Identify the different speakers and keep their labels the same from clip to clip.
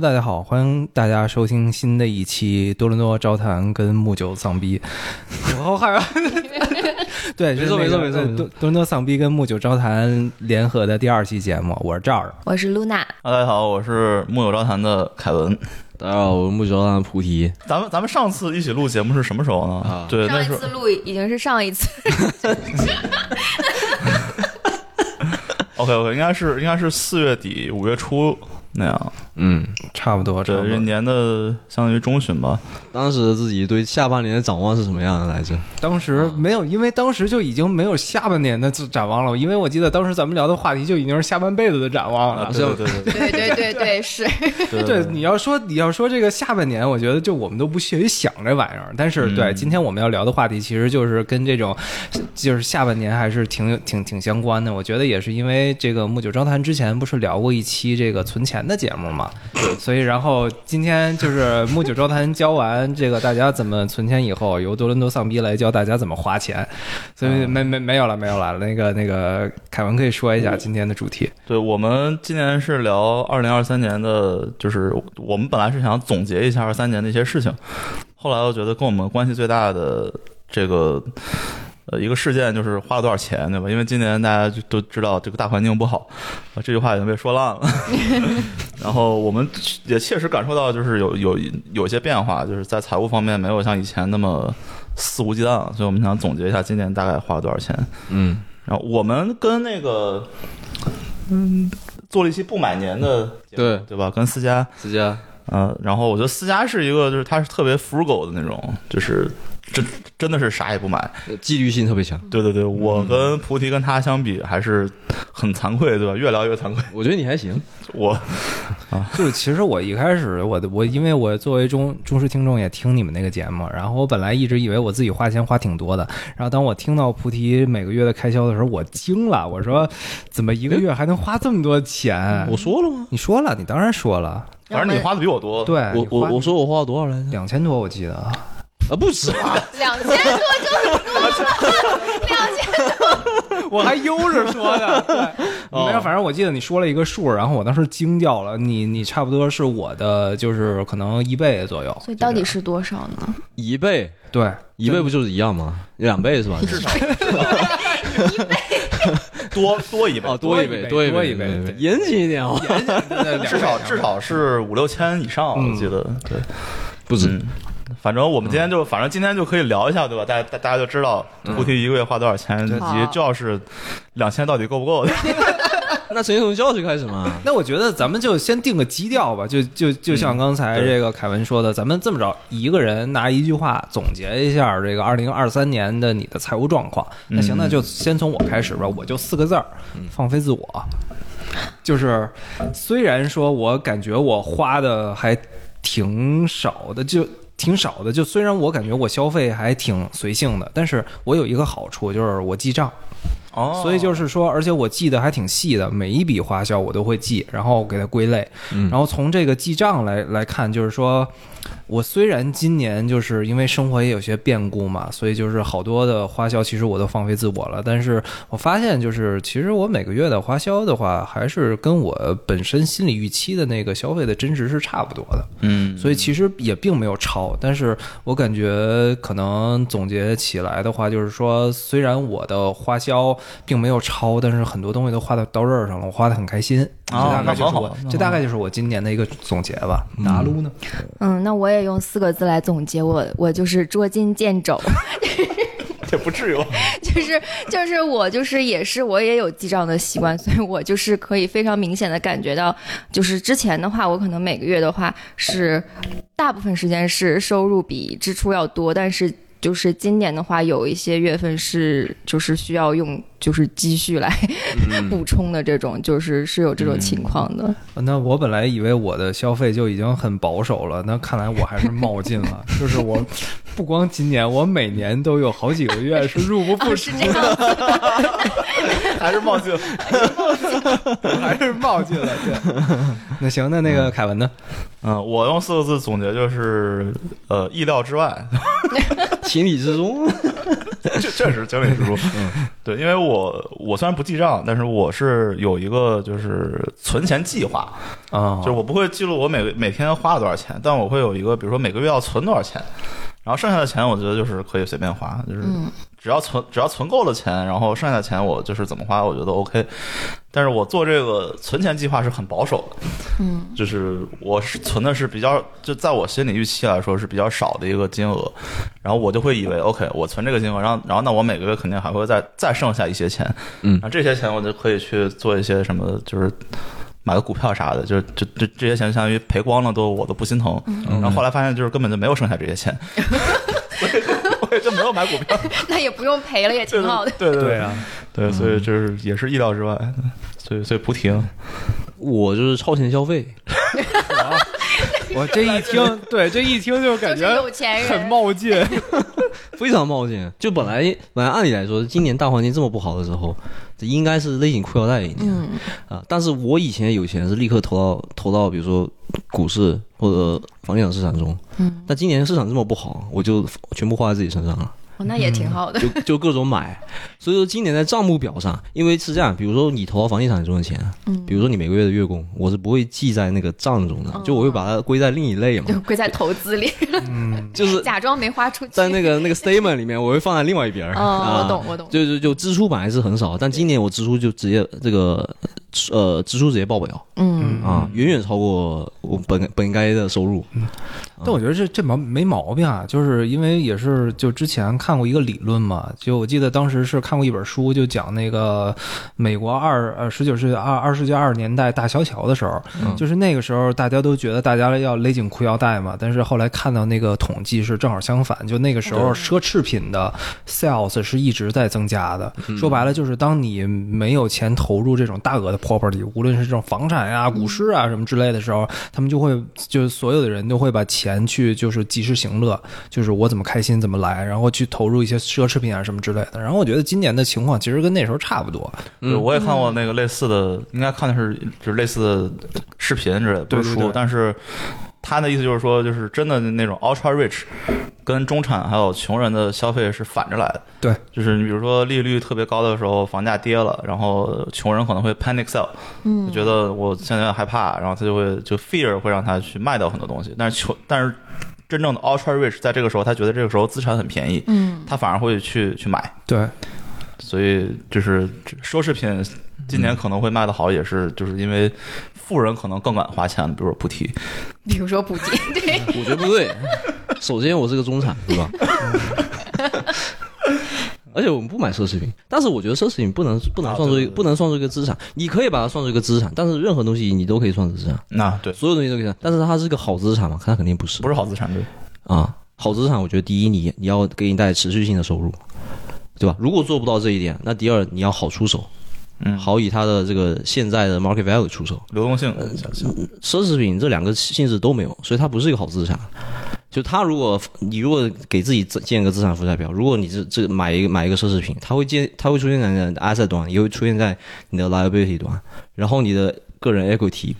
Speaker 1: 大家好，欢迎大家收听新的一期《多伦多招谈》跟木九丧逼。我好害怕。 对，
Speaker 2: 没错
Speaker 1: 就是那个
Speaker 2: 没错没错
Speaker 1: 多
Speaker 2: 没错
Speaker 1: 多伦多丧逼跟木九招谈联合的第二期节目，我是赵儿。
Speaker 3: 我是露娜，
Speaker 4: 啊大家好，我是木有招谈的凯文。
Speaker 2: 大家好，我是木九的菩提。
Speaker 4: 咱们咱们上次一起录节目是什么时候呢？
Speaker 2: 啊
Speaker 4: 对，
Speaker 3: 上
Speaker 4: 那
Speaker 3: 一
Speaker 4: 时
Speaker 3: 次
Speaker 4: 候
Speaker 3: 录已经是上一次，
Speaker 4: OK OK，应该是应该是四月底五月初那样，
Speaker 2: 嗯，
Speaker 1: 差不多，差
Speaker 4: 对，
Speaker 1: 不
Speaker 4: 是
Speaker 1: 多。
Speaker 4: 年的相当于中旬吧。
Speaker 2: 当时自己对下半年的展望是什么样的来着？
Speaker 1: 当时没有，因为当时就已经没有下半年的展望了，因为我记得当时咱们聊的话题就已经是下半辈子的展望
Speaker 2: 啊
Speaker 1: 了。
Speaker 4: 啊对对对
Speaker 3: 对对对对，是
Speaker 4: 对
Speaker 1: 对， 你要说你要说这个下半年，我觉得就我们都不屑于想这玩意儿。但是，对今天我们要聊的话题，其实就是跟这种就是下半年还是挺挺挺相关的。我觉得也是因为这个木九招谈之前不是聊过一期这个存钱的节目嘛， 所以然后今天就是木九招谈教完这个大家怎么存钱以后，由多伦多丧逼来教大家怎么花钱。所以没没没有了没有了，那个那个凯文可以说一下今天的主题。
Speaker 4: 对，我们今年是聊二零二三年的，就是我们本来是想总结一下二三年的一些事情，后来我觉得跟我们关系最大的这个。呃，一个事件就是花了多少钱，对吧？因为今年大家就都知道这个大环境不好，啊，这句话已经被说烂了。然后我们也切实感受到，就是有有有一些变化，就是在财务方面没有像以前那么肆无忌惮了。所以我们想总结一下今年大概花了多少钱。
Speaker 2: 嗯，
Speaker 4: 然后我们跟那个，嗯，做了一期不买年的节目，
Speaker 2: 对
Speaker 4: 对吧？跟思佳，
Speaker 2: 思佳，
Speaker 4: 呃，然后我觉得思佳是一个，就是他是特别 frugal 的那种，就是真真的是啥也不买。
Speaker 2: 呃纪律性特别强。
Speaker 4: 对对对，我跟菩提跟他相比还是很惭愧，对吧？越聊越惭愧。
Speaker 2: 我觉得你还行，
Speaker 4: 我
Speaker 1: 就是其实我一开始我的我因为我作为忠忠实听众也听你们那个节目，然后我本来一直以为我自己花钱花挺多的，然后当我听到菩提每个月的开销的时候，我惊了，我说怎么一个月还能花这么多钱？
Speaker 2: 我说了吗？
Speaker 1: 你说了，你当然说了，
Speaker 4: 反正你花的哦比我多，
Speaker 1: 对，
Speaker 2: 我我我说我哎花了多少来着？
Speaker 1: 两千多我记得，
Speaker 2: 啊，不止吧？
Speaker 3: 两千多
Speaker 1: 我还悠着说的，对， 没有，反正我记得你说了一个数，然后我当时惊掉了，你你差不多是我的就是可能一倍左右，
Speaker 3: 所以到底是多少呢？
Speaker 2: 一倍，
Speaker 1: 对。
Speaker 2: 一倍不就是一样吗？两倍是吧？
Speaker 4: 至少多多一倍，
Speaker 2: 哦，
Speaker 1: 多
Speaker 2: 多
Speaker 1: 一
Speaker 2: 一
Speaker 1: 倍
Speaker 2: 倍，多
Speaker 1: 多一
Speaker 2: 一
Speaker 1: 倍
Speaker 2: 倍
Speaker 1: 对，
Speaker 2: 严谨一点哦，
Speaker 4: 至少至少是五六千以上，
Speaker 1: 嗯嗯
Speaker 4: 我记得对。
Speaker 2: 不止。
Speaker 4: 嗯，反正我们今天就，反正今天就可以聊一下，对吧？大家大大家就知道菩提一个月花多少钱，以及
Speaker 3: 好
Speaker 4: 教室两千到底够不够。
Speaker 2: 那首先从教室开始嘛。
Speaker 1: 那我觉得咱们就先定个基调吧，就就就像刚才这个凯文说的，咱们这么着，一个人拿一句话总结一下这个二零二三年的你的财务状况。那行，那就先从我开始吧，我就四个字儿：放飞自我。就是虽然说我感觉我花的还挺少的，就。挺少的，就虽然我感觉我消费还挺随性的，但是我有一个好处就是我记账，
Speaker 4: 哦
Speaker 1: 所以就是说，而且我记得还挺细的，每一笔花销我都会记，然后给它归类。然后从这个记账来来看，就是说我虽然今年就是因为生活也有些变故嘛，所以就是好多的花销其实我都放飞自我了，但是我发现就是其实我每个月的花销的话，还是跟我本身心理预期的那个消费的真值是差不多的。
Speaker 4: 嗯，
Speaker 1: 所以其实也并没有超，但是我感觉可能总结起来的话，就是说，虽然我的花销并没有超，但是很多东西都花到刀刃上了，我花的很开心。
Speaker 4: 哦
Speaker 1: 这大概
Speaker 4: 那
Speaker 1: 就是
Speaker 4: 很好
Speaker 1: 我
Speaker 4: 那很，好
Speaker 1: 这大概就是我今年的一个总结吧。哪路呢？
Speaker 3: 嗯，那我也用四个字来总结我，我就是捉襟见肘，
Speaker 4: 也不至于吧。
Speaker 3: 就是就是我就是也是我也有记账的习惯，所以我就是可以非常明显的感觉到，就是之前的话，我可能每个月的话是大部分时间是收入比支出要多，但是。就是今年的话，有一些月份是就是需要用就是积蓄来
Speaker 1: 嗯
Speaker 3: 补充的这种，就是是有这种情况的。
Speaker 1: 那我本来以为我的消费就已经很保守了，那看来我还是冒进 了。就是我不光今年，我每年都有好几个月是入 不敷
Speaker 3: 哦，
Speaker 1: 出
Speaker 3: 是这样，
Speaker 4: 还是冒进。
Speaker 1: 还是冒进了。对，那行，那那个凯文呢？
Speaker 4: 嗯，我用四个字总结就是，呃，意料之外。
Speaker 2: 情理之中，
Speaker 4: 这这是经理 支出。
Speaker 1: 嗯
Speaker 4: 对，因为我我虽然不记账，但是我是有一个就是存钱计划，
Speaker 1: 啊，
Speaker 4: 就是我不会记录我每个每天花了多少钱，但我会有一个，比如说每个月要存多少钱，然后剩下的钱我觉得就是可以随便花，就是
Speaker 3: 嗯
Speaker 4: 只要存只要存够了钱，然后剩下的钱我就是怎么花我觉得 OK。但是我做这个存钱计划是很保守的，
Speaker 3: 嗯
Speaker 4: 就是我是存的是比较，就在我心里预期来说是比较少的一个金额，然后我就会以为 OK，我存这个金额，然后然后那我每个月肯定还会再再剩下一些钱，
Speaker 2: 嗯
Speaker 4: 然后这些钱我就可以去做一些什么，就是买个股票啥的，就是这这这些钱相当于赔光了都我都不心疼，
Speaker 3: 嗯
Speaker 4: 然后后来发现就是根本就没有剩下这 些钱，所以我也就没有买股票，
Speaker 3: 那也不用赔了，也挺好的。
Speaker 4: 对对
Speaker 1: 对啊，
Speaker 4: 对，所以就是也是意料之外，所以所以不停，
Speaker 2: 我就是超前消费，
Speaker 1: 我这一 听，对这一听就感
Speaker 3: 就是
Speaker 1: 觉
Speaker 3: 有钱人
Speaker 1: 很冒进，
Speaker 2: 非常冒险。就本来本来按理来说，今年大环境这么不好的时候，这应该是勒紧裤腰带一年、
Speaker 3: 嗯
Speaker 2: 啊。但是我以前有钱是立刻投到投到比如说股市或者房地产市场中，
Speaker 3: 嗯，
Speaker 2: 但今年市场这么不好，我就全部花在自己身上了。
Speaker 3: 哦那也
Speaker 1: 嗯
Speaker 3: 挺好的。
Speaker 2: 就就各种买。 所以说今年在账目表上，因为是这样，比如说你投到房地产中的钱，啊
Speaker 3: 嗯
Speaker 2: 比如说你每个月的月供，我是不会记在那个账中的
Speaker 3: 哦，
Speaker 2: 就我会把它归在另一类嘛，
Speaker 3: 就归在投资 里，
Speaker 2: 就是
Speaker 3: 假装没花出去。
Speaker 2: 在那个那个 statement 里面，我会放在另外一边儿。
Speaker 3: 哦，我
Speaker 2: 啊
Speaker 3: 懂，我懂。
Speaker 2: 就就就支出本来是很少，但今年我支出就直接这个呃支出直接爆表
Speaker 3: 嗯，
Speaker 2: 啊，远远超过我本本该的收入。
Speaker 1: 但我觉得这这毛没毛病啊，就是因为也是就之前看过一个理论嘛，就我记得当时是看过一本书，就讲那个美国二呃十九世纪二二十世纪二十年代大萧条的时候，就是那个时候大家都觉得大家要勒紧裤腰带嘛，但是后来看到那个统计是正好相反，就那个时候奢侈品的 sales 是一直在增加的。说白了就是当你没有钱投入这种大额的 property，无论是这种房产呀、股市啊什么之类的时候，他们就会就是所有的人都会把钱去就是及时行乐，就是我怎么开心怎么来，然后去投入一些奢侈品啊什么之类的。然后我觉得今年的情况其实跟那时候差不多，
Speaker 4: 对，
Speaker 2: 嗯
Speaker 4: 我也看过那个类似的，应该看的是就是类似的视频之类的，不
Speaker 1: 对
Speaker 4: 是书。
Speaker 1: 对对
Speaker 4: 但是他的意思就是说，就是真的那种 ultra rich 跟中产还有穷人的消费是反着来的。
Speaker 1: 对，
Speaker 4: 就是你比如说利率特别高的时候，房价跌了，然后穷人可能会 panic sell，
Speaker 3: 嗯
Speaker 4: 就觉得我现在有点害怕，然后他就会就 fear 会让他去卖掉很多东西。但是穷，但是真正的 ultra rich 在这个时候，他觉得这个时候资产很便宜，
Speaker 3: 嗯，
Speaker 4: 他反而会去去买。
Speaker 1: 对，
Speaker 4: 所以就是这奢侈品
Speaker 1: 嗯
Speaker 4: 今年可能会卖得好，也是就是因为富人可能更敢花钱，比如说菩提，
Speaker 3: 比如说补贴，对，
Speaker 2: 我觉得不对。首先，我是个中产，对吧？而且我们不买奢侈品，但是我觉得奢侈品不能不能算作一个、不能算作一个资产，你可以把它算作一个资产，但是任何东西你都可以算作资产，
Speaker 4: 那对
Speaker 2: 所有东西都可以算，但是它是个好资产吗？它肯定不是，
Speaker 4: 不是好资产，对，
Speaker 2: 啊，好资产，我觉得第一你你要给你带来持续性的收入，对吧？如果做不到这一点，那第二你要好出手，
Speaker 4: 嗯
Speaker 2: 好以它的这个现在的 market value 出手，
Speaker 4: 流动性，
Speaker 2: 奢侈品这两个性质都没有，所以它不是一个好资产。就它如果你如果给自己建个资产负债表，如果你这这买一个买一个奢侈品，它会建它会出现在你的 asset 端，也会出现在你的 liability 端，然后你的个人 equity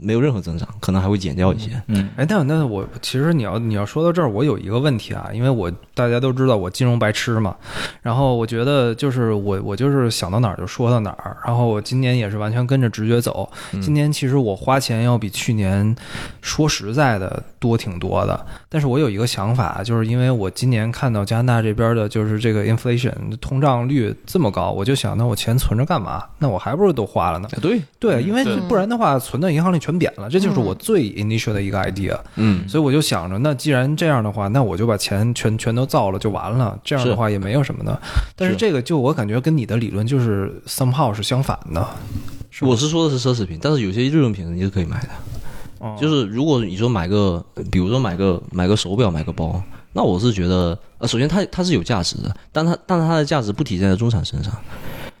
Speaker 2: 没有任何增长，可能还会减掉一些。
Speaker 4: 嗯，
Speaker 1: 哎，但那我其实你要你要说到这儿，我有一个问题啊，因为我大家都知道我金融白痴嘛，然后我觉得就是我我就是想到哪儿就说到哪儿，然后我今年也是完全跟着直觉走，今年其实我花钱要比去年说实在的多挺多的，但是我有一个想法，就是因为我今年看到加拿大这边的就是这个 inflation 通胀率这么高，我就想那我钱存着干嘛？那我还不如都花了呢。
Speaker 2: 对，
Speaker 1: 啊对，因为
Speaker 4: 嗯对
Speaker 1: 不然的话，存到银行里全扁了，这就是我
Speaker 3: 嗯
Speaker 1: 最 initial 的一个 idea。
Speaker 2: 嗯，
Speaker 1: 所以我就想着，那既然这样的话，那我就把钱全全都造了就完了，这样的话也没有什么的。但是
Speaker 2: 是
Speaker 1: 这个就我感觉跟你的理论就是 somehow 是相反的，是吧
Speaker 2: 我是说的是奢侈品，但是有些日用品你是可以买的。
Speaker 1: 哦
Speaker 2: 就是如果你说买个，比如说买个买个手表、买个包，那我是觉得，呃，首先它它是有价值的，但它但是它的价值不体现在中产身上，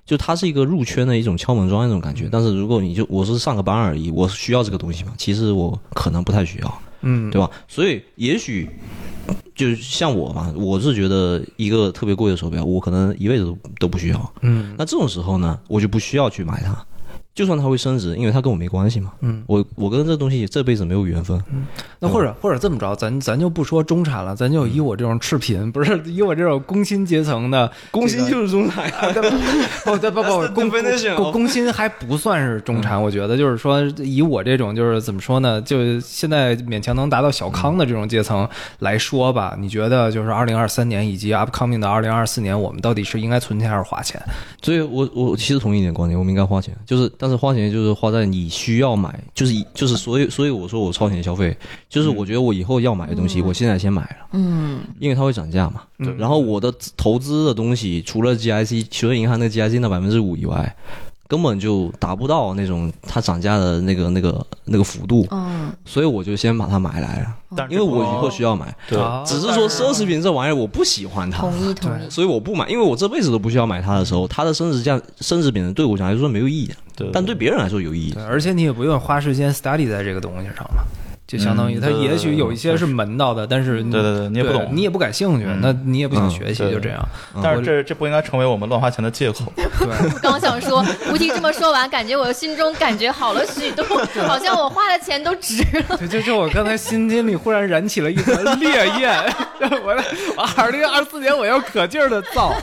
Speaker 2: 就它是一个入圈的一种敲门砖那种感觉。但是如果你就我是上个班而已，我需要这个东西吗？其实我可能不太需要，
Speaker 1: 嗯，
Speaker 2: 对吧？所以也许就像我嘛，我是觉得一个特别贵的手表，我可能一辈子都都不需要。
Speaker 1: 嗯
Speaker 2: 那这种时候呢，我就不需要去买它，就算它会升值，因为它跟我没关系嘛。
Speaker 1: 嗯，
Speaker 2: 我我跟这东西这辈子没有缘分。
Speaker 1: 那或者或者这么着，咱咱就不说中产了，咱就以我这种赤贫，不是以我这种工薪阶层的
Speaker 2: 工
Speaker 1: 这
Speaker 2: 薪
Speaker 1: 个
Speaker 2: 就是中产呀，
Speaker 1: 不不不
Speaker 2: That's
Speaker 1: 不，
Speaker 2: the
Speaker 1: 工
Speaker 2: definition
Speaker 1: 工
Speaker 2: of-
Speaker 1: 工薪还不算是中产，
Speaker 4: 嗯
Speaker 1: 我觉得就是说，以我这种就是怎么说呢，就现在勉强能达到小康的这种阶层来说吧，你觉得就是二零二三年以及 upcoming 的二零二四年，我们到底是应该存钱还是花钱？
Speaker 2: 所以我我其实同意你的观点，我们应该花钱，就是但是花钱就是花在你需要买，就是以就是所以所以我说我超前消费，就是我觉得我以后要买的东西，我现在先买了，
Speaker 3: 嗯，
Speaker 2: 因为它会涨价嘛。
Speaker 1: 嗯
Speaker 2: 然后我的投资的东西，除了 GIC，除了银行那 GIC 那百分之五以外，根本就达不到那种它涨价的那个那个那个幅度，
Speaker 3: 嗯，
Speaker 2: 所以我就先把它买来了，
Speaker 4: 但是
Speaker 2: 因为我以
Speaker 4: 这
Speaker 2: 后需要买。
Speaker 4: 对
Speaker 1: 啊
Speaker 2: 只是说奢侈品这玩意儿我不喜欢它
Speaker 3: 同，意同意。
Speaker 2: 所以我不买，因为我这辈子都不需要买它的时候，它的升值价升值贬值对我来说没有意义，
Speaker 4: 对，
Speaker 2: 但对别人来说有意义
Speaker 1: 对，。而且你也不用花时间 study 在这个东西上嘛，就相当于
Speaker 4: 嗯
Speaker 1: 它
Speaker 4: 对对
Speaker 1: 也许
Speaker 4: 对
Speaker 1: 有一些是门道的，但是你
Speaker 4: 对对对，你也不
Speaker 1: 对
Speaker 4: 懂，
Speaker 1: 你也不感兴趣，
Speaker 4: 嗯
Speaker 1: 那你也不想学习，
Speaker 4: 对
Speaker 1: 就这样。
Speaker 2: 嗯
Speaker 4: 但是这这不应该成为我们乱花钱的借 口。
Speaker 1: 对。
Speaker 3: 刚想说，吴迪这么说完，感觉我心中感觉好了许多，好像我花的钱都值了。
Speaker 1: 对，就是我刚才心间里忽然燃起了一团烈焰，我我二零二四年我要可劲儿的造。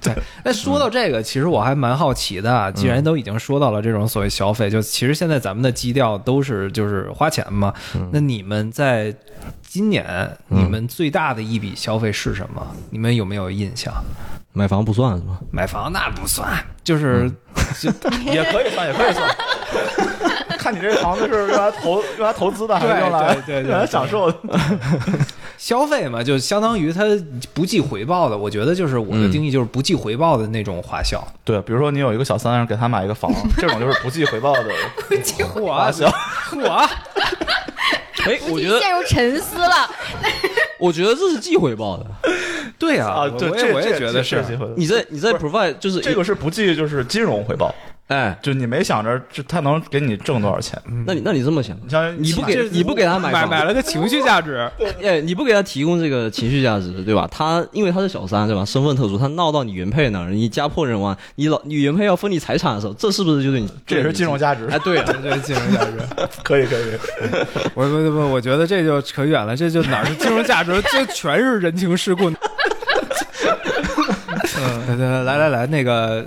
Speaker 1: 对，那说到这个，其实我还蛮好奇的啊，既然都已经说到了这种所谓消费，就其实现在咱们的基调都是就是花钱嘛。那你们在今年你们最大的一笔消费是什么？你们有没有印象？
Speaker 2: 买房不算是吧？
Speaker 1: 买房那不算，就是 就
Speaker 4: 也可以算，也可以算。 看你这房子是用来投用来投资的，还是用来
Speaker 1: 对对对对
Speaker 4: 用来享受的？
Speaker 1: 消费嘛，就相当于它不计回报的。我觉得就是我的
Speaker 2: 嗯
Speaker 1: 定义就是不计回报的那种花销。
Speaker 4: 对，比如说你有一个小三，给他买一个房，这种就是不计回报的 花
Speaker 1: 我
Speaker 4: 销。
Speaker 1: 我
Speaker 2: 哎，我觉得
Speaker 3: 陷入沉思了，
Speaker 2: 我觉得这是既回报的。
Speaker 1: 对啊，
Speaker 4: 啊，
Speaker 1: 我
Speaker 4: 对，
Speaker 1: 我
Speaker 4: 这
Speaker 1: 也我也觉得
Speaker 4: 是
Speaker 1: 是。
Speaker 4: 机会。
Speaker 2: 你在你在
Speaker 4: 不
Speaker 2: provide 就是
Speaker 4: 这个是不计就是金融回报，
Speaker 2: 哎，
Speaker 4: 就你没想着这他能给你挣多少钱。
Speaker 2: 那你那你这么想，
Speaker 4: 嗯你像
Speaker 2: 你不
Speaker 4: 买
Speaker 2: 给你不给他买
Speaker 1: 买
Speaker 2: 房
Speaker 1: 买了个情绪价 值，
Speaker 2: 哎，你不给他提供这个情绪价值，对吧？他因为他是小三，对吧？身份特殊，他闹到你原配那儿，你家破人亡，你老你原配要分你财产的时候，这是不是就对你
Speaker 4: 这也是金融？价值
Speaker 2: 哎，，对啊，
Speaker 1: 这金融价值，
Speaker 4: 可以可以。
Speaker 1: 我不不，我觉得这就扯远了，这就哪是金融价值，这全是人情世 故。嗯，来来来来，那个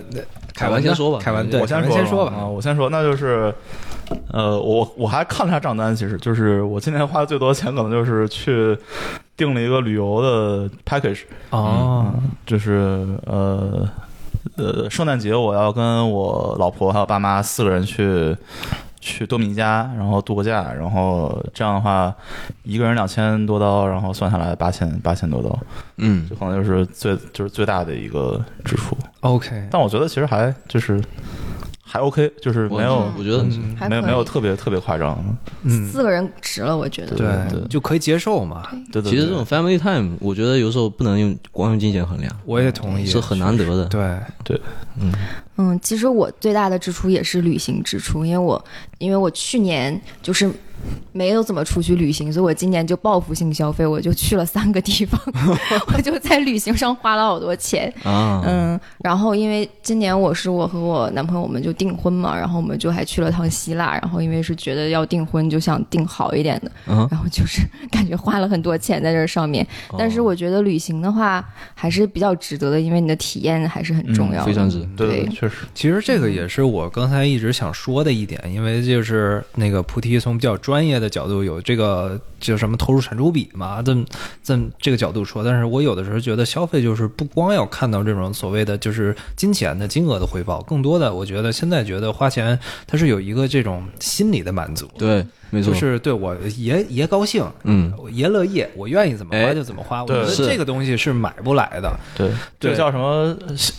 Speaker 1: 凯文呢
Speaker 2: 先说吧
Speaker 1: 凯文对，
Speaker 4: 我先
Speaker 1: 凯文
Speaker 4: 说
Speaker 1: 先说
Speaker 4: 啊，
Speaker 1: 吧。嗯
Speaker 4: 我先说，那就是，呃，我我还看了一下账单，其实就是我今年花的最多的钱，可能就是去订了一个旅游的 package，
Speaker 1: 哦，
Speaker 4: 就是呃呃，圣诞节我要跟我老婆还有爸妈四个人去。去多米尼加，然后度个假，然后这样的话，一个人两千多刀，然后算下来八千八千多刀，
Speaker 2: 嗯
Speaker 4: 这可能就是最就是最大的一个支出。
Speaker 1: ，OK，
Speaker 4: 但我觉得其实还就是还 OK，就是没有
Speaker 2: 我我觉得很
Speaker 1: 嗯
Speaker 3: 还
Speaker 4: 没有
Speaker 3: 可
Speaker 4: 没有
Speaker 3: 以
Speaker 4: 特别特别夸张，
Speaker 1: 嗯，
Speaker 3: 四个人值了，我觉得。
Speaker 1: 对，
Speaker 4: 对
Speaker 1: 就可以接受嘛。
Speaker 4: 对对对。
Speaker 2: 其实这种 family time，我觉得有时候不能用光用金钱衡量，
Speaker 1: 我也同意，
Speaker 2: 是很难得的。
Speaker 1: 对，
Speaker 3: 嗯，其实我最大的支出也是旅行支出，因为我因为我去年就是没有怎么出去旅行，所以我今年就报复性消费，我就去了三个地方， 我就在旅行上花了好多钱。
Speaker 2: 啊，
Speaker 3: 嗯，然后因为今年我是我和我男朋友我们就订婚嘛，然后我们就还去了趟希腊，然后因为是觉得要订婚就想订好一点的，
Speaker 2: 嗯
Speaker 3: 然后就是感觉花了很多钱在这上面，
Speaker 2: 哦
Speaker 3: 但是我觉得旅行的话还是比较值得的，因为你的体验还是很重
Speaker 4: 嗯
Speaker 2: 哦
Speaker 3: 要的。
Speaker 2: 非常值。
Speaker 4: 对
Speaker 3: 对
Speaker 4: 对，确实，
Speaker 1: 其实这个也是我刚才一直想说的一点，因为就是那个菩提从比较专业的角度有这个就什么投入产出比嘛，这么这么这个角度说，但是我有的时候觉得消费就是不光要看到这种所谓的就是金钱的金额的回报，更多的我觉得现在觉得花钱它是有一个这种心理的满足，
Speaker 2: 对，没错，
Speaker 1: 就是对我爷爷高兴，
Speaker 2: 嗯，
Speaker 1: 我爷乐意，我愿意怎么花
Speaker 2: 哎
Speaker 1: 就怎么花，我觉
Speaker 4: 对
Speaker 1: 得
Speaker 2: 是
Speaker 1: 这个东西是买不来的，
Speaker 4: 对，这
Speaker 1: 对
Speaker 4: 个叫什么行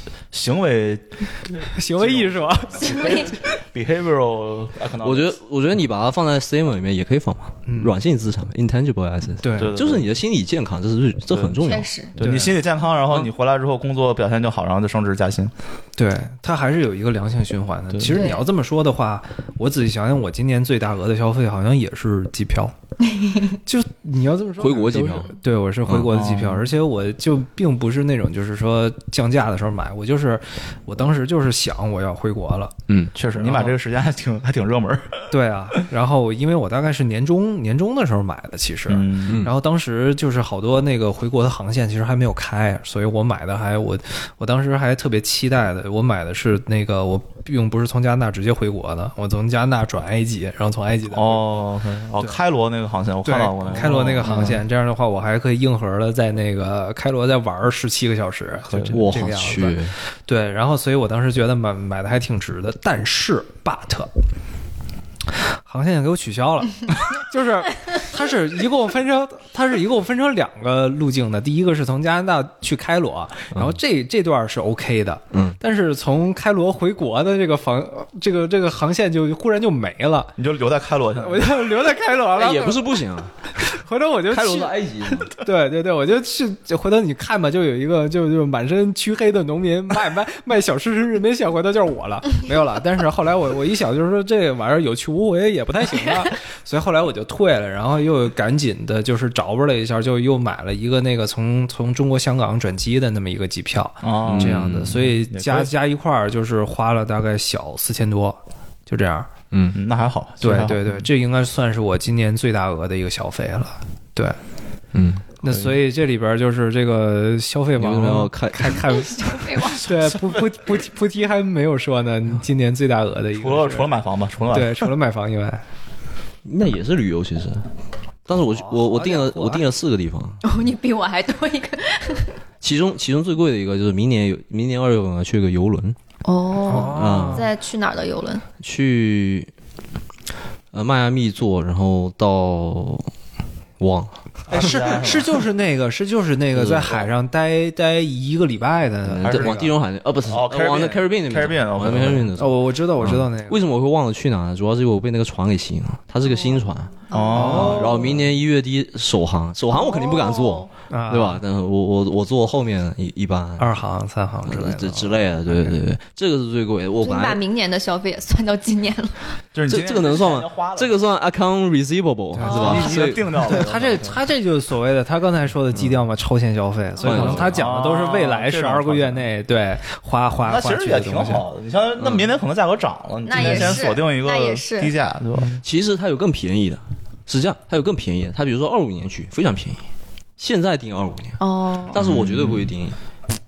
Speaker 4: 行为
Speaker 1: 行为艺术。啊
Speaker 3: 所以
Speaker 4: behavioral economics？
Speaker 2: 我觉得我觉得你把它放在 statement 里面也可以放嘛，软性资产嘛 intangible assets，
Speaker 1: 嗯对
Speaker 4: 对
Speaker 2: 就是你的心理健康，这是这很重要
Speaker 3: 确。实。
Speaker 4: 对
Speaker 1: 对
Speaker 4: 你心理健康，然后你回来之后工作表现就好，然后就升职加薪。
Speaker 1: 对，它还是有一个良性循环的。其实你要这么说的话，我仔细想想，我今年最大额的消费好像也是机票。就你要这么说，
Speaker 2: 回国机票哦
Speaker 1: 都是对，我是回国的机票，而且我就并不是那种就是说降价的时候买，我就就是我当时就是想我要回国了，
Speaker 2: 嗯，
Speaker 4: 确实，你买这个时间还挺还挺热门儿。
Speaker 1: 对啊，然后因为我大概是年中年中的时候买的，其实，
Speaker 4: 嗯
Speaker 1: 然后当时就是好多那个回国的航线其实还没有开，所以我买的还我我当时还特别期待的，我买的是那个我并不是从加拿大直接回国的，我从加拿大转埃及，然后从埃及再回
Speaker 4: 哦，OK，哦，
Speaker 1: 对
Speaker 4: 开罗那个航线我
Speaker 1: 对
Speaker 4: 看到过那个，哦
Speaker 1: 开罗那个航线，这样的话我还可以硬核的在那个开罗再玩十七个小时，就这
Speaker 2: 我
Speaker 1: 这个样
Speaker 2: 去
Speaker 1: 子。，对，然后所以我当时觉得买买的还挺值的，但是 but 航线给我取消 了，就是它是一共分成它是一共分成两个路径的，第一个是从加拿大去开罗，然后这这段是 OK 的，
Speaker 2: 嗯，
Speaker 1: 但是从开罗回国的这个房这个这个航线就忽然就没了。
Speaker 4: 你就留在开罗去。
Speaker 1: 我就留在开罗了，
Speaker 2: 也不是不行啊，
Speaker 1: 回头我就去
Speaker 2: 开罗到埃 及是吗，
Speaker 1: 对对对，我就去，就回头你看吧，就有一个就就满身黢黑的农民卖卖卖小吃吃日没想回头就是我了，没有了。但是后来我我一想，就是说这玩意儿有去无回也不太行啊，所以后来我就退了，然后又赶紧的就是找吧了一下，就又买了一个那个从从中国香港转机的那么一个机票，
Speaker 4: 哦
Speaker 1: 这样的，
Speaker 2: 嗯
Speaker 1: 所以
Speaker 4: 也
Speaker 1: 加
Speaker 4: 贵
Speaker 1: 加一块儿就是花了大概小四千多，就这样。
Speaker 2: 嗯，
Speaker 4: 嗯那还好。其实
Speaker 1: 对
Speaker 4: 还好
Speaker 1: 对对，，这应该算是我今年最大额的一个消费了。对，
Speaker 2: 嗯，
Speaker 1: 那所以这里边就是这个消费
Speaker 2: 你为什
Speaker 1: 网
Speaker 2: 么要
Speaker 1: 络
Speaker 2: 看？
Speaker 1: 开开，
Speaker 3: 废话，
Speaker 1: 对，菩菩菩菩提还没有说呢，你今年最大额的一个是，
Speaker 4: 除了除了买房吧，除了买
Speaker 1: 对，除了买房以外，
Speaker 2: 那也是旅游其实，但是我我我定了我定了四个地方，
Speaker 3: 哦，你比我还多一个
Speaker 2: 其中其中最贵的一个就是明年有明年二月份我要去一个游轮，
Speaker 3: 哦。
Speaker 4: 嗯
Speaker 2: 啊
Speaker 3: 在去哪儿的游轮？
Speaker 2: 去呃迈阿密坐，然后到忘了
Speaker 1: 哎是是就是那个是就是那个在海上待待一个礼拜的
Speaker 2: 嗯
Speaker 1: 那
Speaker 4: 还是
Speaker 2: 对
Speaker 1: 个，
Speaker 2: 往地中海那呃不是
Speaker 4: 哦
Speaker 2: 呃往那 Caribbean 那边
Speaker 4: Caribbean
Speaker 2: 走
Speaker 4: Caribbean，
Speaker 2: 往那
Speaker 4: OK，OK
Speaker 2: Caribbean 的
Speaker 1: 哦，
Speaker 2: 走。嗯
Speaker 1: 我我知道我知道那个，
Speaker 2: 为什么我会忘了去哪儿呢？主要是因为我被那个船给吸引了，它是个新船，
Speaker 4: 哦，
Speaker 2: 然后明年一月底首航，首航我肯定不敢坐
Speaker 3: 哦，
Speaker 1: 啊
Speaker 2: 对？吧？但是我我我坐后面一一般，
Speaker 1: 二航三航之类
Speaker 2: 这
Speaker 1: 的，
Speaker 2: 之类的，对对对，这个是最贵的。我
Speaker 3: 所以
Speaker 2: 本
Speaker 3: 你把
Speaker 2: 来
Speaker 3: 明年的消费也算到今年了。
Speaker 4: 就是你
Speaker 2: 这
Speaker 4: 今天
Speaker 2: 这个能算吗
Speaker 4: 钱花了
Speaker 2: 这个算 account receivable
Speaker 1: 啊
Speaker 2: 是吧？
Speaker 4: 你已
Speaker 2: 所
Speaker 4: 经
Speaker 2: 以
Speaker 4: 定掉
Speaker 1: 对
Speaker 4: 了。嗯
Speaker 1: 他这他这就是所谓的他刚才说的基调嘛，超前消费，所以可能他讲的都是未来
Speaker 4: 哦这
Speaker 1: 十
Speaker 4: 种
Speaker 1: 二个月内对花花花
Speaker 4: 那其实
Speaker 1: 去
Speaker 4: 也
Speaker 1: 的
Speaker 4: 挺
Speaker 1: 东西。嗯
Speaker 4: 好的，你像那明年可能价格涨了，你今
Speaker 3: 那也
Speaker 4: 年先
Speaker 3: 是
Speaker 4: 锁定一个
Speaker 3: 那也是嗯
Speaker 4: 低价，对吧？
Speaker 2: 其实它有更便宜的，是这样，它有更便宜的。它比如说二五年去非常便宜，现在定二五年，
Speaker 3: 哦，
Speaker 2: 但是我绝对不会定，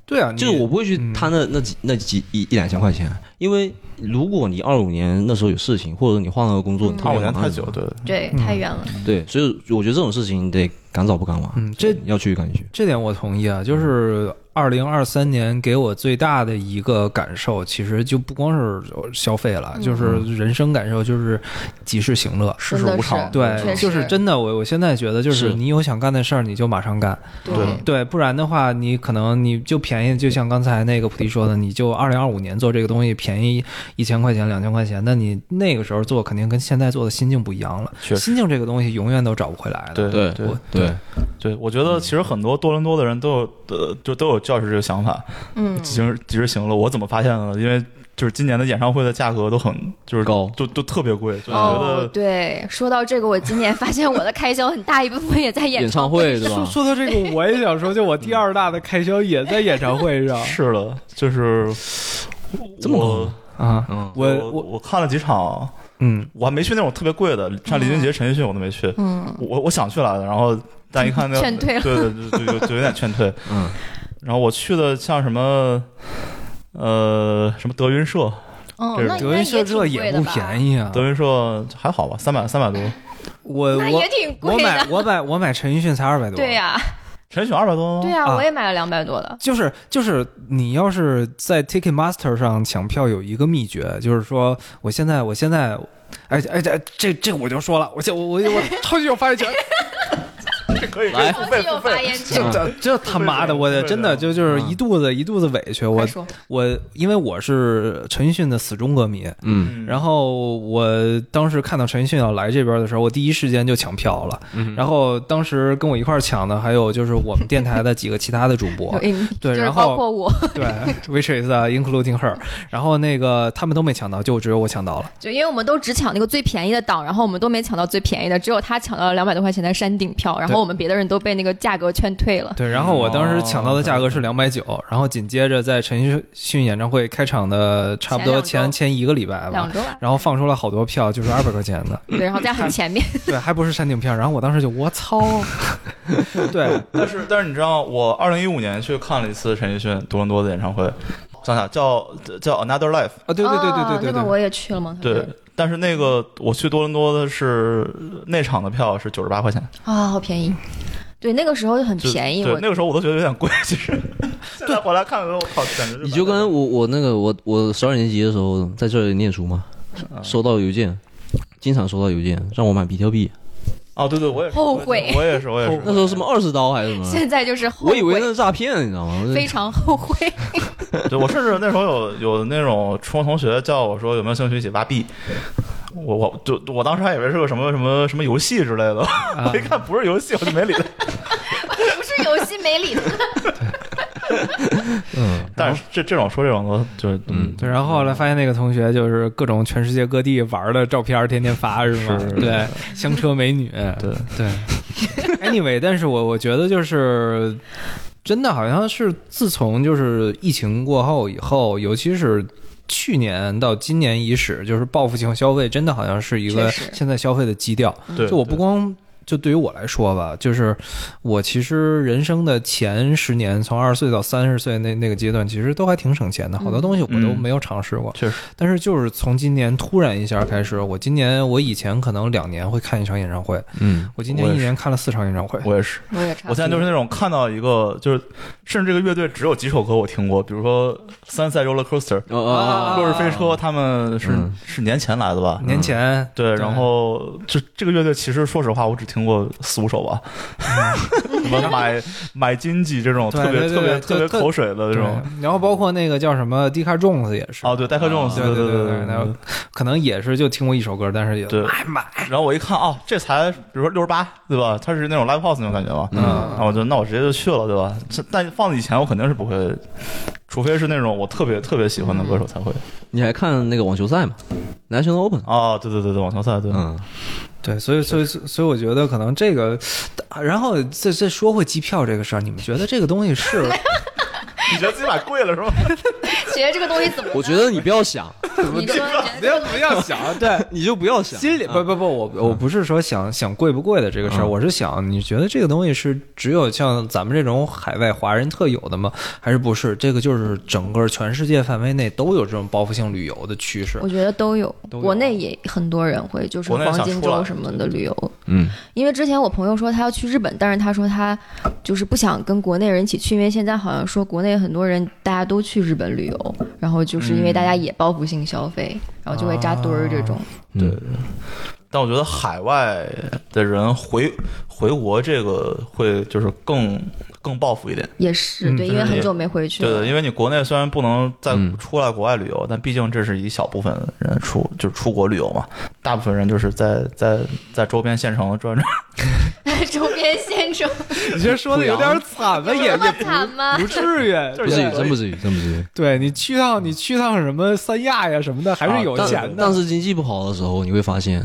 Speaker 1: 对啊，你
Speaker 2: 就是我不会去贪那那几那几一一两千块钱，啊因为如果你二五年那时候有事情，或者你换了个工作，你特
Speaker 4: 二
Speaker 2: 别
Speaker 4: 五年
Speaker 2: 忙
Speaker 4: 太久，对，
Speaker 3: 对，太远了。
Speaker 2: 对，所以我觉得这种事情你得赶早不赶晚，
Speaker 1: 嗯这
Speaker 2: 要去赶紧去。
Speaker 1: 这点我同意啊，就是二零二三年给我最大的一个感受，其实就不光是消费了，就是人生感受，就是及时行乐。
Speaker 4: 世事
Speaker 3: 真的
Speaker 4: 无
Speaker 3: 嗯是
Speaker 4: 常，
Speaker 1: 对，
Speaker 3: 确实
Speaker 1: 就是真的，我我现在觉得，就是
Speaker 2: 是
Speaker 1: 你有想干的事儿，你就马上干。
Speaker 4: 对
Speaker 1: 对，不然的话，你可能你就便宜，就像刚才那个菩提说的，你就二零二五年做这个东西便宜一千块钱、两千块钱，那你那个时候做肯定跟现在做的心境不一样了。
Speaker 4: 确实
Speaker 1: 心境这个东西永远都找不回
Speaker 3: 嗯
Speaker 1: 来的。
Speaker 4: 对
Speaker 2: 对
Speaker 4: 对
Speaker 1: 我
Speaker 2: 对，
Speaker 4: 对，我觉得其实很多多伦多的人都有呃，就都有教师这个想法，
Speaker 3: 嗯，
Speaker 4: 及时及时行乐。我怎么发现的呢？因为就是今年的演唱会的价格都很就是
Speaker 2: 高
Speaker 4: 就都特别贵，就觉
Speaker 3: 哦
Speaker 4: 得，
Speaker 3: 对，说到这个，我今年发现我的开销很大一部分也在演
Speaker 2: 演唱会对
Speaker 1: 说
Speaker 2: 吧？
Speaker 1: 说到这个，我也想说，就我第二大的开销也在演唱会
Speaker 3: 啊
Speaker 1: 上
Speaker 4: 是了，就是
Speaker 2: 这么高
Speaker 4: 我
Speaker 2: 吗
Speaker 1: 啊。
Speaker 2: 嗯，
Speaker 1: 我
Speaker 4: 我
Speaker 1: 我
Speaker 4: 我看了几场，
Speaker 1: 嗯，
Speaker 4: 我还没去那种特别贵的，
Speaker 3: 哦
Speaker 4: 像李俊杰、陈奕迅我都没去，
Speaker 3: 嗯，
Speaker 4: 我我想去来的，然后但一看那
Speaker 3: 劝退了
Speaker 4: 对对对，就就就有点劝退。
Speaker 2: 嗯，
Speaker 4: 然后我去的像什么。呃，什么德云社？
Speaker 2: 啊
Speaker 3: 哦，
Speaker 4: 这
Speaker 3: 那应
Speaker 1: 德
Speaker 3: 该
Speaker 1: 云社
Speaker 3: 也挺
Speaker 1: 这
Speaker 3: 贵
Speaker 1: 也
Speaker 3: 的
Speaker 1: 不
Speaker 3: 吧
Speaker 1: 便，宜啊。
Speaker 4: 德云社还好吧，三百三百多，
Speaker 1: 我
Speaker 3: 那
Speaker 1: 呃我
Speaker 3: 也挺
Speaker 1: 我
Speaker 3: 贵
Speaker 1: 买
Speaker 3: 的。
Speaker 1: 我买我买陈奕迅才二百多。
Speaker 3: 对呀，
Speaker 4: 陈奕迅二百多吗？
Speaker 3: 对呀，
Speaker 1: 啊
Speaker 3: 我也买了两百多的。
Speaker 1: 就是就是，你要是在 Ticketmaster 上抢票有一个秘诀，就是说我现在我现在，哎哎这这这我就说了，我现我我 我超级有发言权，
Speaker 4: 可以
Speaker 2: 来
Speaker 1: 哎
Speaker 4: 付
Speaker 3: 超级
Speaker 4: 费付
Speaker 3: 有
Speaker 4: 费
Speaker 3: 发言权
Speaker 1: 这，这这他妈的，我的真的就就是一肚子一肚子委屈，我
Speaker 3: 快说
Speaker 1: 我因为我是陈奕迅的死忠歌迷，
Speaker 2: 嗯，
Speaker 1: 然后我当时看到陈奕迅要来这边的时候，我第一时间就抢票了。然后当时跟我一块儿抢的还有就是我们电台的几个其他的主播
Speaker 3: 有，印
Speaker 1: 对，
Speaker 3: 就是
Speaker 1: 然
Speaker 3: 包
Speaker 1: 后
Speaker 3: 括我，
Speaker 1: 对，which is、including her，然后那个他们都没抢到，就只有我抢到了。
Speaker 3: 就因为我们都只抢那个最便宜的档，然后我们都没抢到最便宜的，只有他抢到了两百多块钱的山顶票，然后我们们别的人都被那个价格劝 退了。
Speaker 1: 对，然后我当时抢到的价格是两百九，然后紧接着在陈奕迅演唱会开场的差不多
Speaker 3: 前两
Speaker 1: 前
Speaker 3: 周
Speaker 1: 前一个礼拜吧
Speaker 3: 两，周 啊，
Speaker 1: 然后放出了好多票，就是二百块钱的，
Speaker 3: 对，然后在很前面，
Speaker 1: 对，还不是山顶票。然后我当时就我操，对，啊
Speaker 4: 但是但是你知道，我二零一五年去看了一次陈奕迅多伦多的演唱会，想想叫叫 Another Life，
Speaker 1: 啊，对对对对对对
Speaker 3: 哦那个
Speaker 1: 对，
Speaker 3: 我也去了吗？
Speaker 4: 对。但是那个我去多伦多的是那场的票是九十八块钱，
Speaker 3: 啊，好便宜。对，那个时候就很
Speaker 4: 就
Speaker 3: 便宜，
Speaker 4: 对
Speaker 3: 我，
Speaker 4: 那个时候我都觉得有点贵，其实。 现在回来看的时候，我靠，简直
Speaker 2: 你就跟我我那个我我十二年级的时候在这里念书嘛，收到邮件，经常收到邮件让我买比特币，
Speaker 4: 哦，对对，我也是
Speaker 3: 后悔
Speaker 4: 我也是，我也是，我也
Speaker 2: 那
Speaker 4: 是
Speaker 2: 时候什么二十刀还是什么，
Speaker 3: 现在就是后
Speaker 2: 嗯我以为
Speaker 3: 悔
Speaker 2: 那嗯是诈骗，你知道吗？我就
Speaker 3: 非常后悔。
Speaker 4: 对，我甚至那时候有有那种初中同学叫我说有没有兴趣一起挖币，我我就我当时还以为是个什么什么什么游戏之类的，
Speaker 1: 啊
Speaker 4: 我一看不是游戏，我就没理他。
Speaker 3: 不是游戏没理他，
Speaker 2: 嗯，
Speaker 4: 但是这这种说这种的，就是嗯，
Speaker 1: 对，然后后来发现那个同学就是各种全世界各地玩的照片天天 发，是吗？
Speaker 4: 是
Speaker 1: 对，香车美女，
Speaker 4: 对
Speaker 1: 对。Anyway，但是我我觉得就是。真的好像是自从就是疫情过后以后，尤其是去年到今年伊始，就是报复性消费，真的好像是一个
Speaker 3: 确实
Speaker 1: 现在消费的基调。
Speaker 4: 对，
Speaker 1: 嗯就我不光就对于我来说吧，就是我其实人生的前十年，从二十岁到三十岁那那个阶段，其实都还挺省钱的，好多东西我都
Speaker 4: 嗯
Speaker 1: 没有尝试过。
Speaker 4: 确实，
Speaker 1: 但是就是从今年突然一下开始，我今年我以前可能两年会看一场演唱会，
Speaker 2: 嗯，
Speaker 1: 我今年
Speaker 4: 我
Speaker 1: 一
Speaker 4: 也是
Speaker 1: 年看了四场演唱会。
Speaker 4: 我也是，
Speaker 3: 我也差
Speaker 4: 我现在就是那种看到一个就是，甚至这个乐队只有几首歌我听过，比如说《三赛 Roller Coaster
Speaker 2: 哦》
Speaker 3: 啊
Speaker 2: 哦哦，
Speaker 4: 落日飞
Speaker 1: 啊
Speaker 4: 车，他们是
Speaker 2: 嗯
Speaker 4: 是年前来的吧？
Speaker 1: 年前
Speaker 4: 嗯对，然后就这个乐队，其实说实话，我只听过四五首吧， 什么买买金鸡这种
Speaker 1: 对
Speaker 4: 特别
Speaker 1: 对
Speaker 4: 特别
Speaker 1: 对
Speaker 4: 特别
Speaker 1: 就
Speaker 4: 口水的
Speaker 1: 对
Speaker 4: 这种，，
Speaker 1: 然后包括那个叫什么 d 卡 Jones 也是。
Speaker 4: 哦，对，戴克这种，
Speaker 1: 对
Speaker 4: 对
Speaker 1: 对
Speaker 4: 对嗯
Speaker 1: 那可能也是就听过一首歌，但是也
Speaker 4: 对
Speaker 1: 哎妈，
Speaker 4: 然后我一看，哦，这才比如说六十八，对吧？它是那种 live house 那种感觉嘛，然后我就那我直接就去了，对吧？这但放以前我肯定是不会，除非是那种我特别特别喜欢的歌手才会。
Speaker 2: 你还看那个网球赛嘛？National Open，
Speaker 4: 哦，对对对对，网球赛，对，
Speaker 2: 嗯，
Speaker 1: 对，所以所以所以我觉得可能这个，啊然后再再说回机票这个事儿，你们觉得这个东西是
Speaker 4: 你觉得自己买贵了是吗？
Speaker 3: 觉得这个东西怎么了？
Speaker 2: 我觉得你不要 想，
Speaker 3: 你说
Speaker 1: 不要不要想，对，
Speaker 2: 你就不要想，
Speaker 1: 心里不不不，我我不是说想想贵不贵的这个事儿，
Speaker 2: 嗯
Speaker 1: 我是想你觉得这个东西是只有像咱们这种海外华人特有的吗？还是不是？这个就是整个全世界范围内都有这种报复性旅游的趋势
Speaker 3: 我。觉得都有，
Speaker 1: 都有
Speaker 3: 国内也很多人会，就是
Speaker 4: 国内
Speaker 3: 黄
Speaker 4: 想
Speaker 3: 金
Speaker 4: 出来
Speaker 3: 周什么的旅游。
Speaker 2: 嗯，
Speaker 3: 因为之前我朋友说他要去日本，但是他说他就是不想跟国内人一起去，因为现在好像说国内很多人大家都去日本旅游，然后就是因为大家也报复性消费，然后就会扎堆儿这种。
Speaker 2: 对，
Speaker 4: 但我觉得海外的人回回国这个会就是更更报复一点。
Speaker 3: 也是
Speaker 1: 嗯
Speaker 3: 对，因为很久没回去
Speaker 4: 对
Speaker 3: 了
Speaker 4: 对，。因为你国内虽然不能再
Speaker 2: 嗯
Speaker 4: 出来国外旅游，但毕竟这是一小部分人出就是出国旅游嘛，大部分人就是在在在周边县城转转。
Speaker 3: 周边县城
Speaker 1: 你这说的有点惨吧？哎也
Speaker 3: 有那么
Speaker 1: 也
Speaker 3: 惨吗？
Speaker 1: 不至于，
Speaker 2: 不至于，真不至于，真不至于。
Speaker 1: 对你去趟你去趟什么三亚呀什么的，还是有钱
Speaker 2: 啊但
Speaker 1: 的
Speaker 2: 但。是经济不好的时候，你会发现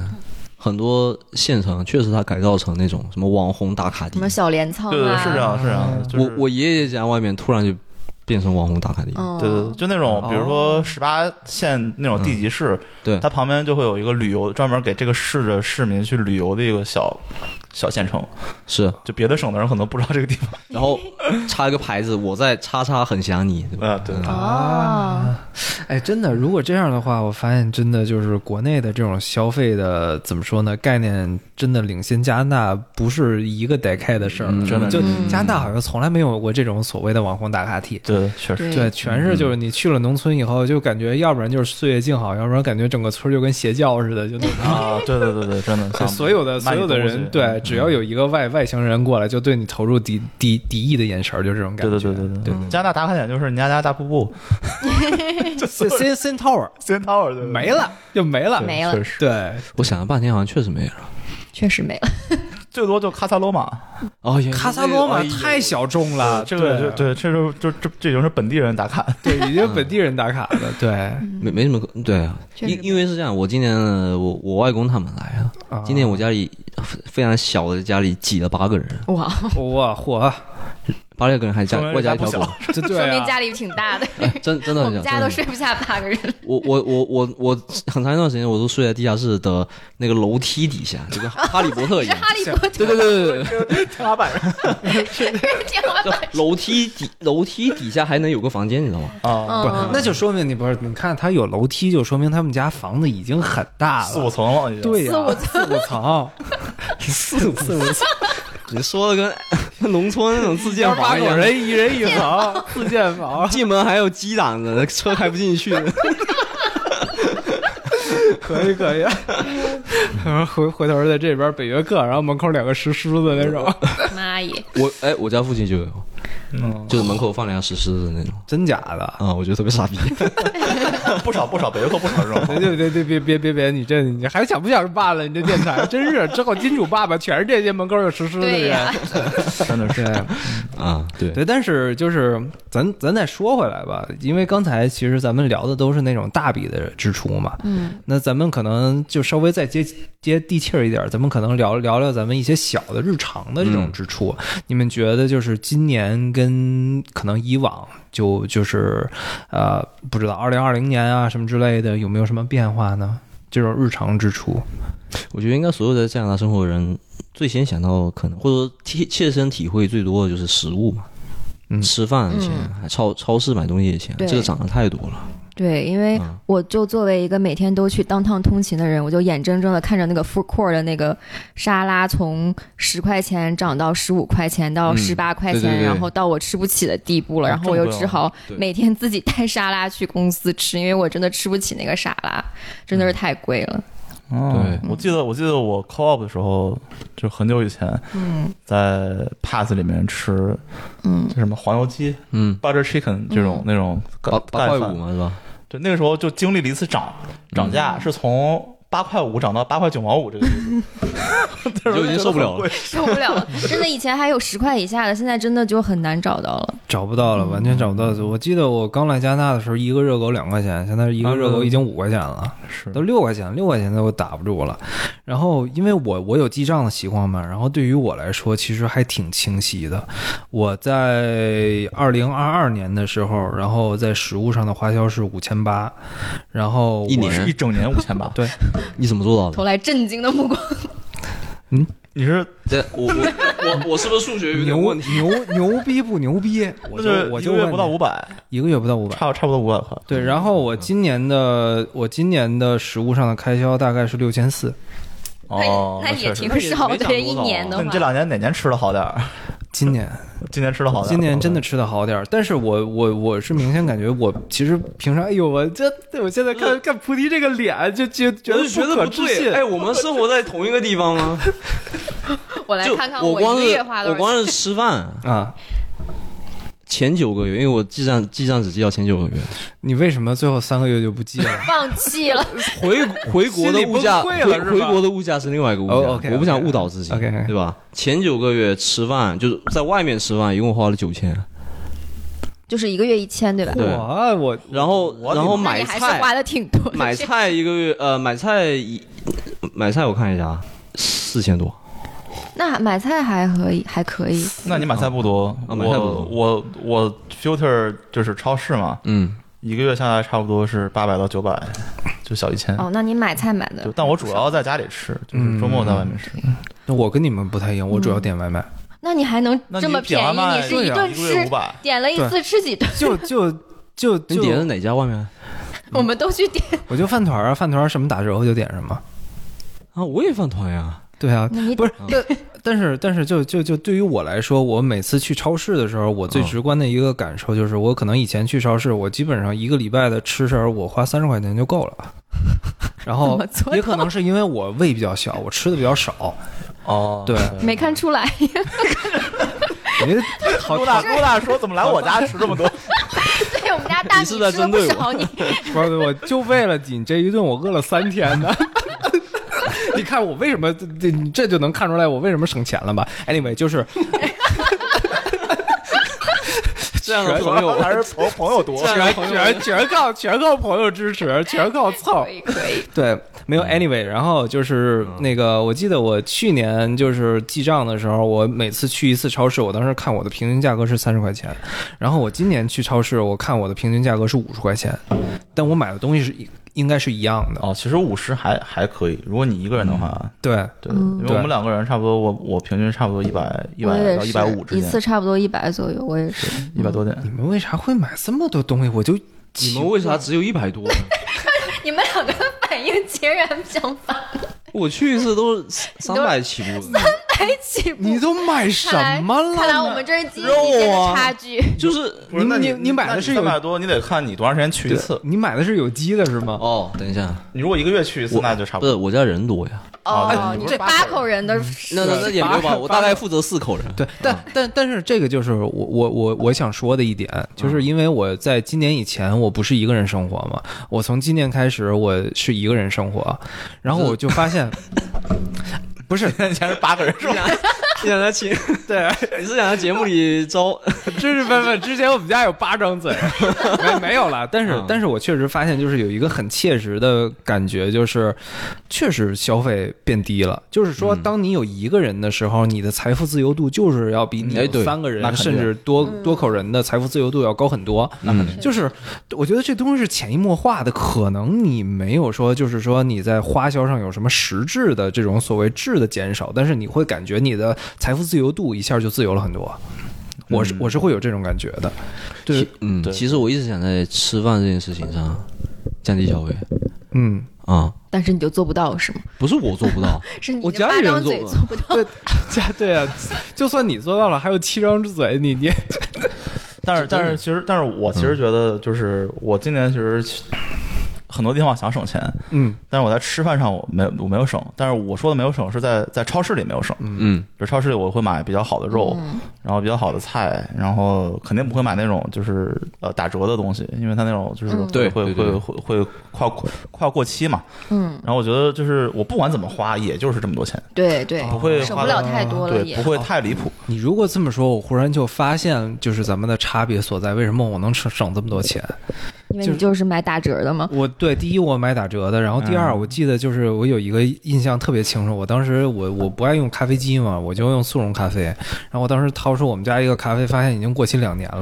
Speaker 2: 很多县城确实它改造成那种什么网红打卡地
Speaker 3: 什么。小镰仓啊？
Speaker 4: 对对，是这样是这样。就是
Speaker 2: 我我爷爷家外面突然就变成网红打卡地，
Speaker 3: 嗯，
Speaker 4: 对对，对就那种比如说十八线那种地级市，
Speaker 2: 对
Speaker 4: 它旁边就会有一个旅游专门给这个市的市民去旅游的一个小小县城，
Speaker 2: 是。
Speaker 4: 就别的省的人可能不知道这个地方。
Speaker 2: 然后插一个牌子，我在叉叉很想你，对吧？
Speaker 4: 啊，对，
Speaker 3: 哦，
Speaker 1: 哎，真的，如果这样的话，我发现真的就是国内的这种消费的怎么说呢？概念真的领先加拿大不是一个 decade 的事儿了，
Speaker 2: 嗯
Speaker 4: 真的
Speaker 1: 就是就加拿大好像从来没有过这种所谓的网红打卡地。
Speaker 4: 对，确实。
Speaker 3: 对
Speaker 1: 对，全是就是你去了农村以后，就感觉要不然就是岁月静好，要不然感觉整个村儿就跟邪教似的，就那种。
Speaker 4: 啊，对对对对，真的，像
Speaker 1: 所有的所
Speaker 4: 卖你
Speaker 1: 有的
Speaker 4: 东
Speaker 1: 人
Speaker 4: 西，
Speaker 1: 对，只要有一个外外星人过来，就对你投入敌敌敌意的眼神儿，就这种感
Speaker 4: 对
Speaker 1: 觉。
Speaker 4: 对对对嗯对
Speaker 1: 对
Speaker 4: 对，加拿大打卡点就是尼加拉大瀑布
Speaker 1: 对，Sin Sin Tower
Speaker 4: ，Sin Tower 对
Speaker 1: 没了就没了，
Speaker 3: 没了
Speaker 4: 确实
Speaker 1: 对，
Speaker 2: 我想了半天，好像确实没人。
Speaker 3: 确实没了。
Speaker 4: 最多就喀萨罗马，
Speaker 2: 哦，也
Speaker 1: 卡萨罗马
Speaker 2: 哎呦
Speaker 1: 太小众了，
Speaker 4: 这个就
Speaker 1: 对
Speaker 4: 对，这就就这这已经是本地人打卡，
Speaker 1: 对，已经本地人打卡了，对。
Speaker 2: 没没什么可对啊，
Speaker 3: 确实
Speaker 2: 因因为是这样，我今年呃我我外公他们来了，
Speaker 1: 啊
Speaker 2: 今年我家里非常小的家里挤了八个人，
Speaker 3: 哇，
Speaker 1: 哇嚯，
Speaker 2: 八六个人还加
Speaker 4: 说明
Speaker 2: 外加一
Speaker 4: 人家
Speaker 2: 条
Speaker 4: 不
Speaker 2: 狗，
Speaker 1: 这对
Speaker 3: 说明
Speaker 1: 啊，
Speaker 3: 家里挺大的，
Speaker 2: 哎真真的
Speaker 3: 我
Speaker 2: 很小，
Speaker 3: 们家
Speaker 2: 真的
Speaker 3: 都
Speaker 2: 很小
Speaker 3: 睡不下八个人。
Speaker 2: 我我我我我很长一段时间我都睡在地下室的那个楼梯底下，就跟哈利波特一
Speaker 3: 是
Speaker 2: 样。
Speaker 3: 哈利波特，
Speaker 2: 对对对对对，
Speaker 5: 天花板上
Speaker 3: 天花板。
Speaker 2: 就楼梯底楼梯底下还能有个房间，你知道吗？
Speaker 4: 啊，
Speaker 1: 不是，那就说明你不是，你看他有楼梯，就说明他们家房子已经很大
Speaker 4: 四五
Speaker 1: 了，
Speaker 4: 层了已经。
Speaker 1: 对呀、四五层，四五四五层，
Speaker 2: 你说的跟 农村那种自建
Speaker 1: 八
Speaker 2: 房一
Speaker 1: 口
Speaker 2: 样，
Speaker 1: 人一人一层，自建房。
Speaker 2: 进门还有鸡挡着，车开不进去。
Speaker 1: 可以可以，然后回回头在这边北约克，然后门口两个石狮子那种，
Speaker 3: 妈耶！
Speaker 2: 我哎，我家附近就有，
Speaker 4: 嗯，
Speaker 2: 就是门口放两石狮子那种
Speaker 1: 真假的？
Speaker 2: 啊，我觉得特别傻 逼。
Speaker 4: 不少不少，北约克不少 这种。
Speaker 1: 别别别 别别别别！你这你还想不想办了？你这电台真是之后金主爸爸全是这些门口有石狮的
Speaker 3: 对呀
Speaker 1: 人，真的是
Speaker 2: 啊，对，
Speaker 1: 对。但是就是咱咱再说回来吧，因为刚才其实咱们聊的都是那种大笔的支出嘛，
Speaker 3: 嗯，
Speaker 1: 那咱们可能就稍微再接接地气儿一点儿，咱们可能聊聊聊咱们一些小的日常的这种支出。你们觉得就是今年跟可能以往就就是呃不知道二零二零年啊什么之类的有没有什么变化呢？这种日常支出，
Speaker 2: 我觉得应该所有在加拿大生活的人最先想到可能或者说切切身体会最多的就是食物嘛。
Speaker 1: 嗯
Speaker 2: 吃饭的钱，还超超市买东西的钱，
Speaker 3: 对
Speaker 2: 这个涨得太多了。
Speaker 3: 对，因为
Speaker 2: 嗯
Speaker 3: 我就作为一个每天都去当趟通勤的人，我就眼睁睁的看着那个 food court 的那个沙拉从十块钱涨到十五块钱，到
Speaker 2: 嗯
Speaker 3: 十八块钱，
Speaker 2: 对对对
Speaker 3: 然后到我吃不起的地步了，然后我又只好
Speaker 2: 对
Speaker 3: 每天自己带沙拉去公司吃，因为我真的吃不起那个沙拉，真的是太贵了。
Speaker 4: 对，嗯我记得我记得我 co-op 的时候，就很久以前
Speaker 3: 嗯
Speaker 4: 在 Pass 里面吃
Speaker 3: 嗯
Speaker 4: 就什么黄油鸡
Speaker 2: 嗯，
Speaker 4: （butter chicken） 这种那种
Speaker 2: 八八块
Speaker 4: 盖
Speaker 2: 五
Speaker 4: 饭。
Speaker 2: 嘛，是吧？
Speaker 4: 对，那个时候就经历了一次涨涨价，是从八块五涨到八块九毛五这个地步，
Speaker 2: 你就已经受不了了。
Speaker 3: 受不了了，真的以前还有十块以下的，现在真的就很难找到了。
Speaker 1: 找不到了，完全找不到。我记得我刚来加拿大的时候，一个热狗两块钱，现在一个热狗已经五块钱了。
Speaker 4: 是
Speaker 1: 都六块钱，六块钱都打不住了。然后因为我我有记账的习惯嘛，然后对于我来说其实还挺清晰的。我在二零二二年的时候，然后在食物上的花销是五千八，然后我
Speaker 2: 一年
Speaker 4: 是一整年五千八。
Speaker 1: 对
Speaker 2: 你怎么做到的？
Speaker 3: 投来震惊的目光，
Speaker 4: 你是
Speaker 2: 这我我我我是不是数学有
Speaker 1: 牛
Speaker 2: 点问题？
Speaker 1: 牛牛逼不牛 逼？我
Speaker 4: 那
Speaker 1: 就
Speaker 4: 就
Speaker 1: 我
Speaker 4: 一
Speaker 1: 就
Speaker 4: 个月不到
Speaker 1: 问
Speaker 4: 五
Speaker 1: 你，
Speaker 4: 百，
Speaker 1: 一个月不到五百。
Speaker 4: 差差不嗯多五百块。
Speaker 1: 对，然后我今年的我今年的食物上的开销大概是六千四，
Speaker 2: 哎
Speaker 4: 哦，
Speaker 3: 那也
Speaker 4: 确实
Speaker 3: 挺少
Speaker 2: 那也没涨
Speaker 3: 的，一
Speaker 2: 多少啊
Speaker 3: 年的话
Speaker 4: 那你。这两年哪年吃的好点儿？
Speaker 1: 今年。
Speaker 4: 今年吃的好点儿。
Speaker 1: 今年真的吃的好点儿，但是我我我是明显感觉我其实平常，哎呦，我 这我现在
Speaker 2: 不
Speaker 1: 看看菩提这个脸，就就觉得
Speaker 2: 觉
Speaker 1: 不
Speaker 2: 得
Speaker 1: 可
Speaker 2: 不
Speaker 1: 置
Speaker 2: 对，
Speaker 1: 信
Speaker 2: 哎，。我们生活在同一个地方吗？
Speaker 3: 我来
Speaker 2: 就
Speaker 3: 看看
Speaker 2: 光
Speaker 3: 一个
Speaker 2: 是
Speaker 3: 月花多
Speaker 2: 我
Speaker 3: 少钱。？
Speaker 2: 光是吃饭
Speaker 1: 啊，
Speaker 2: 前九个月，因为我记账记账只记到前九个月，
Speaker 1: 你为什么最后三个月就不记了
Speaker 3: 放弃 了，
Speaker 2: 回回国的物价，
Speaker 1: 心
Speaker 2: 回
Speaker 1: 里崩溃了是
Speaker 2: 回
Speaker 1: 吧
Speaker 2: 国的物价是另外一个物价
Speaker 1: 哦，OK，OK，
Speaker 2: 我不想误导自己
Speaker 1: OK，OK
Speaker 2: 对吧？前九个月吃饭就是在外面吃饭，一共花了九千，
Speaker 3: 就是一个月一千， 对吧？
Speaker 2: 对
Speaker 1: 我我
Speaker 2: 然后
Speaker 4: 我
Speaker 2: 然后
Speaker 3: 那
Speaker 2: 买
Speaker 3: 你还是
Speaker 2: 菜
Speaker 3: 花的挺多 的。
Speaker 2: 买菜一个月呃买菜一买菜我看一下啊，四千多，
Speaker 3: 那买菜还可以，还可以。
Speaker 4: 那你买菜不多，
Speaker 2: 啊买菜不多
Speaker 4: 我我我 filter 就是超市嘛，
Speaker 2: 嗯，
Speaker 4: 一个月下来差不多是八百到九百，就小一千。
Speaker 3: 哦，那你买菜买
Speaker 4: 就
Speaker 3: 的，
Speaker 4: 但我主要在家里吃，就是周末在外面吃。
Speaker 3: 嗯
Speaker 1: 那我跟你们不太一样，我主要点外卖，
Speaker 3: 那你还能
Speaker 4: 那
Speaker 3: 这么
Speaker 4: 你点
Speaker 3: 便
Speaker 4: 外
Speaker 3: 宜？
Speaker 4: 卖啊
Speaker 3: 你是一顿
Speaker 4: 个月
Speaker 3: 吃
Speaker 4: 五，百，
Speaker 3: 点了一次吃几顿？
Speaker 1: 就就就
Speaker 2: 你点的
Speaker 1: 就是
Speaker 2: 哪家外面？啊
Speaker 4: 嗯
Speaker 3: 我们都去 点。
Speaker 1: 我就饭团儿啊，饭团儿什么打折我就点什么。
Speaker 2: 啊，我也饭团呀，
Speaker 1: 对啊，
Speaker 3: 那你
Speaker 1: 不是，但
Speaker 4: 嗯
Speaker 1: 但是但是就就就对于我来说，我每次去超市的时候，我最
Speaker 2: 嗯
Speaker 1: 直观的一个感受就是，我可能以前去超市，我基本上一个礼拜的吃食儿，我花三十块钱就够了。 然
Speaker 3: 怎
Speaker 1: 后
Speaker 3: 么做到
Speaker 1: 也可能是因为我胃比较小，我吃的比较少。
Speaker 4: 哦
Speaker 1: 对，
Speaker 3: 没看出来，
Speaker 1: 你好
Speaker 4: 陆大陆大说怎么来我家吃这么多？
Speaker 3: 对我们家大
Speaker 2: 你
Speaker 3: 米
Speaker 2: 是
Speaker 3: 吃
Speaker 2: 在
Speaker 3: 了
Speaker 2: 针
Speaker 3: 不
Speaker 2: 对我
Speaker 3: 少， 你
Speaker 1: 不是，我就为了你这一顿，我饿了三天呢。 你看我为什么这你这就能看出来我为什么省钱了吧？Anyway，就是
Speaker 2: 这样的朋友
Speaker 5: 还是朋朋友多。
Speaker 2: 这样
Speaker 1: 全
Speaker 2: 的朋友
Speaker 1: 全全靠全靠朋友支持，全靠蹭
Speaker 3: 可。以可以。
Speaker 1: 对，没
Speaker 4: 嗯
Speaker 1: 有 anyway，然后就是那个，我记得我去年就是记账的时候，我每次去一次超市，我当时看我的平均价格是三十块钱，然后我今年去超市，我看我的平均价格是五十块钱，但我买的东西是一应该是一样的。
Speaker 4: 哦，其实五十还还可以，如果你一个人的话，
Speaker 1: 对，
Speaker 4: 对，因为我们两个人差不多，我我平均差不多一百一
Speaker 3: 我
Speaker 4: 百
Speaker 3: 也
Speaker 4: 到
Speaker 3: 是
Speaker 4: 一百五之
Speaker 3: 一次
Speaker 4: 间，
Speaker 3: 差不多一百左右，我也是。
Speaker 4: 一百多点。
Speaker 1: 你们为啥会买这么多东西？我就
Speaker 2: 你们为啥只有一百多？
Speaker 3: 你们两个反应截然相反，
Speaker 2: 我去一次都是三百起步的，
Speaker 3: 一起步。
Speaker 1: 你都买什么了呢？
Speaker 3: 看来我们这是经济间的差距。
Speaker 2: 就是
Speaker 1: 你你你买的是有
Speaker 4: 三百多，你得看你多长时间去一次。
Speaker 1: 你买的是有机的是吗？
Speaker 2: 哦，等一下，
Speaker 4: 你如果一个月去一次，
Speaker 2: 我
Speaker 4: 那就差
Speaker 2: 不
Speaker 4: 不
Speaker 2: 是
Speaker 4: 多。
Speaker 2: 我家人多呀，
Speaker 4: 啊
Speaker 3: 哦，
Speaker 4: 对
Speaker 3: 你
Speaker 4: 你
Speaker 3: 这
Speaker 4: 不是八
Speaker 3: 八
Speaker 4: 口
Speaker 3: 口人的，
Speaker 2: 那那那也没有
Speaker 1: 八
Speaker 2: 吧，
Speaker 1: 个
Speaker 2: 我大概负责四口人。
Speaker 1: 对，但但但是这个就是我我我我想说的一点，就是因为我在今年以前我不是一个人生活嘛，我从今年开始我是一个人生活，然后我就发现，不 是，
Speaker 4: 现在是八个人是吧？
Speaker 2: 你想在节 对，你是想在节目里招？
Speaker 1: 真是笨笨。之前我们家有八张嘴，没没有了。但是
Speaker 2: 嗯
Speaker 1: 但是我确实发现，就是有一个很切实的感觉，就是确实消费变低了。就是说，当你有一个人的时候，你的财富自由度就是要比你
Speaker 2: 哎
Speaker 1: 有
Speaker 2: 对
Speaker 1: 三个人
Speaker 4: 那肯定
Speaker 1: 甚至多多口人的财富自由度要高很多。
Speaker 2: 嗯，
Speaker 1: 就是我觉得这东西是潜移默化的，可能你没有说，就是说你在花销上有什么实质的这种所谓质的减少，但是你会感觉你的财富自由度一下就自由了很多。我是我是会有这种感觉的，对，
Speaker 2: 嗯，
Speaker 4: 对
Speaker 2: 其实我一直想在吃饭这件事情上降低消费
Speaker 1: 嗯，
Speaker 2: 啊，
Speaker 3: 但是你就做不到是吗？
Speaker 2: 不是我做不 到，
Speaker 3: 是你
Speaker 1: 我
Speaker 3: 这
Speaker 1: 家
Speaker 3: 八
Speaker 1: 里人
Speaker 3: 张
Speaker 1: 做
Speaker 3: 嘴
Speaker 1: 不
Speaker 3: 做不到。
Speaker 1: 对，加对啊，就算你做到了，还有七张嘴，你你
Speaker 4: 但是但是其实但是我其实觉得就是我今年其实很多地方想省钱，
Speaker 1: 嗯
Speaker 4: 但是我在吃饭上我没有我没有省，但是我说的没有省是在在超市里没有省，
Speaker 2: 嗯，
Speaker 4: 就超市里我会买比较好的肉，
Speaker 3: 嗯
Speaker 4: 然后比较好的菜，然后肯定不会买那种就是呃打折的东西，因为它那种就是
Speaker 3: 嗯
Speaker 4: 会
Speaker 2: 对
Speaker 4: 会
Speaker 2: 对对
Speaker 4: 会会会快过快要过期嘛。
Speaker 3: 嗯，
Speaker 4: 然后我觉得就是我不管怎么花，也就是这么多钱，
Speaker 3: 对对，
Speaker 4: 不会
Speaker 3: 省
Speaker 4: 花
Speaker 3: 嗯不
Speaker 4: 得
Speaker 3: 了太多了
Speaker 4: 对，
Speaker 3: 也
Speaker 4: 不。会太离谱。
Speaker 1: 你如果这么说，我忽然就发现就是咱们的差别所在，为什么我能省省这么多钱？
Speaker 3: 因为你就是买打折的嘛。
Speaker 1: 我对第一我买打折的，然后第二我记得就是我有一个印象特别清楚，我当时我我不爱用咖啡机嘛，我就用速溶咖啡，然后我当时掏出我们家一个咖啡，发现已经过期两年了，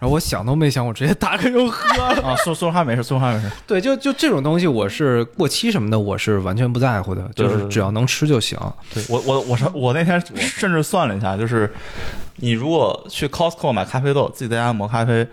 Speaker 1: 然后我想都没想，我直接打开就喝了。
Speaker 4: 啊，苏苏哈没事，苏哈没事。
Speaker 1: 对，就就这种东西，我是过期什么的，我是完全不在乎的，
Speaker 4: 对
Speaker 1: 就
Speaker 4: 对
Speaker 1: 是只要能吃就行。
Speaker 4: 对我我我是我那天甚至算了一下，就是你如果去 Costco 买咖啡豆，自己在家磨咖啡，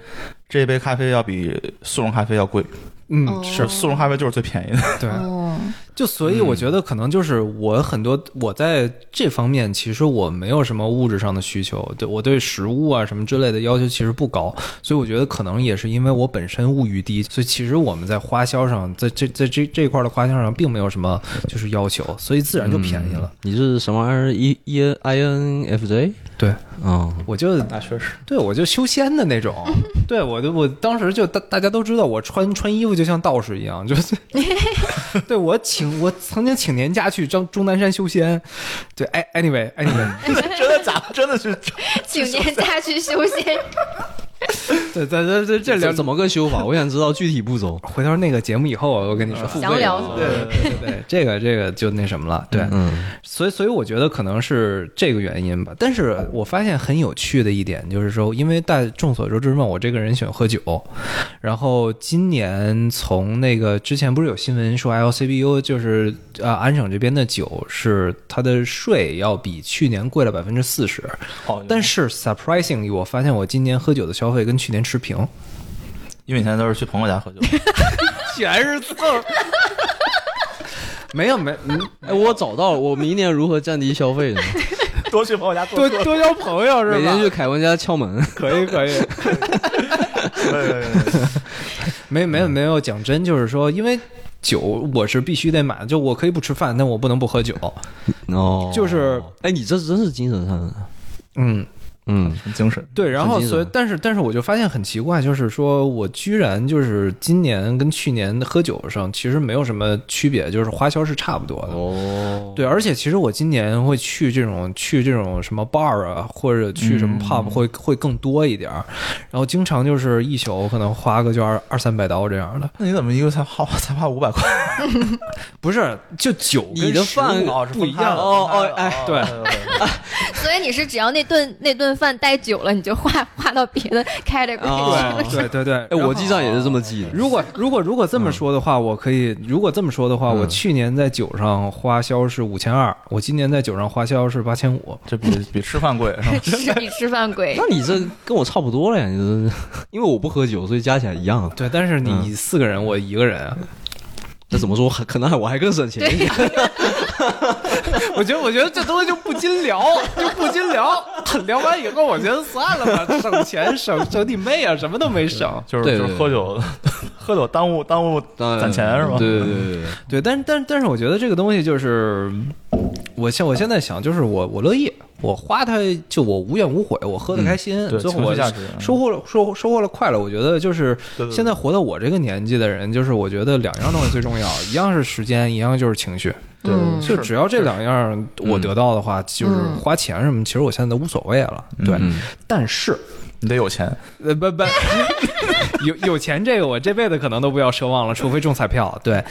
Speaker 4: 这一杯咖啡要比速溶咖啡要贵，
Speaker 1: 嗯
Speaker 3: 哦，
Speaker 1: 是
Speaker 4: 是速溶咖啡就是最便宜的。
Speaker 1: 对，
Speaker 3: 哦，
Speaker 1: 就所以我觉得可能就是我很多我在这方面其实我没有什么物质上的需求，对我对食物啊什么之类的要求其实不高，所以我觉得可能也是因为我本身物欲低，所以其实我们在花销上，在这在这这一块的花销上并没有什么就是要求，所以自然就便宜了。
Speaker 2: 嗯你是什么玩意儿？E E I N F J？
Speaker 1: 对，
Speaker 2: 啊，
Speaker 1: 我就
Speaker 4: 那确实，
Speaker 1: 对我就修仙的那种，对我就我当时就大大家都知道我穿穿衣服就像道士一样，就是对我请我曾经请年假去张终南山修仙，对哎 anyway anyway。
Speaker 4: 真的假的？真的是
Speaker 3: 请年假去修仙。
Speaker 1: 对，咱咱这这聊。
Speaker 2: 怎，么个修法？我想知道具体步骤
Speaker 1: 回头那个节目以后我跟你说。
Speaker 2: 付
Speaker 3: 详
Speaker 2: 费
Speaker 3: 聊
Speaker 2: 啊
Speaker 1: 对对对对，这个这个就那什么了，对，
Speaker 2: 嗯，
Speaker 1: 所以所以我觉得可能是这个原因吧。但是我发现很有趣的一点就是说，因为大众所周知嘛，我这个人喜欢喝酒，然后今年从那个之前不是有新闻说 LCBU 就是呃安省这边的酒是它的税要比去年贵了百分之四十，
Speaker 4: 哦，
Speaker 1: 但是 surprisingly 我发现我今年喝酒的消费跟去年持平。
Speaker 4: 因为以前都是去朋友家喝酒，
Speaker 1: 全是字儿。 没有没 嗯
Speaker 2: 哎，我找到了我明年如何降低消费呢？
Speaker 4: 多去朋友家做
Speaker 1: 多多交朋友
Speaker 2: 每
Speaker 1: 是
Speaker 2: 天
Speaker 1: 吧？
Speaker 2: 去凯文家敲门。
Speaker 1: 可以可以，没没有
Speaker 2: 嗯
Speaker 1: 没有，讲真就是说，因为酒我是必须得买的，就我可以不吃饭，但我不能不喝酒。
Speaker 2: 哦，
Speaker 1: 就是
Speaker 2: 哎，你这真是精神上的。
Speaker 1: 嗯，
Speaker 2: 嗯，
Speaker 4: 很精神。
Speaker 1: 对，然后
Speaker 2: 很精
Speaker 1: 所以
Speaker 2: 神，
Speaker 1: 但是但是我就发现很奇怪，就是说我居然就是今年跟去年的喝酒上其实没有什么区别，就是花销是差不多的。
Speaker 2: 哦，
Speaker 1: 对，而且其实我今年会去这种去这种什么 bar 啊，或者去什么
Speaker 2: 嗯
Speaker 1: pub 会、会更多一点儿，然后经常就是一宿可能花个就二二三百刀这样的，
Speaker 4: 那你怎么一个才花才花五百块？
Speaker 1: 不是就酒跟
Speaker 2: 你的
Speaker 1: 食物
Speaker 2: 饭
Speaker 1: 啊是不一样的。
Speaker 2: 哦哦哎
Speaker 4: 哎
Speaker 1: 对
Speaker 3: 所以你是只要那顿 那顿饭带酒了，你就划划到别的 category 去了。
Speaker 2: 哦
Speaker 1: 对对对，
Speaker 2: 哎，
Speaker 1: 然后
Speaker 2: 我记账也是这么记的。
Speaker 1: 如果如果如果这么说的话，我可以；如果这么说的话，
Speaker 2: 嗯
Speaker 1: 我去年在酒上花销是五千二，我今年在酒上花销是八千五。
Speaker 4: 这比比吃饭贵是吧？
Speaker 3: 是比吃饭贵
Speaker 2: 那。你这跟我差不多了呀，你这 因为我不喝酒，所以加起来一样。
Speaker 1: 对，但是你四个人，我一个人啊，
Speaker 2: 那怎么说，我还可能还我还更省钱一点。
Speaker 1: 我觉得，我觉得这东西就不禁聊， 就不禁聊。聊完以后，我觉得算了吧，省钱省省你妹啊，什么都没省。
Speaker 4: 就是
Speaker 2: 对对
Speaker 4: 就是喝酒，喝酒耽误耽误
Speaker 2: 当然
Speaker 4: 攒钱是吧？
Speaker 2: 对对对 对对，
Speaker 1: 对，但但但是，我觉得这个东西就是，我现我现在想，就是我我乐意，我花它就我无怨无悔，我喝的开心，
Speaker 4: 嗯对，
Speaker 1: 最后
Speaker 4: 情
Speaker 1: 我
Speaker 4: 绪价值。嗯
Speaker 1: 收获了收获收获了快乐。我觉得就是
Speaker 4: 对对对
Speaker 1: 现在活到我这个年纪的人，就是我觉得两样东西最重要，一样是时间，一样就是情绪。
Speaker 4: 对对
Speaker 3: 嗯
Speaker 4: 对
Speaker 1: 就
Speaker 4: 嗯
Speaker 1: 只要这两样我得到的话，就是花钱什么，其实我现在都无所谓了。对，
Speaker 4: 嗯
Speaker 1: 但是
Speaker 4: 你得有钱，
Speaker 1: 呃不 不，有有钱这个我这辈子可能都不要奢望了，除非中彩票。对，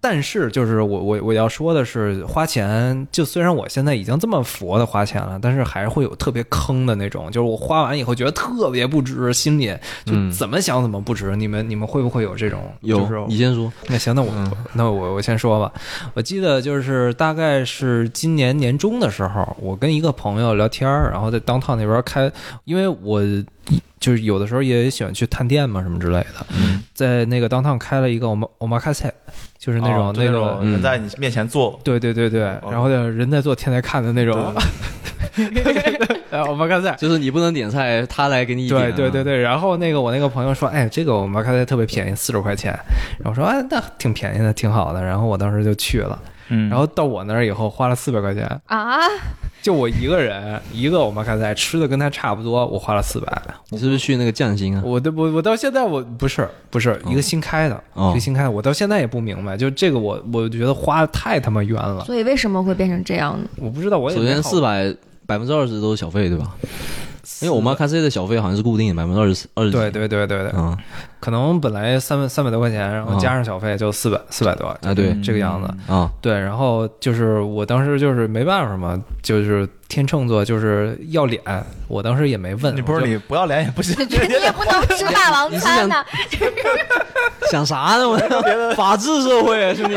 Speaker 1: 但是就是我我我要说的是，花钱就虽然我现在已经这么佛的花钱了，但是还是会有特别坑的那种，就是我花完以后觉得特别不值，心里就怎么想怎么不值。你们你们会不会有这种？就是
Speaker 2: 有你先说。
Speaker 1: 那行，那我、那我我先说吧。我记得就是大概是今年年中的时候，我跟一个朋友聊天儿，然后在当趟那边开，因为我就是有的时候也喜欢去探店嘛，什么之类的，在那个当趟开了一个我们我妈开菜，就是那种、
Speaker 4: 哦就
Speaker 1: 那
Speaker 4: 那
Speaker 1: 种。
Speaker 4: 人在你面前坐，
Speaker 1: 对对对对，然后人在做天在看的那种， 呃我们刚才
Speaker 2: 就是你不能点菜，他来给你点、啊
Speaker 1: 对对对，对，然后那个我那个朋友说，哎，这个我们开的特别便宜，四十块钱。然后我说，哎，那挺便宜的，挺好的。然后我当时就去了，
Speaker 4: 嗯
Speaker 1: 然后到我那儿以后花了四百块钱，
Speaker 3: 啊，
Speaker 1: 就我一个人一个我妈开菜，吃的跟他差不多，我花了四百。
Speaker 2: 你是不是去那个匠心啊？
Speaker 1: 我都我我到现在我不是不是一个新开的，
Speaker 2: 哦
Speaker 1: 一个新开的，我到现在也不明白，就这个我我觉得花得太他妈冤了，
Speaker 3: 所以为什么会变成这 样呢？
Speaker 1: 我不知道我也
Speaker 2: 首
Speaker 1: 没
Speaker 2: 先
Speaker 1: 好
Speaker 2: 四百百分之二十都是小费，对吧？因为我妈咖啡的小费好像是固定的百分之二十二十。
Speaker 1: 对对对对对，
Speaker 2: 啊
Speaker 1: 可能本来三百三百多块钱，然后
Speaker 2: 哦
Speaker 1: 加上小费就四百四百多
Speaker 2: 啊对
Speaker 1: 这个样子。
Speaker 2: 啊
Speaker 1: 对，然后就是我当时就是没办法嘛，就是天秤座就是要脸，我当时也没问。
Speaker 4: 你不
Speaker 1: 我
Speaker 4: 是
Speaker 1: 就
Speaker 4: 你不要脸也不行，
Speaker 3: 你也不能吃霸王餐啊呐、
Speaker 2: 想啥 呢？我法治社会，啊兄弟。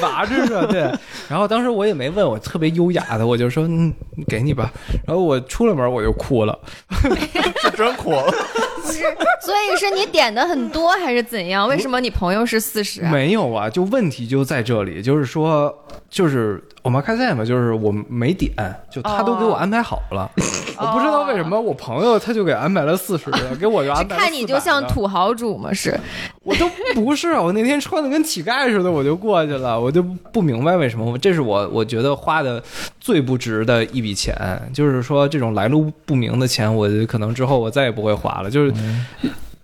Speaker 1: 法治社对。然后当时我也没问，我特别优雅的我就说嗯，给你吧。然后我出了门我就哭了，
Speaker 4: 是真苦。
Speaker 3: 不是，所以是你点的很多还是怎样？为什么你朋友是四十、
Speaker 1: 嗯
Speaker 3: 啊？
Speaker 1: 没有啊，就问题就在这里，就是说就是我妈开赛嘛，就是我没点，就他都给
Speaker 3: 哦
Speaker 1: 我安排好 了，我不知道为什么我朋友他就给安排了四十的，给我就安排了
Speaker 3: 看你就像
Speaker 1: 400的
Speaker 3: 土豪主嘛，是
Speaker 1: 我都不是，我那天穿的跟乞丐似的，我就过去了，我就不明白为什么，这是我我觉得花的最不值的一笔钱，就是说这种来路不明的钱，我可能之后我再也不会花了，就是。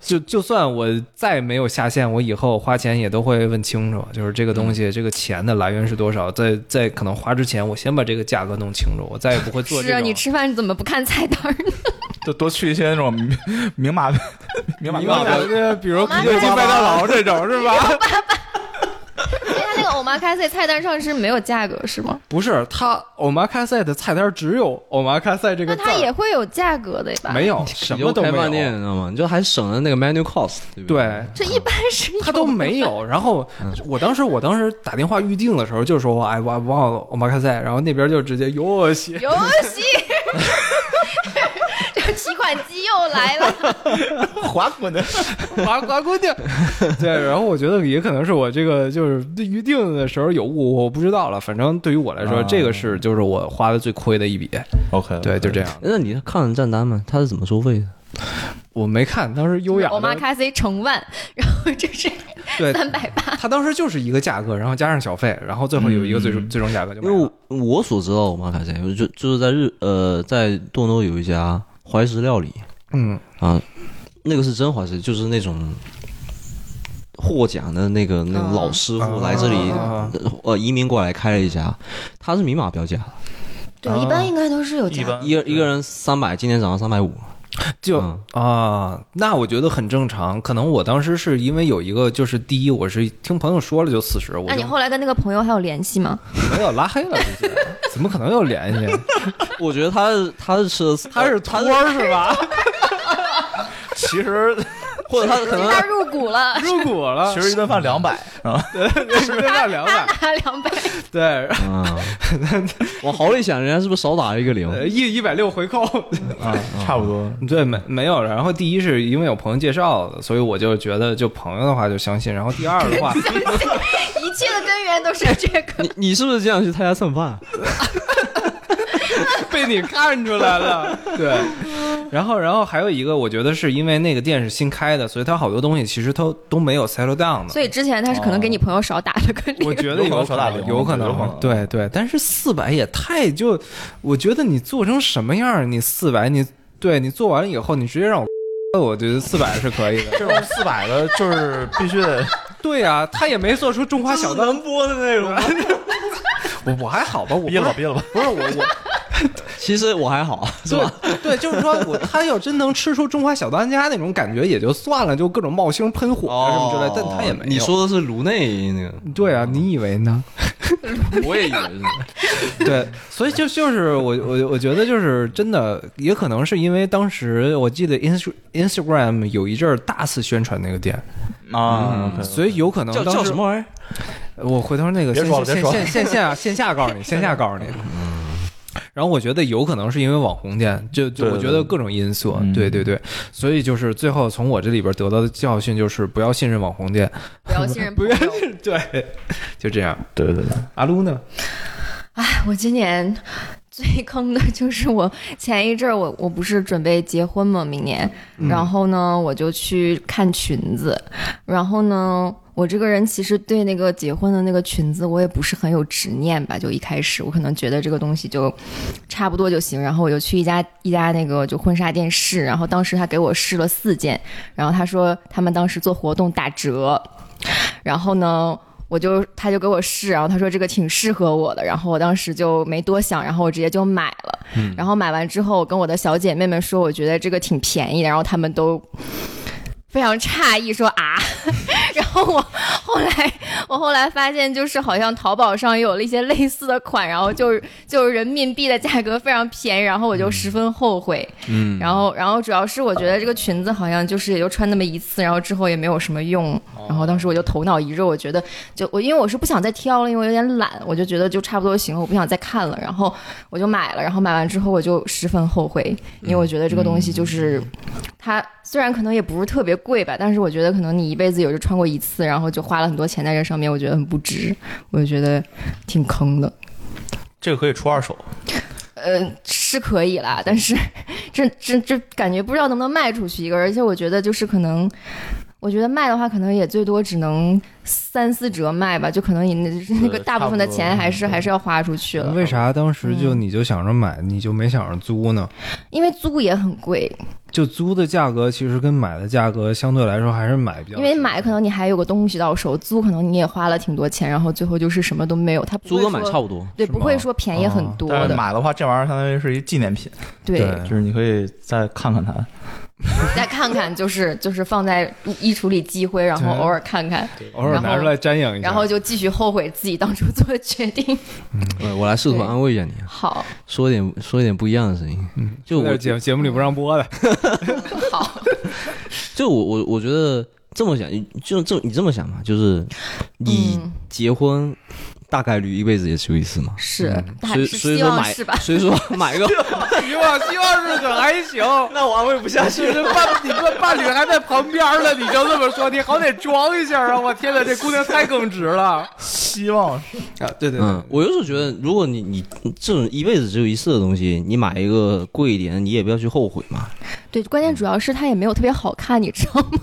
Speaker 1: 就就算我再没有下线，我以后花钱也都会问清楚，就是这个东西，这个钱的来源是多少，在在可能花之前，我先把这个价格弄清楚，我再也不会做这
Speaker 3: 是
Speaker 1: 种。
Speaker 3: 啊，你吃饭怎么不看菜单 呢？
Speaker 4: 就多去一些那种明明码明码
Speaker 1: 明白
Speaker 4: 标
Speaker 1: 这个比如
Speaker 3: 我妈
Speaker 1: 肯德基、
Speaker 3: 开的
Speaker 1: 麦当劳这种是吧？
Speaker 3: 因为他那个 omakase 菜单上是没有价格是吗？
Speaker 1: 不是，他欧玛卡塞的菜单只有欧玛卡塞这个字
Speaker 3: 那它
Speaker 1: 儿，
Speaker 3: 也会有价格的吧？
Speaker 1: 没有
Speaker 2: 你
Speaker 1: 什
Speaker 2: 就
Speaker 1: 么都
Speaker 2: 开饭
Speaker 1: 没
Speaker 2: 店，
Speaker 1: 有，
Speaker 2: 你知道吗？你就还省了那个 menu cost，对不对？
Speaker 1: 对。
Speaker 3: 这一般是有
Speaker 1: 他 都没有，然后我当时我当时打电话预定的时候就说，哎，我忘了欧玛卡塞，然后那边就直接哟 西，
Speaker 3: 游戏。这提款机又来了，
Speaker 4: 滑滚的，
Speaker 1: 呱呱姑娘， 对，然后我觉得也可能是我这个就是预定的时候有误，我不知道了，反正对于我来说，
Speaker 4: 啊
Speaker 1: 这个是就是我花的最亏的一笔，
Speaker 4: OK，
Speaker 1: 对，就这样，
Speaker 2: 哎那你看了账单吗？他是怎么收费的？
Speaker 1: 我没看，当时优雅的，
Speaker 3: omakase 成万，然后这是
Speaker 1: 对，
Speaker 3: 三百八，
Speaker 1: 它当时就是一个价格，然后加上小费，然后最后有一个最终、
Speaker 4: 嗯
Speaker 1: 最终价格就
Speaker 2: 因
Speaker 1: 买了。
Speaker 2: 为我我所知道，我妈凯在就就是在日呃，在多诺有一家怀石料理
Speaker 1: 嗯，
Speaker 2: 啊，那个是真怀石，就是那种获奖的那个那种老师傅来这里、
Speaker 1: 啊
Speaker 2: 呃移民过来开了一家，他是明码标价的，
Speaker 3: 对
Speaker 1: 啊，
Speaker 3: 一般应该都是有
Speaker 4: 一
Speaker 3: 加。
Speaker 4: 般
Speaker 2: 一个一个人三百，今天涨到三百五，
Speaker 1: 就
Speaker 2: 嗯
Speaker 1: 啊，那我觉得很正常。可能我当时是因为有一个，就是第一，我是听朋友说了就四十，我
Speaker 3: 那
Speaker 1: 就
Speaker 3: 你后来跟那个朋友还有联系吗？
Speaker 1: 没有拉黑了，直 接怎么可能有联系？
Speaker 2: 我觉得他是他是吃了
Speaker 1: 他是托儿是吧？，
Speaker 4: 其实
Speaker 2: 或者他可能
Speaker 3: 他入股了
Speaker 1: 入股了，
Speaker 4: 其实一顿饭两百啊，
Speaker 1: 是不是要两百？
Speaker 3: 他拿两百，
Speaker 1: 对，
Speaker 2: 啊，往好里想，人家是不是少打一个零？
Speaker 1: 呃一一百六回扣。
Speaker 4: 啊，差不多。
Speaker 1: 对，没没有。然后第一是因为有朋友介绍的，所以我就觉得就朋友的话就相信。然后第二的话，
Speaker 3: 一切的根源都是这个。
Speaker 2: 你你是不是这样去他家蹭饭？
Speaker 1: 被你看出来了。 对，然后然后还有一个，我觉得是因为那个店是新开的，所以它好多东西其实都都没有 settle down 的。
Speaker 3: 所以之前他是可能给你朋友少打了个
Speaker 1: 我
Speaker 3: 零，
Speaker 1: 觉得有
Speaker 4: 有可能少打
Speaker 1: 能，
Speaker 4: 零
Speaker 1: 有可
Speaker 4: 有可
Speaker 1: 能，
Speaker 4: 能
Speaker 1: 对对，但是四百也太就，我觉得你做成什么样儿，你四百，你对你做完了以后，你直接让我，我觉得四百是可 以的。
Speaker 4: 这种四百的，就是必须得
Speaker 1: 对呀、他也没做出中华小当，
Speaker 4: 播的内容，
Speaker 1: 我我还好吧，我不
Speaker 4: 憋
Speaker 1: 是
Speaker 4: 了吧憋了吧。
Speaker 1: 不是我我
Speaker 2: 其实我还好，是吧？
Speaker 1: 对对，就是说我他要真能吃出中华小当家那种感觉也就算了，就各种冒星喷火啊什么之类，但他也没有。
Speaker 2: 哦你说的是颅内那个，
Speaker 1: 对
Speaker 4: 嗯
Speaker 1: 啊，你以为 呢？
Speaker 2: 我也以为是。
Speaker 1: 对，所以就就是我我我觉得就是真的，也可能是因为当时我记得 Inst Instagram 有一阵儿大肆宣传那个店，嗯
Speaker 4: 啊，
Speaker 1: 所以有可能
Speaker 2: 叫
Speaker 1: 当时
Speaker 2: 叫什么玩意儿？
Speaker 1: 我回头那个
Speaker 4: 别
Speaker 1: 线
Speaker 4: 说了别
Speaker 1: 线
Speaker 4: 说了嗯
Speaker 1: 线线 下线下告诉你，线下告诉你。然后我觉得有可能是因为网红店，就就
Speaker 4: 对嗯
Speaker 1: 我觉得各种因素，对对对，所以就是最后从我这里边得到的教训就是不要信任网红店，
Speaker 3: 不要信 任朋友。
Speaker 1: 对，就这样。
Speaker 4: 对对对，
Speaker 1: 阿撸呢？
Speaker 3: 我今年最坑的就是我前一阵儿，我我不是准备结婚嘛，明年，然后呢，我就去看裙子，然后呢。我这个人其实对那个结婚的那个裙子，我也不是很有执念吧。就一开始，我可能觉得这个东西就差不多就行。然后我就去一家一家那个就婚纱店试，然后当时他给我试了四件，然后他说他们当时做活动打折，然后呢，我就他就给我试，然后他说这个挺适合我的，然后我当时就没多想，然后我直接就买了。然后买完之后，我跟我的小姐妹们说，我觉得这个挺便宜的，然后她们都。嗯非常诧异说啊， 然后我后来 我后来发现，就是好像淘宝上也有了一些类似的款，然后就是就是人民币的价格非常便宜，然后我就十分后悔。嗯，然后然后主要是我觉得这个裙子好像就是也就穿那么一次，然后之后也没有什么用，然后当时我就头脑一热，我觉得就我因为我是不想再挑了，因为我有点懒，我就觉得就差不多行了，我不想再看了，然后我就买了，然后买完之后我就十分后悔，因为我觉得这个东西就是、它虽然可能也不是特别贵吧，但是我觉得可能你一辈子也就穿过一次，然后就花了很多钱在这上面，我觉得很不值，我就觉得挺坑的。
Speaker 4: 这个可以出二手，
Speaker 3: 呃，是可以
Speaker 1: 嗯
Speaker 3: 啦，但是 这这这感觉不知道能不能卖出去一个，而且我觉得就是可能，我觉得卖的话可能也最多只能三四折卖吧，就可能你那那个大部分的钱还是还是要花出去了，
Speaker 1: 为啥当时就你就想着买，你就没想着租呢？
Speaker 3: 因为租也很贵，
Speaker 1: 就租的价格其实跟买的价格相对来说还是买比较，
Speaker 3: 因为买可能你还有个东西到手，租可能你也花了挺多钱，然后最后就是什么都没有，它不
Speaker 2: 租
Speaker 3: 会
Speaker 2: 跟买
Speaker 3: 说
Speaker 2: 差不多，
Speaker 3: 对，
Speaker 1: 是
Speaker 3: 不
Speaker 1: 吗啊
Speaker 3: 会说便宜很多
Speaker 4: 但是
Speaker 3: 的，
Speaker 4: 买的话，这玩意儿相当于是一纪念品，
Speaker 3: 对，
Speaker 1: 对
Speaker 4: 就是你可以再看看它。
Speaker 3: 再看看就是就是放在衣橱里积灰，然后
Speaker 1: 对
Speaker 3: 偶尔看看，
Speaker 1: 偶尔拿出来瞻仰一下，
Speaker 3: 然后就继续后悔自己当初做的决定。
Speaker 2: 我我来试图
Speaker 3: 对
Speaker 2: 安慰一下你，啊
Speaker 3: 好，
Speaker 2: 说一点说一点不一样的声音。就
Speaker 1: 那
Speaker 2: 我
Speaker 1: 是节节目里不让播的，
Speaker 3: 好，
Speaker 2: 就我我我觉得这么想，就这你这么想嘛，就是你
Speaker 3: 嗯
Speaker 2: 结婚大概率一辈子也只有一次嘛，
Speaker 3: 是，
Speaker 2: 嗯
Speaker 3: 还
Speaker 2: 所以
Speaker 3: 是
Speaker 2: 所以
Speaker 3: 希
Speaker 2: 说
Speaker 3: 望
Speaker 2: 买
Speaker 3: 是吧？
Speaker 2: 所以说买个
Speaker 1: 希望希望是可还行。
Speaker 2: 那我安慰不下去
Speaker 1: 你这伴，你这伴侣还在旁边了，你就这么说，你好歹装一下啊！我天哪，这姑娘太耿直了啊！
Speaker 4: 希望是
Speaker 1: 对对
Speaker 2: 嗯，我有时候觉得，如果你你这种一辈子只有一次的东西，你买一个贵一点，你也不要去后悔嘛。
Speaker 3: 对，关键主要是它也没有特别好看，你知道吗？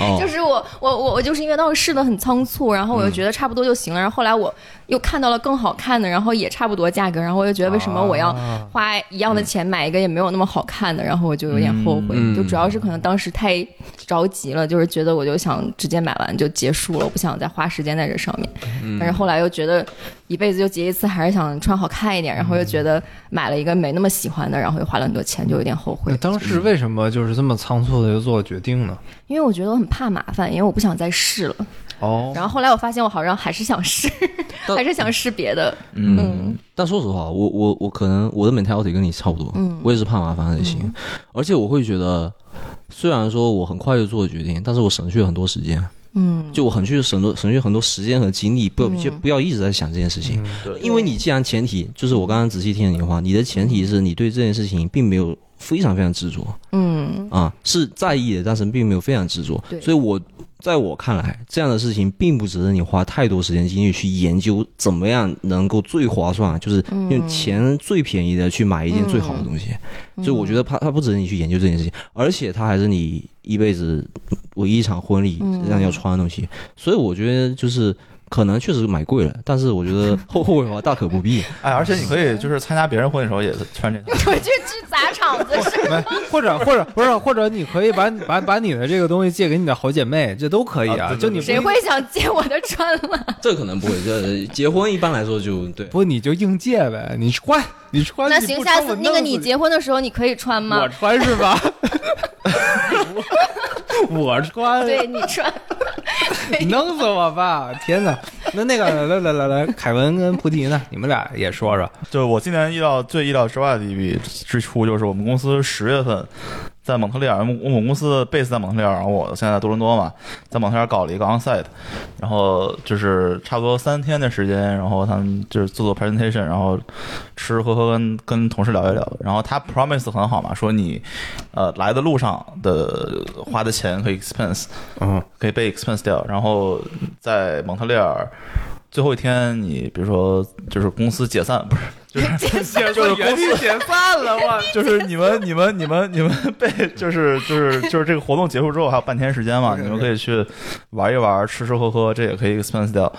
Speaker 2: 哦嗯
Speaker 3: 就是我我我我就是因为当时试的很仓促，然后我又觉得差不多就行了，然后后来我又看到了更好看的，然后也差不多价格，然后我又觉得为什么我要
Speaker 1: 啊
Speaker 3: 花一样的钱买一个也没有那么好看的，然后我就有点后悔，
Speaker 2: 嗯
Speaker 3: 就主要是可能当时太着急了，就是觉得我就想直接买完就结束了，我不想再花时间在这上面，
Speaker 2: 嗯
Speaker 3: 但是后来又觉得一辈子就结一次，还是想穿好看一点，然后
Speaker 2: 嗯
Speaker 3: 又觉得买了一个没那么喜欢的，然后又花了很多钱，就有点后悔
Speaker 1: 那。
Speaker 2: 嗯
Speaker 1: 当时为什么就是这么仓促的就做决定呢？
Speaker 3: 因为我觉得我很怕麻烦，因为我不想再试了。
Speaker 1: 哦，
Speaker 3: 然后后来我发现我好像还是想 试，
Speaker 2: 但
Speaker 3: 还是想试别的。
Speaker 2: 嗯，但说实话，我我我可能我的 mentality 跟你差不多，
Speaker 3: 嗯
Speaker 2: 我也是怕麻烦类型，而且我会觉得，虽然说我很快就做了决定，但是我省去了很多时间，
Speaker 3: 嗯，
Speaker 2: 就我很去省多省去很多时间和精力，不就不要一直在想这件事情，
Speaker 4: 对
Speaker 2: 因为你既然前提就是我刚刚仔细听了你的话，你的前提是你对这件事情并没有非常非常执着，
Speaker 3: 嗯，
Speaker 2: 啊，是在意的，但是并没有非常执着
Speaker 3: 对。
Speaker 2: 所以我在我看来，这样的事情并不值得你花太多时间精力去研究怎么样能够最划算，就是用钱最便宜的去买一件最好的东西。所以我觉得它它不值得你去研究这件事情，而且它还是你一辈子唯一一场婚礼让你要穿的东西。所以我觉得就是。可能确实买贵了，但是我觉得后后悔的话大可不必。
Speaker 4: 哎，而且你可以就是参加别人婚礼的时候也穿这套。
Speaker 3: 我就去砸场子是
Speaker 1: 没，或者或者不是，或者你可以把把把你的这个东西借给你的好姐妹，这都可以
Speaker 4: 啊
Speaker 1: 啊。
Speaker 4: 对对
Speaker 1: 就你不
Speaker 3: 谁会想借我的穿了？
Speaker 2: 这可能不会，这结婚一般来说就对。
Speaker 1: 不你就硬借呗，你穿你穿。
Speaker 3: 那
Speaker 1: 你
Speaker 3: 行，
Speaker 1: 不
Speaker 3: 下
Speaker 1: 穿
Speaker 3: 次
Speaker 1: 我
Speaker 3: 那个
Speaker 1: 弄死
Speaker 3: 你结婚的时候你可以穿吗
Speaker 1: 我？穿是吧？我我穿，
Speaker 3: 对你 穿，
Speaker 1: 弄死我吧！天哪，那那个来来来来，凯文跟菩提呢？你们俩也说说。
Speaker 4: 就是我今年意料最意料之外的一笔支出，就是我们公司十月份在蒙特利尔，我们我们公司的 base 在蒙特利尔，然后我现在在多伦多嘛，在蒙特利尔搞了一个 onsite，然后就是差不多三天的时间，然后他们就是做做 presentation，然后吃吃喝喝跟跟同事聊一聊，然后他 promise 很好嘛，说你呃来的路上的花的钱可以 expense，
Speaker 1: 嗯，
Speaker 4: 可以被 expense 掉，然后在蒙特利尔。最后一天，你比如说，就是公司解散，不是，
Speaker 1: 就是原地解散了，我
Speaker 4: 就是你们、你们、你们、你们被就是就是就是这个活动结束之后还有半天时间嘛，
Speaker 1: 对对
Speaker 4: 你们可以去玩一玩、吃吃喝喝，这也可以 expense 掉。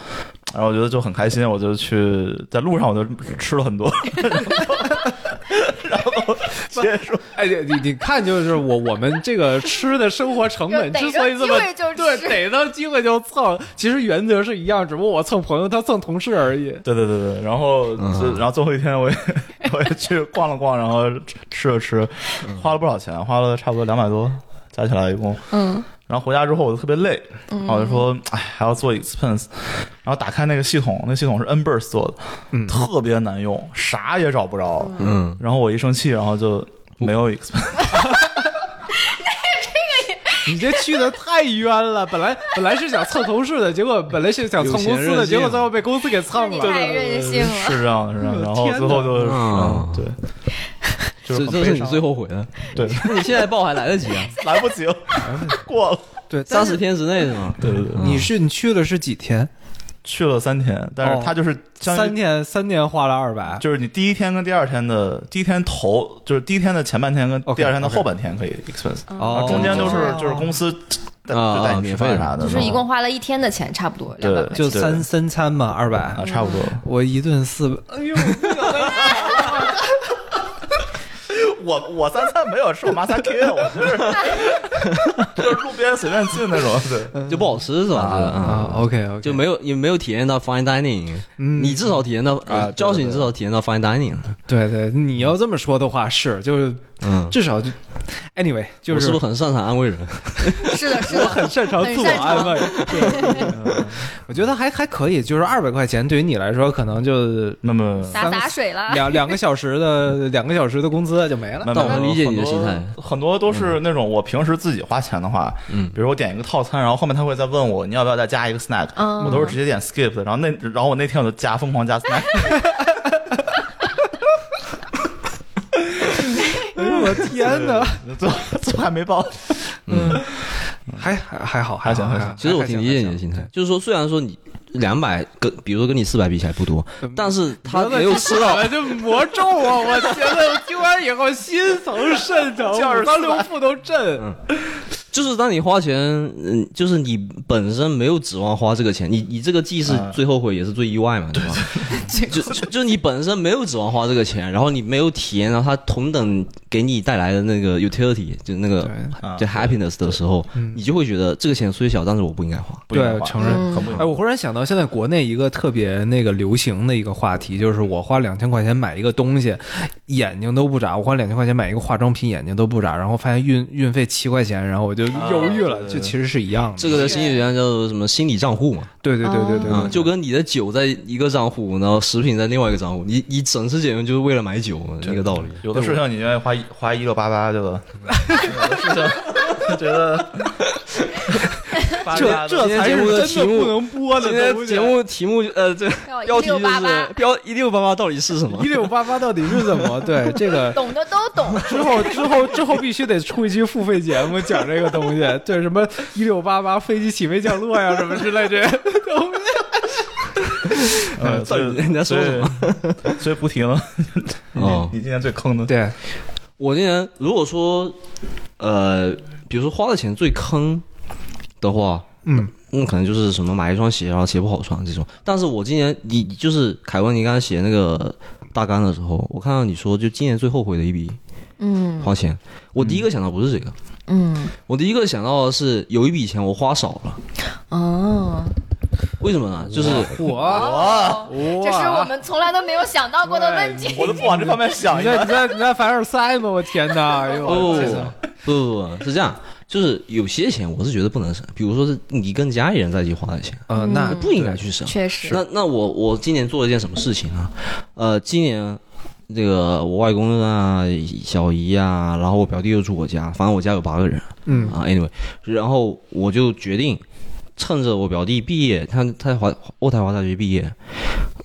Speaker 4: 然后我觉得就很开心，我就去在路上我就吃了很多， 然后然后结束。
Speaker 1: 哎，你你你看，就是我我们这个吃的生活成本之所以这么
Speaker 3: 就逮着机会 就
Speaker 1: 对，
Speaker 3: 吃
Speaker 1: 逮到机会就蹭，其实原则是一样，只不过我蹭朋友，他蹭同事而已。
Speaker 4: 对对对对，然后就然后最后一天我也我也去逛了逛，然后吃了吃，花了不少钱，花了差不多两百多，加起来一共。
Speaker 3: 嗯，
Speaker 4: 然后回家之后我就特别累，然后我就说，哎，还要做 expense，然后打开那个系统，那系统是 Nburst 做的，
Speaker 1: 嗯
Speaker 4: 特别难用，啥也找不着。
Speaker 2: 嗯，
Speaker 4: 然后我一生气，然后就没有 expense，
Speaker 1: 你这去的太冤了，本来本来是想蹭同事的，结果本来是想蹭公司
Speaker 2: 有钱任
Speaker 1: 的，
Speaker 2: 性
Speaker 1: 结果最后被公司给蹭
Speaker 3: 你
Speaker 1: 了。
Speaker 3: 太任性了。
Speaker 4: 是这样的，是这样的。然后
Speaker 1: 天哪
Speaker 4: 最后就是，
Speaker 2: 嗯
Speaker 4: 嗯，对，就
Speaker 2: 这这
Speaker 4: 是很
Speaker 2: 是
Speaker 4: 悲
Speaker 2: 你
Speaker 4: 伤
Speaker 2: 最后悔的。
Speaker 4: 对，
Speaker 2: 那你现在报还来得及 啊，
Speaker 4: 来不及了，过了。
Speaker 1: 对，
Speaker 2: 三
Speaker 1: 但
Speaker 2: 十
Speaker 1: 是
Speaker 2: 天之内是吗？
Speaker 4: 对对对，
Speaker 1: 你是你去的是几天？
Speaker 4: 去了三天，但
Speaker 1: 哦
Speaker 4: 是他就是相当于
Speaker 1: 三天，三天花了二百。
Speaker 4: 就是你第一天跟第二天的第一天头，就是第一天的前半天跟
Speaker 1: OK，
Speaker 4: 第二天的
Speaker 1: OK
Speaker 4: 后半天可以 expense，
Speaker 2: 哦
Speaker 4: 然后中间都是
Speaker 1: 哦
Speaker 4: 就是公司带
Speaker 2: 啊
Speaker 4: 就带
Speaker 2: 啊
Speaker 4: 你吃饭
Speaker 2: 免费
Speaker 4: 啥的，
Speaker 3: 就是一共花了一天的钱，差不多两
Speaker 4: 对
Speaker 3: 百块。
Speaker 1: 就
Speaker 4: 对
Speaker 1: 三三餐嘛，二百
Speaker 4: 啊，差不多。
Speaker 1: 我一顿四百，哎呦，
Speaker 4: 我我三餐没有吃，我妈三 K，我就是 就是路边随便进那种，对，
Speaker 2: 就不好吃是吧？这个
Speaker 1: 啊
Speaker 2: 嗯
Speaker 1: ，OK OK，
Speaker 2: 就没有也没有体验到 fine dining，
Speaker 1: 嗯
Speaker 2: 你至少体验到啊，教训你至少体验到 fine dining，
Speaker 1: 对对，你要这么说的话是，就是
Speaker 2: 嗯，
Speaker 1: 至少就 anyway，就
Speaker 2: 我是
Speaker 1: 是
Speaker 2: 不是很擅长安慰人？
Speaker 3: 是的，是的，
Speaker 1: 很擅长自我安慰。对，我觉得还还可以，就是二百块钱对于你来说，可能就
Speaker 4: 那么。
Speaker 3: 洒洒水了。
Speaker 1: 两两个小时的两个小时的工资就没了。
Speaker 4: 慢慢
Speaker 2: 但我能理解你的心态
Speaker 4: 很多很多都是那种我平时自己花钱的话，嗯，比如我点一个套餐，然后后面他会再问我你要不要再加一个 snack，
Speaker 3: 嗯
Speaker 4: 我都是直接点 skip 的，然后那然后我那天我就加疯狂加 snack，
Speaker 1: 哎呦我天哪，
Speaker 4: 最后最后还没报，
Speaker 1: 还还还好，
Speaker 4: 还行
Speaker 1: 好
Speaker 4: 还行
Speaker 1: 好
Speaker 2: 其实我挺理解你的心态，就是说虽然说你两百跟比如说跟你四百比起来不多，但是他没有吃到，
Speaker 1: 我这魔咒啊！ 我觉得我听完以后心疼肾疼，
Speaker 4: 就是
Speaker 1: 嗯五脏六腑都震。
Speaker 2: 就是当你花钱，嗯，就是你本身没有指望花这个钱，你你这个既是
Speaker 4: 啊
Speaker 2: 最后悔也是最意外嘛，对吧？就就就是你本身没有指望花这个钱，然后你没有体验到它同等给你带来的那个 utility，就那个
Speaker 4: 啊
Speaker 2: 就 happiness 的时候，你就会觉得这个钱虽小，但是我不应该花。
Speaker 4: 不应该
Speaker 1: 对
Speaker 4: 花
Speaker 1: 承认
Speaker 4: 嗯很不应该
Speaker 1: 哎，我忽然想到，现在国内一个特别那个流行的一个话题，就是我花两千块钱买一个东西，眼睛都不眨；我花两千块钱买一个化妆品，眼睛都不眨。然后发现运运费七块钱，然后我就
Speaker 2: 啊
Speaker 1: 犹豫了。
Speaker 4: 对对
Speaker 1: 这其实是一样的。
Speaker 2: 这个在心理学上叫做什么心理账户嘛，
Speaker 1: 对对对对对对
Speaker 2: 嗯，就跟你的酒在一个账户，然后食品在另外一个账户，你你省吃俭用就是为了买酒嘛，一个道理。
Speaker 4: 有的事情你愿意花一花一六八八，对吧？有的事情 觉得八
Speaker 2: 这
Speaker 4: 八
Speaker 2: 这才是真的不能
Speaker 1: 播
Speaker 2: 今天节目题目呃，这标
Speaker 3: 叫
Speaker 2: 题就
Speaker 3: 1688
Speaker 2: 是标一六八八到底是什么
Speaker 1: 一？六八八到底是怎么？对这个
Speaker 3: 懂的都懂。
Speaker 1: 之后之后之后必须得出一期付费节目讲这个东西，对什么一六八八飞机起飞降落呀什么之类这些东西。
Speaker 4: 呃，所以
Speaker 2: 到底你在说什
Speaker 4: 么？所以不提了。
Speaker 2: 哦
Speaker 4: 你你今年最坑的，
Speaker 1: 对，
Speaker 2: 我今年如果说呃，比如说花的钱最坑的话，
Speaker 1: 嗯，
Speaker 2: 那、可能就是什么买一双鞋，然后鞋不好穿这种。但是我今年你就是凯文，你刚才写那个大纲的时候，我看到你说就今年最后悔的一笔
Speaker 3: 嗯
Speaker 2: 花钱，我第一个想到不是这个，
Speaker 3: 嗯
Speaker 2: 我第一个想到的是有一笔钱我花少了，
Speaker 3: 哦，
Speaker 2: 为什么呢？就是
Speaker 1: 我
Speaker 3: 哦
Speaker 1: 我
Speaker 3: 这是我们从来都没有想到过的问题。
Speaker 4: 我都不往这方面想
Speaker 1: 你在你在你在凡尔赛吗？我天哪！哎呦，
Speaker 2: 不
Speaker 1: 我气死了
Speaker 2: 不不不不是这样，就是有些钱我是觉得不能省，比如说是你跟家里人在一起花的钱，啊
Speaker 1: 呃，那
Speaker 3: 嗯
Speaker 2: 不应该去省。
Speaker 3: 确实，
Speaker 2: 那那我我今年做了一件什么事情啊？呃，今年这个我外公啊、小姨啊，然后我表弟又住我家，反正我家有八个人
Speaker 1: 嗯
Speaker 2: 啊。Anyway，然后我就决定趁着我表弟毕业，他他在华渥太华大学毕业，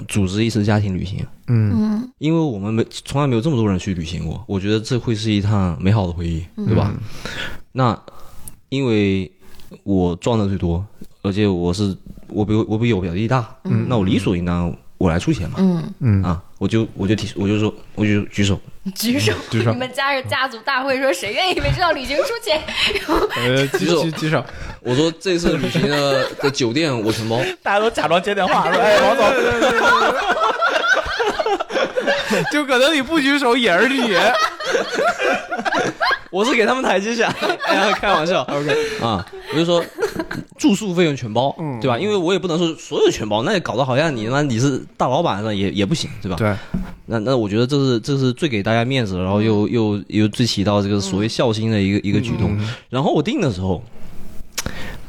Speaker 2: 组织一次家庭旅行。
Speaker 1: 嗯
Speaker 3: 嗯
Speaker 2: 因为我们没从来没有这么多人去旅行过，我觉得这会是一趟美好的回忆，对
Speaker 1: 嗯
Speaker 2: 吧？那因为我赚的最多，而且我是我比我比我表弟大，
Speaker 1: 嗯
Speaker 2: 那我理所应当我来出钱嘛，
Speaker 3: 嗯，
Speaker 1: 嗯，
Speaker 2: 啊，我就我就提我就说我就举手，
Speaker 3: 举手，
Speaker 1: 举手
Speaker 3: 你们家是家族大会，说谁愿意为这道旅行出钱？
Speaker 1: 呃，举举举手，
Speaker 2: 我说这次旅行的 的酒店我承包，
Speaker 4: 大家都假装接电话说：“哎，王总，
Speaker 1: 就可能你不举手也是 你。
Speaker 2: 我是给他们台 阶下，哎呀，开玩笑
Speaker 1: OK，
Speaker 2: 啊，我就说住宿费用全包，
Speaker 1: 嗯
Speaker 2: 对吧？因为我也不能说所有全包，那也搞得好像你他妈你是大老板了也也不行，对吧？
Speaker 1: 对，
Speaker 2: 那那我觉得这是这是最给大家面子，然后
Speaker 1: 嗯
Speaker 2: 又又又最起到这个所谓孝心的一个、一个举动。
Speaker 1: 嗯
Speaker 2: 然后我定的时候，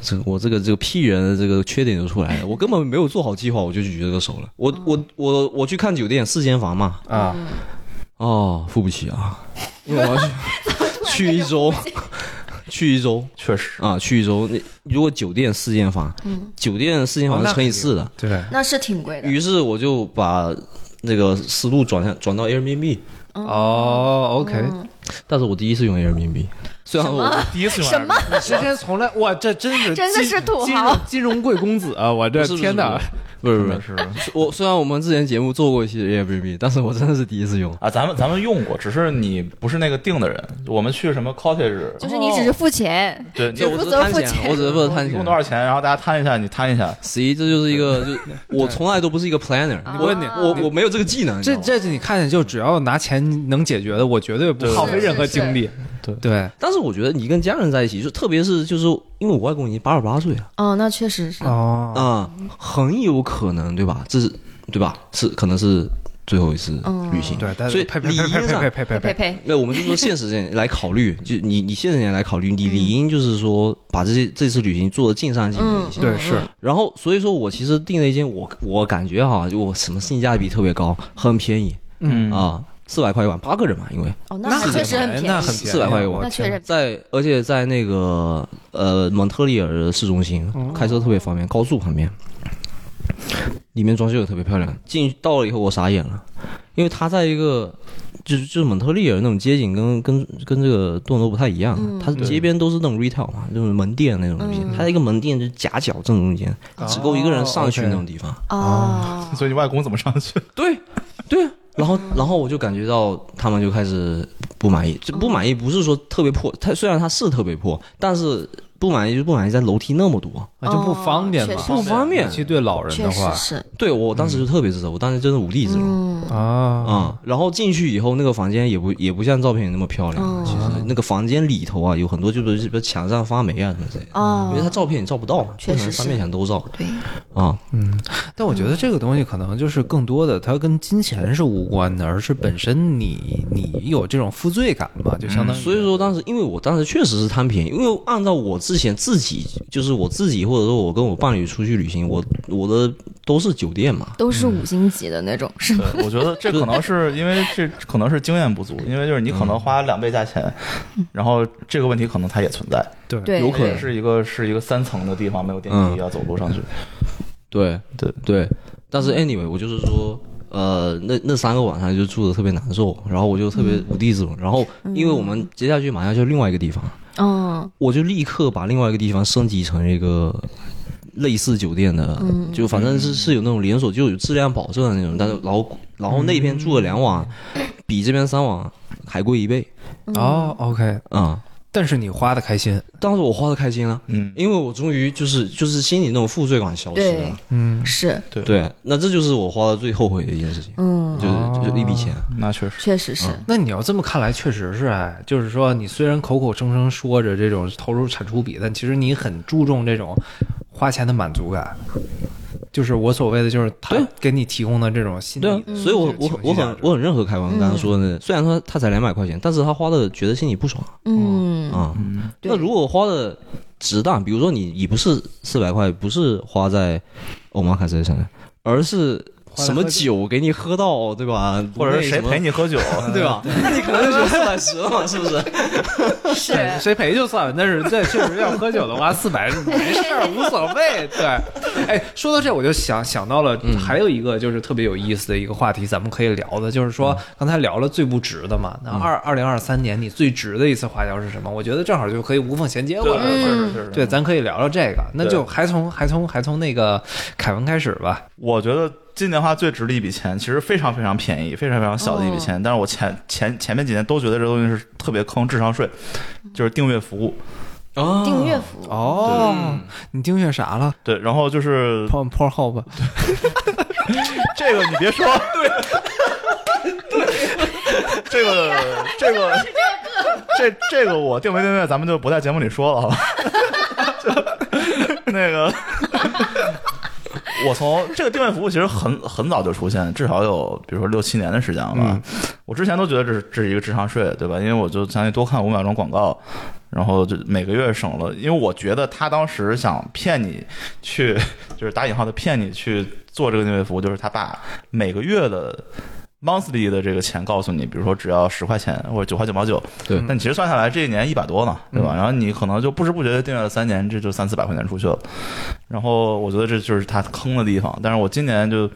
Speaker 2: 这个我这个这个屁人的这个缺点就出来了，我根本没有做好计划，我就举这个手了。我我我我去看酒店四间房嘛，
Speaker 1: 啊，
Speaker 2: 哦，付不起啊，因为我要去去一周， 去一周
Speaker 4: 确实，
Speaker 2: 啊，去一周。那如果酒店四间房，酒店四间
Speaker 1: 哦
Speaker 2: 房
Speaker 1: 那
Speaker 2: 是乘以
Speaker 1: 肯定
Speaker 2: 四的，
Speaker 1: 对，
Speaker 3: 那是挺贵的。
Speaker 2: 于是我就把那个思路转向转到 Airbnb。
Speaker 1: 哦，OK，
Speaker 2: 但是我第一次用 Airbnb，虽然我
Speaker 4: 第一次
Speaker 3: 嗯
Speaker 4: 用
Speaker 3: 什么？
Speaker 1: 你之前从来哇，这真是
Speaker 3: 真的
Speaker 1: 金
Speaker 3: 是土
Speaker 1: 金
Speaker 3: 豪
Speaker 1: 融金融贵公子啊！我这
Speaker 2: 不是
Speaker 1: 天哪，，
Speaker 2: 不是不是不
Speaker 4: 真的
Speaker 2: 是，
Speaker 4: 是
Speaker 2: 我虽然我们之前节目做过一期 Airbnb，但是我真的是第一次用。
Speaker 4: 啊，咱们咱们用过，只是你不是那个定的人。我们去什么 cottage，
Speaker 3: 就是你只是付钱，
Speaker 4: 对，你
Speaker 2: 这我只是贪
Speaker 3: 你负责付
Speaker 2: 钱，
Speaker 3: 钱
Speaker 2: 我只是为了贪
Speaker 4: 一
Speaker 2: 钱
Speaker 4: 共多。少钱？然后大家摊一下，你摊一下。
Speaker 2: 十一，这就是一个，就我从来都不是一个 planner，
Speaker 1: 我问你
Speaker 2: 我我没有这个技能。你知
Speaker 1: 这
Speaker 2: 道吗，
Speaker 1: 这你看见就只要拿钱能解决的，我绝对不
Speaker 4: 对
Speaker 1: 耗费
Speaker 3: 是
Speaker 1: 任何
Speaker 3: 是
Speaker 1: 精力。
Speaker 4: 对
Speaker 1: 对，
Speaker 2: 但是我觉得你跟家人在一起，就特别是就是因为我外公已经八十八岁了
Speaker 3: 哦，那确实是
Speaker 1: 哦，
Speaker 2: 啊，很有可能对吧？这是对吧？是可能是最后一次
Speaker 3: 嗯
Speaker 2: 旅行，啊
Speaker 1: 对，但
Speaker 2: 嗯所以
Speaker 1: 呸呸
Speaker 2: 理
Speaker 1: 呸
Speaker 2: 应
Speaker 1: 呸
Speaker 2: 上
Speaker 1: 呸呸呸
Speaker 3: 呸
Speaker 1: 呸，
Speaker 3: 呸，
Speaker 2: 那我们就说现实点来考虑，就你你现实点来考虑，你理应就是说把这些这次旅行做的尽善尽美一些。
Speaker 1: 对是，
Speaker 2: 然后所以说我其实订了一间我我感觉哈，就我什么性价比特别高，很便宜
Speaker 1: 嗯
Speaker 2: 啊，四百块一晚，八个人嘛，因为
Speaker 3: 哦，
Speaker 1: 那
Speaker 3: 还确实很
Speaker 1: 便
Speaker 3: 便
Speaker 1: 宜
Speaker 3: 宜，
Speaker 1: 那很
Speaker 2: 宜400块一晚
Speaker 3: 那确实很便宜。
Speaker 2: 在而且在那个呃蒙特利尔市中心，开车特别方便，高速旁边，里面装修也特别漂亮。进到了以后我傻眼了，因为它在一个。就是就是蒙特利尔那种街景跟跟跟这个多伦多不太一样，它街边都是那种 retail 嘛，就是门店那种东西。它在一个门店就是夹角正中间，只够一个人上去那种地方。
Speaker 3: 哦，
Speaker 4: 所以你外公怎么上去？
Speaker 2: 对，对啊。然后，然后我就感觉到他们就开始不满意，这不满意不是说特别破，它虽然它是特别破，但是不满意就不满意在楼梯那么多，
Speaker 1: 啊就不
Speaker 3: 哦
Speaker 1: 方便
Speaker 3: 确
Speaker 1: 嘛，
Speaker 3: 实
Speaker 2: 不方便
Speaker 1: 尤其对老人
Speaker 3: 确
Speaker 1: 的
Speaker 3: 实
Speaker 1: 话
Speaker 3: 是，
Speaker 2: 对我当时就特别自责，我当时真的无地自容。
Speaker 3: 嗯，
Speaker 1: 啊，
Speaker 2: 啊、然后进去以后，那个房间也不也不像照片里那么漂亮。
Speaker 3: 哦
Speaker 2: 其实那个房间里头啊，有很多就是比如墙上发霉啊什么之类的，
Speaker 3: 哦
Speaker 2: 因为它照片也照不到，
Speaker 3: 确
Speaker 2: 不可
Speaker 3: 实
Speaker 2: 能三
Speaker 3: 是
Speaker 2: 面墙都照
Speaker 3: 对，
Speaker 2: 啊。
Speaker 1: 嗯，但我觉得这个东西可能就是更多的，它跟金钱是无关的，而是本身你你有这种负罪感嘛，就相当于、
Speaker 2: 嗯所以说当时，因为我当时确实是贪便宜，因为按照我之前自己，就是我自己或者说我跟我伴侣出去旅行，我我的都是酒店嘛，
Speaker 3: 都是五星级的那种，是吗？
Speaker 4: 对，我觉得这可能是因为这可能是经验不足，因为就是你可
Speaker 2: 嗯
Speaker 4: 能花两倍价钱，然后这个问题可能它也存在，
Speaker 1: 对
Speaker 3: 对，
Speaker 2: 有可能
Speaker 4: 也是一个是一个三层的地方没有电
Speaker 2: 嗯
Speaker 4: 梯要走路上去，
Speaker 2: 对
Speaker 4: 对
Speaker 2: 对，但是 anyway，我就是说，呃，那那三个晚上就住的特别难受，然后我就特别无地自容，然后因为我们接下去马上就另外一个地方，
Speaker 3: 嗯，
Speaker 2: 我就立刻把另外一个地方升级成一个类似酒店的，就反正是是有那种连锁，就有质量保证的那种，但是然后然后那边住了两晚，比这边三晚还贵一倍
Speaker 3: 嗯
Speaker 1: 哦，OK，
Speaker 2: 啊、
Speaker 1: 但是你花的开心，
Speaker 2: 当时我花的开心啊，
Speaker 4: 嗯，
Speaker 2: 因为我终于就是就是心里那种负罪感消失
Speaker 3: 对
Speaker 2: 了。，
Speaker 1: 嗯，
Speaker 3: 是，
Speaker 2: 对，那这就是我花的最后悔的一件事情，
Speaker 3: 嗯，
Speaker 2: 就是就是一笔钱。
Speaker 4: 嗯那确实。
Speaker 3: 确实是，
Speaker 1: 那你要这么看来，确实是哎，就是说你虽然口口声声说着这种投入产出比，但其实你很注重这种花钱的满足感，就是我所谓的就是他
Speaker 2: 对啊
Speaker 1: 给你提供的这种心
Speaker 2: 对啊
Speaker 1: 理，的
Speaker 2: 所以我
Speaker 1: 这
Speaker 2: 我
Speaker 1: 种情
Speaker 2: 我
Speaker 1: 绪价
Speaker 2: 很
Speaker 1: 值
Speaker 2: 我很认可凯文刚刚说的，虽然说他才两百块钱，但是他花的觉得心里不爽
Speaker 3: 嗯，
Speaker 2: 啊。
Speaker 3: 对
Speaker 2: 那如果花的值当，比如说你你不是四百块，不是花在欧玛卡身上，而是什么酒给你喝到，对吧？
Speaker 4: 或者是谁陪
Speaker 2: 你，
Speaker 4: 你喝酒？
Speaker 2: 对吧？那你可能就觉得四百十了嘛，是不是？
Speaker 3: 是
Speaker 1: 对谁赔就算了，但是这确实要喝酒的话，四百没事儿，无所谓。对，哎，说到这，我就想想到了，还有一个就是特别有意思的一个话题，咱们可以聊的，就是说刚才聊了最不值的嘛。那二二零二三年你最值的一次花销是什么？我觉得正好就可以无缝衔接过来了。
Speaker 2: 嗯
Speaker 4: 是是是。
Speaker 1: 对，嗯咱可以聊聊这个，那就还从还从还从那个凯文开始吧。
Speaker 4: 我觉得今年花最值的一笔钱，其实非常非常便宜，非常非常小
Speaker 2: 哦
Speaker 4: 的一笔钱。但是我前前前面几年都觉得这东西是特别坑智商税，就是订阅服务。
Speaker 2: 啊
Speaker 3: 订阅服务，
Speaker 1: 哦，你订阅啥了
Speaker 4: 对，然后就是
Speaker 1: ？Porn Pornhub
Speaker 4: 这个你别说，对，这个这个这这个我订没订阅，咱们就不在节目里说了，好吧？就 那个，我从这个订阅服务其实很很早就出现，至少有比如说六七年的时间了吧。我之前都觉得这是这是一个智商税，对吧？因为我就相当于多看五秒钟广告。然后就每个月省了，因为我觉得他当时想骗你去，就是打引号的骗你去做这个订阅服务，就是他把每个月的 monthly 的这个钱告诉你，比如说只要十块钱或者九块九毛九，
Speaker 2: 对
Speaker 4: 但其实算下来这一年一百多呢，对吧？然后你可能就不知不觉的订阅了三年，这就三四百块钱出去了。然后我觉得这就是他坑的地方，但是我今年就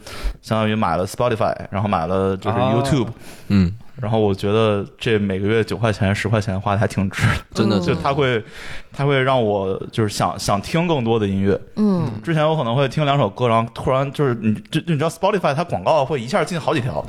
Speaker 4: 相当于买了 Spotify，然后买了就是
Speaker 1: 哦
Speaker 4: YouTube，、
Speaker 2: 嗯，
Speaker 4: 然后我觉得这每个月九块钱、十块钱花的还挺值的。
Speaker 2: 真的，
Speaker 3: 嗯
Speaker 2: 真
Speaker 4: 就
Speaker 2: 的
Speaker 4: 它会，它会让我就是想想听更多的音乐。
Speaker 3: 嗯，
Speaker 4: 之前我可能会听两首歌，然后突然就是你就就你知道 Spotify 它广告会一下进好几条，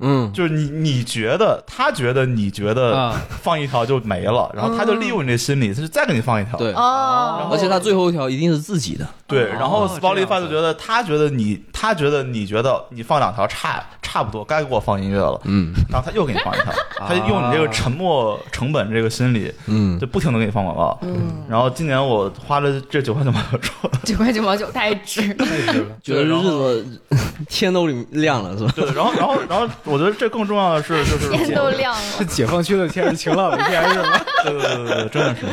Speaker 2: 嗯，
Speaker 4: 就是你你觉得他觉得你觉得
Speaker 1: 啊，
Speaker 4: 放一条就没了，然后他就利用你这心理，他就再给你放一条。
Speaker 2: 对，
Speaker 3: 哦，
Speaker 2: 嗯而且他最后一条一定是自己的，
Speaker 4: 对，
Speaker 1: 哦
Speaker 4: 然后
Speaker 1: 这样
Speaker 4: Spotify
Speaker 1: 子
Speaker 4: 就觉得他觉得你他觉得你觉得你放两条差差不多该给我放音乐了，
Speaker 2: 嗯
Speaker 4: 然后他又给你放一条，他就用你这个沉默成本这个心理，
Speaker 2: 嗯
Speaker 4: 就，不停的给你放广告。
Speaker 3: 嗯，
Speaker 4: 然后今年我花了这九块九毛九，
Speaker 3: 九块九毛九太值了，
Speaker 2: 觉得
Speaker 4: 对然
Speaker 2: 日
Speaker 4: 后
Speaker 2: 子天都亮了，是吧？
Speaker 4: 对，然后然后然后，我觉得这更重要的 是，就是
Speaker 3: 天都
Speaker 4: 我
Speaker 3: 亮了，
Speaker 1: 是解放区的天是晴朗的天是吗？
Speaker 4: 对对对对，真的 是，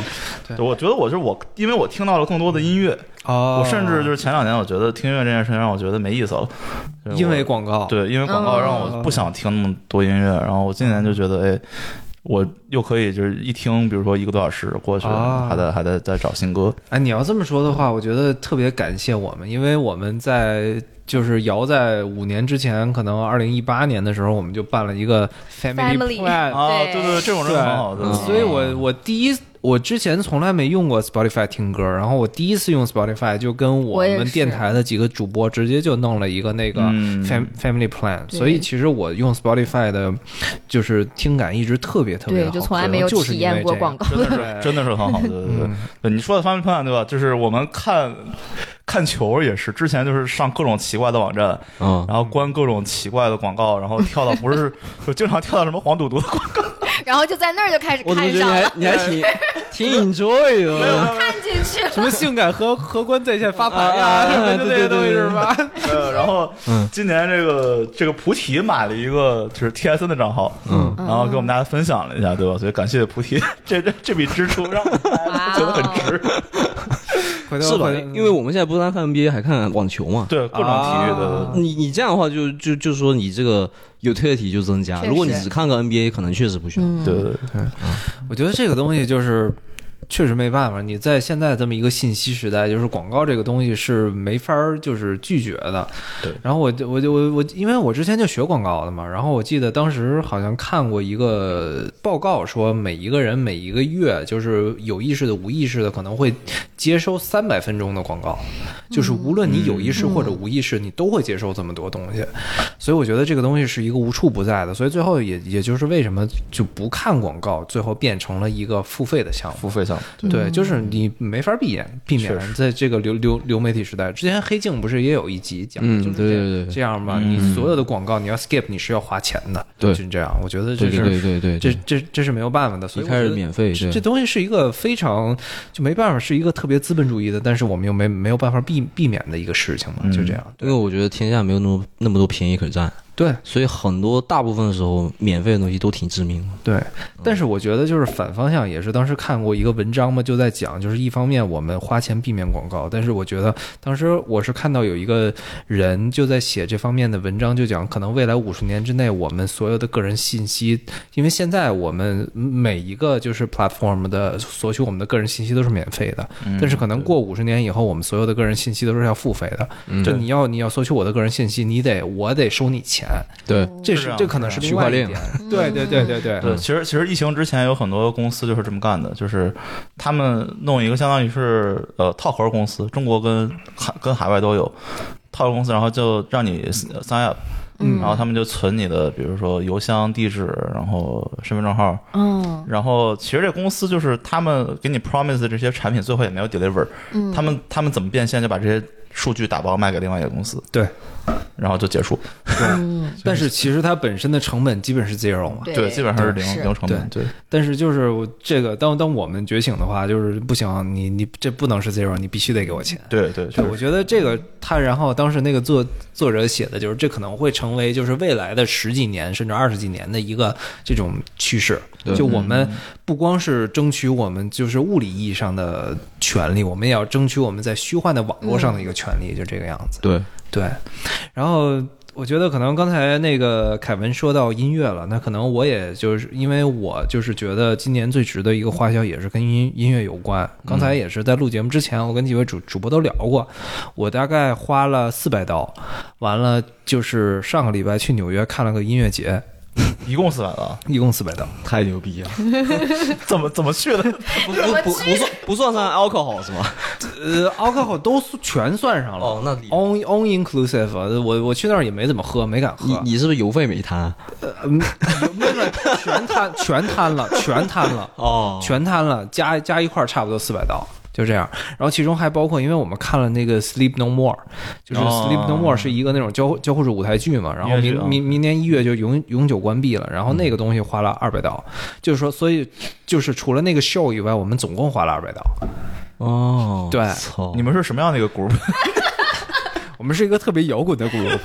Speaker 4: 对我觉得我就是我，因为我听到了更多的音乐，
Speaker 1: 哦
Speaker 4: 我甚至就是前两年，我觉得听音乐这件事情让我觉得没意思了，就是
Speaker 1: 因
Speaker 4: 呃我
Speaker 1: 为广告，哦
Speaker 4: 对，因为广告让我不想听那么多音乐，然后我今年就觉得，哎，我又可以就是一听，比如说一个多小时过去，
Speaker 1: 啊
Speaker 4: 还在还在在找新歌，
Speaker 1: 哎，你要这么说的话，我觉得特别感谢我们，因为我们在就是姚在五年之前，可能二零一八年的时候，我们就办了一个 family 哎
Speaker 3: Family
Speaker 1: plan，
Speaker 4: 啊，
Speaker 3: 对
Speaker 4: 对对，这种是很好的，
Speaker 2: 嗯
Speaker 1: 所以我我第一。我之前从来没用过 Spotify 听歌，然后我第一次用 Spotify 就跟我
Speaker 3: 我也
Speaker 1: 们
Speaker 3: 是
Speaker 1: 电台的几个主播直接就弄了一个那个
Speaker 4: 嗯
Speaker 1: fam Family Plan，
Speaker 3: 对
Speaker 1: 所以其实我用 Spotify 的，就是听感一直特别特别
Speaker 3: 对
Speaker 1: 好，，
Speaker 3: 就从来没有体验过广
Speaker 1: 告。
Speaker 3: 告。
Speaker 4: 真的是真的是很好，对对
Speaker 1: 嗯
Speaker 4: 对。对你说的 Family Plan 对吧？就是我们看看球也是，之前就是上各种奇怪的网站，
Speaker 2: 啊，
Speaker 4: 然后关各种奇怪的广告，然后跳到不是就经常跳到什么黄赌毒的广告，
Speaker 3: 然后就在那儿就开始
Speaker 2: 我怎么
Speaker 3: 看
Speaker 2: 觉得
Speaker 3: 上
Speaker 2: 你
Speaker 3: 了
Speaker 2: 还，你还挺挺 enjoy 的？
Speaker 3: 看进去了。
Speaker 1: 什么性感和荷官在线发牌
Speaker 2: 啊
Speaker 1: 呀，什么就这些
Speaker 2: 对对
Speaker 1: 东西
Speaker 2: 对对
Speaker 1: 是吧？
Speaker 4: 呃，然后
Speaker 2: 嗯
Speaker 4: 今年这个这个菩提买了一个就是 TSN 的账号，
Speaker 2: 嗯，
Speaker 4: 然后给我们大家分享了一下，对吧？所以感谢菩提，这这这笔支出让我
Speaker 3: 哇
Speaker 4: 觉得很值。
Speaker 1: 回头
Speaker 2: 是吧
Speaker 1: 回？
Speaker 2: 因为我们现在不单看 NBA，还看网球嘛。
Speaker 4: 对各种体育
Speaker 1: 啊
Speaker 4: 的，
Speaker 2: 你你这样的话就，就就说你这个 utility 就增加。
Speaker 3: 确实嗯
Speaker 2: 如果你只看个 NBA，可能确实不需要。
Speaker 4: 对对对，
Speaker 1: 我觉得这个东西就是。确实没办法，你在现在这么一个信息时代，就是广告这个东西是没法儿就是拒绝的。
Speaker 4: 对。
Speaker 1: 然后我就我就我我，因为我之前就学广告的嘛，然后我记得当时好像看过一个报告，说每一个人每一个月就是有意识的、无意识的可能会接收三百分钟的广告，就是无论你有意识或者无意识，你都会接收这么多东西。所以我觉得这个东西是一个无处不在的，所以最后也也就是为什么就不看广告，最后变成了一个付费的项目。
Speaker 4: 付费项目。
Speaker 1: 对，就是你没法避免避免在这个流流流媒体时代。之前黑镜不是也有一集讲，
Speaker 2: 嗯
Speaker 1: 就是
Speaker 2: 对
Speaker 1: 这
Speaker 2: 对对嗯
Speaker 1: 这样吧，你所有的广告你要 skip，你是要花钱的，
Speaker 2: 对
Speaker 1: 就是这样。我觉得这是
Speaker 2: 对对对
Speaker 1: 这
Speaker 2: 对，
Speaker 1: 这这是没有办法的，所
Speaker 2: 一
Speaker 1: 以我
Speaker 2: 开始
Speaker 1: 觉得
Speaker 2: 免费，
Speaker 1: 这
Speaker 2: 对
Speaker 1: 这东西是一个非常就没办法，是一个特别资本主义的，但是我们又没没有办法避避免的一个事情嘛，就这样。
Speaker 2: 嗯因为我觉得天下没有那么那么多便宜可占，
Speaker 1: 对，
Speaker 2: 所以很多大部分时候免费的东西都挺致命的。
Speaker 1: 对，但是我觉得就是反方向，也是当时看过一个文章嘛，就在讲，就是一方面我们花钱避免广告，但是我觉得当时我是看到有一个人就在写这方面的文章，就讲可能未来五十年之内，我们所有的个人信息，因为现在我们每一个就是 platform 的索取我们的个人信息都是免费的，
Speaker 4: 嗯
Speaker 1: 但是可能过五十年以后，我们所有的个人信息都是要付费的，
Speaker 2: 嗯
Speaker 1: 就你要你要索取我的个人信息，你得我得收你钱，
Speaker 3: 嗯
Speaker 2: 对
Speaker 1: 这
Speaker 4: 是
Speaker 1: 是
Speaker 4: 啊
Speaker 1: 这可能
Speaker 4: 是
Speaker 1: 是
Speaker 4: 啊
Speaker 1: 另外一
Speaker 2: 区块链
Speaker 1: 点， 对对对对对。
Speaker 4: 对，其实其实疫情之前有很多公司就是这么干的，就是他们弄一个相当于是呃套盒公司，中国跟海跟海外都有套盒公司，然后就让你 sign up，
Speaker 1: 嗯
Speaker 4: 然后他们就存你的比如说邮箱地址，然后身份证号，
Speaker 3: 嗯
Speaker 4: 然后其实这公司就是他们给你 promise 的这些产品，最后也没有 deliver，
Speaker 3: 嗯
Speaker 4: 他们他们怎么变现就把这些数据打包卖给另外一个公司，
Speaker 1: 对，
Speaker 4: 然后就结束，
Speaker 3: 嗯，
Speaker 1: 但是其实它本身的成本基本是 zero 嘛。
Speaker 4: 对，基本上是零
Speaker 3: 是
Speaker 4: 零成本，对，
Speaker 1: 但是就是我这个，当当我们觉醒的话，就是不行，你你这不能是 zero，你必须得给我钱。
Speaker 4: 对对，确
Speaker 1: 对，
Speaker 4: 实
Speaker 1: 我觉得这个他，然后当时那个作作者写的就是，这可能会成为就是未来的十几年甚至二十几年的一个这种趋势。
Speaker 2: 对嗯
Speaker 1: 就我们不光是争取我们就是物理意义上的权利，我们也要争取我们在虚幻的网络上的一个权利，就这个样子。
Speaker 2: 对，
Speaker 1: 对，然后我觉得可能刚才那个凯文说到音乐了，那可能我也就是因为我就是觉得今年最值的一个花销也是跟音音乐有关。刚才也是在录节目之前，我跟几位主主播都聊过，我大概花了四百刀，完了就是上个礼拜去纽约看了个音乐节，
Speaker 4: 一共四百了，
Speaker 1: 一共四百刀。
Speaker 2: 太牛逼 了！
Speaker 4: 怎么怎么去的？
Speaker 2: 不不不不算不算上 alcohol 是吧？
Speaker 1: 呃，alcohol 都全算上了。
Speaker 2: 哦那你
Speaker 1: all all inclusive，我我去那儿也没怎么喝，没敢喝。
Speaker 2: 你你是不是邮费没摊？啊
Speaker 1: 没有全 摊全摊了，全摊了。
Speaker 2: 哦
Speaker 1: 全摊了，加加一块儿差不多四百刀，就这样。然后其中还包括，因为我们看了那个《Sleep No More》，就是《
Speaker 4: 哦
Speaker 1: Sleep No More》是一个那种交交互式舞台剧嘛，然后
Speaker 4: 音乐剧啊
Speaker 1: 明明明年一月就永永久关闭了，然后那个东西花了二百刀，就是说，所以就是除了那个 show 以外，我们总共花了二百刀。
Speaker 2: 哦，
Speaker 1: 对
Speaker 2: 操
Speaker 4: 你们是什么样的一个 group？
Speaker 1: 我们是一个特别摇滚的 group，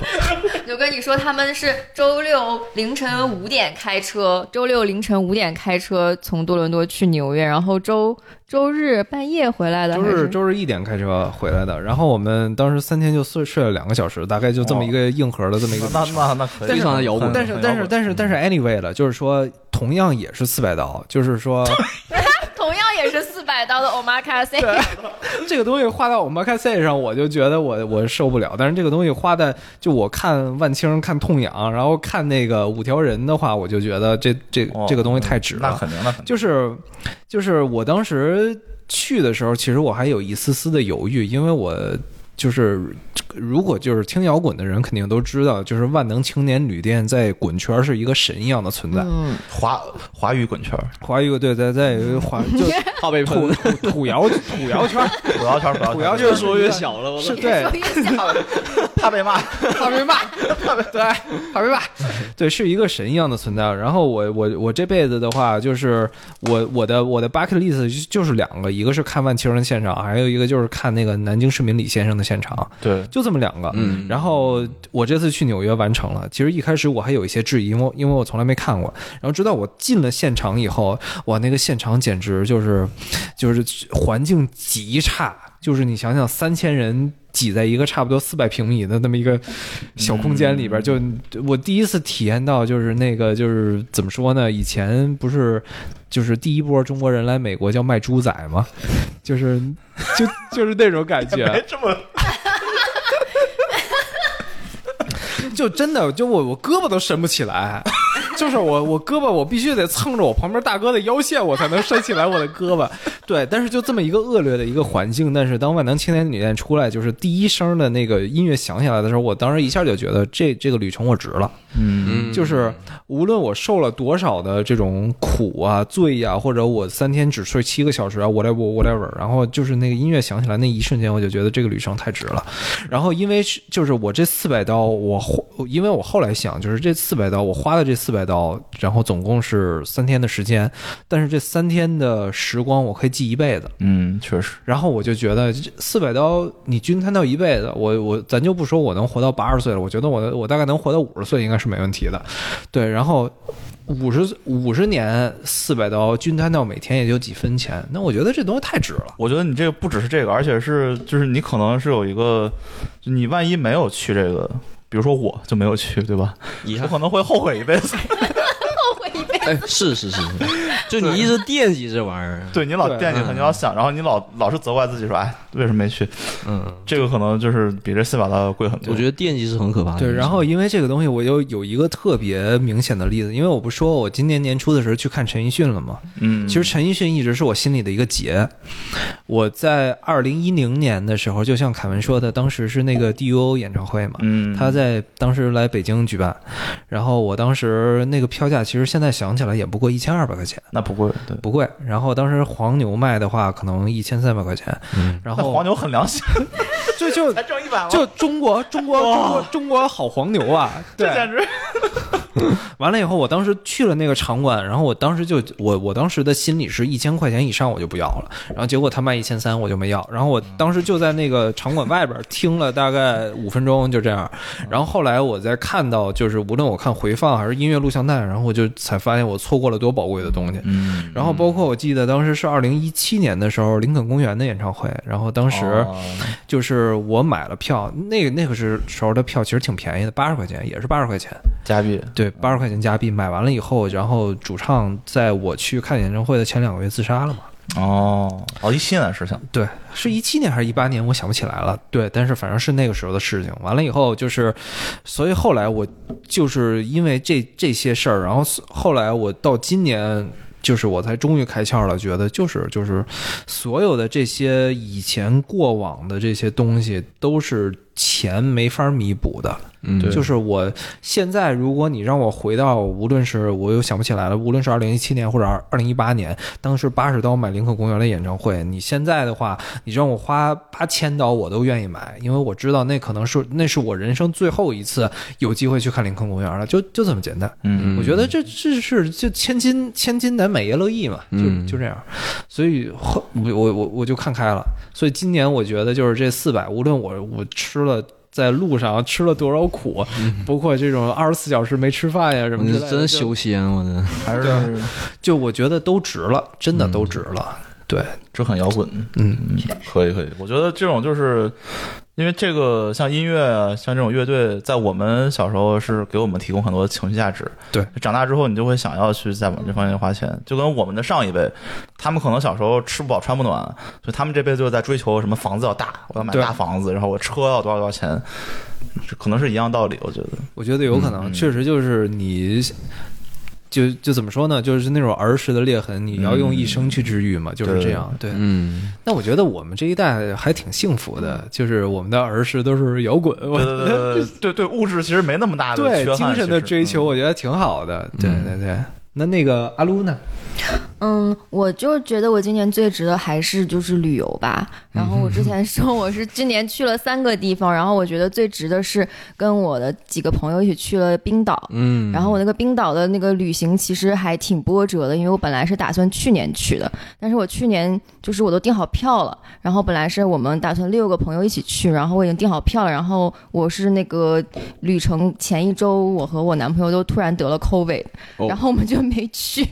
Speaker 3: 就跟你说，他们是周六凌晨五点开车，周六凌晨五点开车从多伦多去纽约，然后周周日半夜回来的，
Speaker 1: 周
Speaker 3: 还
Speaker 1: 日
Speaker 3: 是
Speaker 1: 周日一点开车回来的，然后我们当时三天就睡睡了两个小时，大概就这么一个硬核的这么一个
Speaker 4: 那那那可以，
Speaker 2: 非常的摇滚
Speaker 1: 但是但是但是但是 anyway 了，就是说同样也是四百刀，就是说
Speaker 3: 同样也是四百刀的 omakase，
Speaker 1: 这个东西花到我们 k C 上，我就觉得我我受不了。但是这个东西花在就我看万青、看痛痒，然后看那个五条人的话，我就觉得这这
Speaker 4: 哦
Speaker 1: 这个东西太值
Speaker 4: 那
Speaker 1: 了。
Speaker 4: 肯定，那肯定。
Speaker 1: 就是就是我当时去的时候，其实我还有一丝丝的犹豫，因为我就是如果就是听摇滚的人肯定都知道，就是万能青年旅店在滚圈是一个神一样的存在。
Speaker 3: 嗯，
Speaker 4: 华华语滚圈儿，
Speaker 1: 华语乐队在在华就
Speaker 2: 怕被
Speaker 1: 土土土摇土摇圈，
Speaker 4: 不要圈儿，
Speaker 1: 土
Speaker 4: 不 要圈
Speaker 1: 摇
Speaker 4: 儿，
Speaker 1: 圈
Speaker 2: 越说越小了，我
Speaker 1: 是
Speaker 2: 操！
Speaker 1: 对
Speaker 3: 说越像
Speaker 4: 怕被骂。
Speaker 1: 好被 骂，对，好被骂，对，是一个神一样的存在。然后我我我这辈子的话，就是我我的我的 bucket list 就就是两个，一个是看万青人现场，还有一个就是看那个南京市民李先生的现场，
Speaker 4: 对，
Speaker 1: 就这么两个。
Speaker 2: 嗯
Speaker 1: 然后我这次去纽约完成了。其实一开始我还有一些质疑，因为我因为我从来没看过。然后直到我进了现场以后，哇，那个现场简直就是就是环境极差，就是你想想三千人。挤在一个差不多四百平米的那么一个小空间里边，就我第一次体验到，就是那个就是怎么说呢？以前不是就是第一波中国人来美国叫卖猪仔嘛，就是就就是那种感 觉，
Speaker 4: 这么
Speaker 1: 就真的就我我胳膊都伸不起来， 就是我我胳膊我必须得蹭着我旁边大哥的腰线，我才能伸起来我的胳膊。对，但是就这么一个恶劣的一个环境，但是当万能青年旅店出来，就是第一声的那个音乐响起来的时候，我当时一下就觉得这这个旅程我值了。
Speaker 4: 嗯，
Speaker 2: 嗯
Speaker 1: 就是无论我受了多少的这种苦啊、罪呀、或者我三天只睡七个小时啊，whatever whatever，然后就是那个音乐响起来那一瞬间，我就觉得这个旅程太值了。然后因为是就是我这四百刀，我花，因为我后来想，就是这四百刀，我花的这四百刀，然后总共是三天的时间，但是这三天的时光我可以记一辈子。
Speaker 4: 嗯，确实，
Speaker 1: 然后我就觉得四百刀你均摊到一辈子，我我咱就不说我能活到八十岁了，我觉得我我大概能活到五十岁应该是没问题的，对。然后五十五十年四百刀均摊到每天也就几分钱，那我觉得这东西太值了。
Speaker 4: 我觉得你这个不只是这个，而且是就是你可能是有一个，就你万一没有去这个，比如说我就没有去，对吧？
Speaker 2: 遗
Speaker 4: 我
Speaker 2: 憾
Speaker 4: 可，能会后悔一辈子。
Speaker 3: 后悔一辈子。
Speaker 2: 哎，是是 是，就你一直惦记这玩意儿，
Speaker 4: 对你老
Speaker 1: 对
Speaker 4: 惦记它，
Speaker 2: 嗯
Speaker 4: 你老想，然后你老老是责怪自己说，哎，为什么没去？
Speaker 2: 嗯，
Speaker 4: 这个可能就是比这四百刀要贵很多。
Speaker 2: 我觉得惦记是很
Speaker 4: 啊
Speaker 2: 可怕的。
Speaker 1: 对，然后因为这个东西，我又有一个特别明显的例子，因为我不说我今年年初的时候去看陈奕迅了嘛，
Speaker 4: 嗯，
Speaker 1: 其实陈奕迅一直是我心里的一个结。我在二零一零年的时候，就像凯文说的，当时是那个 DUO 演唱会嘛，
Speaker 4: 嗯，
Speaker 1: 他在当时来北京举办，然后我当时那个票价，其实现在想起来也不过一千二百块钱，
Speaker 4: 那不贵，对。
Speaker 1: 不贵。然后当时黄牛卖的话，可能一千三百块钱，然
Speaker 4: 那
Speaker 1: 后
Speaker 4: 黄牛很良心，
Speaker 1: 就就
Speaker 4: 才挣一百吗？
Speaker 1: 就中国中国中国中国好黄牛 啊，对
Speaker 4: 这，简直
Speaker 1: 完了以后，我当时去了那个场馆，然后我当时就我我当时的心里是一千块钱以上我就不要了，然后结果他卖一千三我就没要，然后我当时就在那个场馆外边听了大概五分钟就这样，然后后来我再看到就是无论我看回放还是音乐录像带，然后我就才发现我错过了多宝贵的东西。
Speaker 4: 嗯，
Speaker 1: 然后包括我记得当时是二零一七年的时候林肯公园的演唱会，然后当时。
Speaker 4: 哦
Speaker 1: 就是我买了票，那个那个时候的票其实挺便宜的，八十块钱也是八十块钱，
Speaker 4: 加币，
Speaker 1: 对，八十块钱加币买完了以后，然后主唱在我去看演唱会的前两个月自杀了嘛？
Speaker 4: 哦，哦，一七年的事情，
Speaker 1: 对，是一七年还是一八年？我想不起来了。对，但是反正是那个时候的事情。完了以后就是，所以后来我就是因为这这些事儿，然后后来我到今年。就是我才终于开窍了，觉得就是就是，所有的这些以前过往的这些东西都是钱没法弥补的，
Speaker 2: 嗯
Speaker 4: 对
Speaker 1: 就是我现在，如果你让我回到，无论是我又想不起来了，无论是二零一七年或者二零一八年，当时八十刀买林肯公园的演唱会，你现在的话，你让我花八千刀，我都愿意买，因为我知道那可能是那是我人生最后一次有机会去看林肯公园了，就就这么简单。
Speaker 4: 嗯，
Speaker 1: 我觉得这这是就千金千金难买爷乐意嘛，就
Speaker 2: 嗯
Speaker 1: 就这样，所以后我我我我就看开了，所以今年我觉得就是这四百，无论我我吃了。在路上吃了多少苦，包括这种二十四小时没吃饭呀什
Speaker 2: 我
Speaker 1: 么之类
Speaker 2: 这
Speaker 1: 的，
Speaker 2: 嗯真
Speaker 1: 就
Speaker 2: 修仙，我真的。
Speaker 4: 嗯还是
Speaker 1: 就我觉得都值了，真的都值了。对，
Speaker 4: 这很摇滚。
Speaker 1: 嗯，
Speaker 4: 嗯，可以可以，我觉得这种就是因为这个像音乐啊，像这种乐队，在我们小时候是给我们提供很多情绪价值。
Speaker 1: 对，
Speaker 4: 长大之后你就会想要去再往这方面花钱，就跟我们的上一辈，他们可能小时候吃不饱穿不暖，所以他们这辈子就在追求什么房子要大，我要买
Speaker 1: 对
Speaker 4: 大房子，然后我车要多少多少钱，这可能是一样道理。我觉得，
Speaker 1: 我觉得有可能，确实就是你。就就怎么说呢？就是那种儿时的裂痕，你要用一生去治愈嘛，就是这样。对，
Speaker 2: 嗯，
Speaker 1: 那我觉得我们这一代还挺幸福的，就是我们的儿时都是摇滚， 我
Speaker 4: 对对对对对对，物质其实没那么大的
Speaker 1: 对
Speaker 4: 缺憾
Speaker 1: 精神的
Speaker 4: 其实
Speaker 1: 追求，
Speaker 4: 嗯
Speaker 1: 我觉得挺好的。对对对，那那个阿撸呢？
Speaker 3: 嗯，我就觉得我今年最值的还是就是旅游吧。然后我之前说我是今年去了三个地方，然后我觉得最值的是跟我的几个朋友一起去了冰岛。嗯，然后我那个冰岛的那个旅行其实还挺波折的，因为我本来是打算去年去的，但是我去年就是我都订好票了，然后本来是我们打算六个朋友一起去，然后我已经订好票了，然后我是那个旅程前一周，我和我男朋友都突然得了 COVID，、
Speaker 2: 哦
Speaker 3: 然后我们就没去，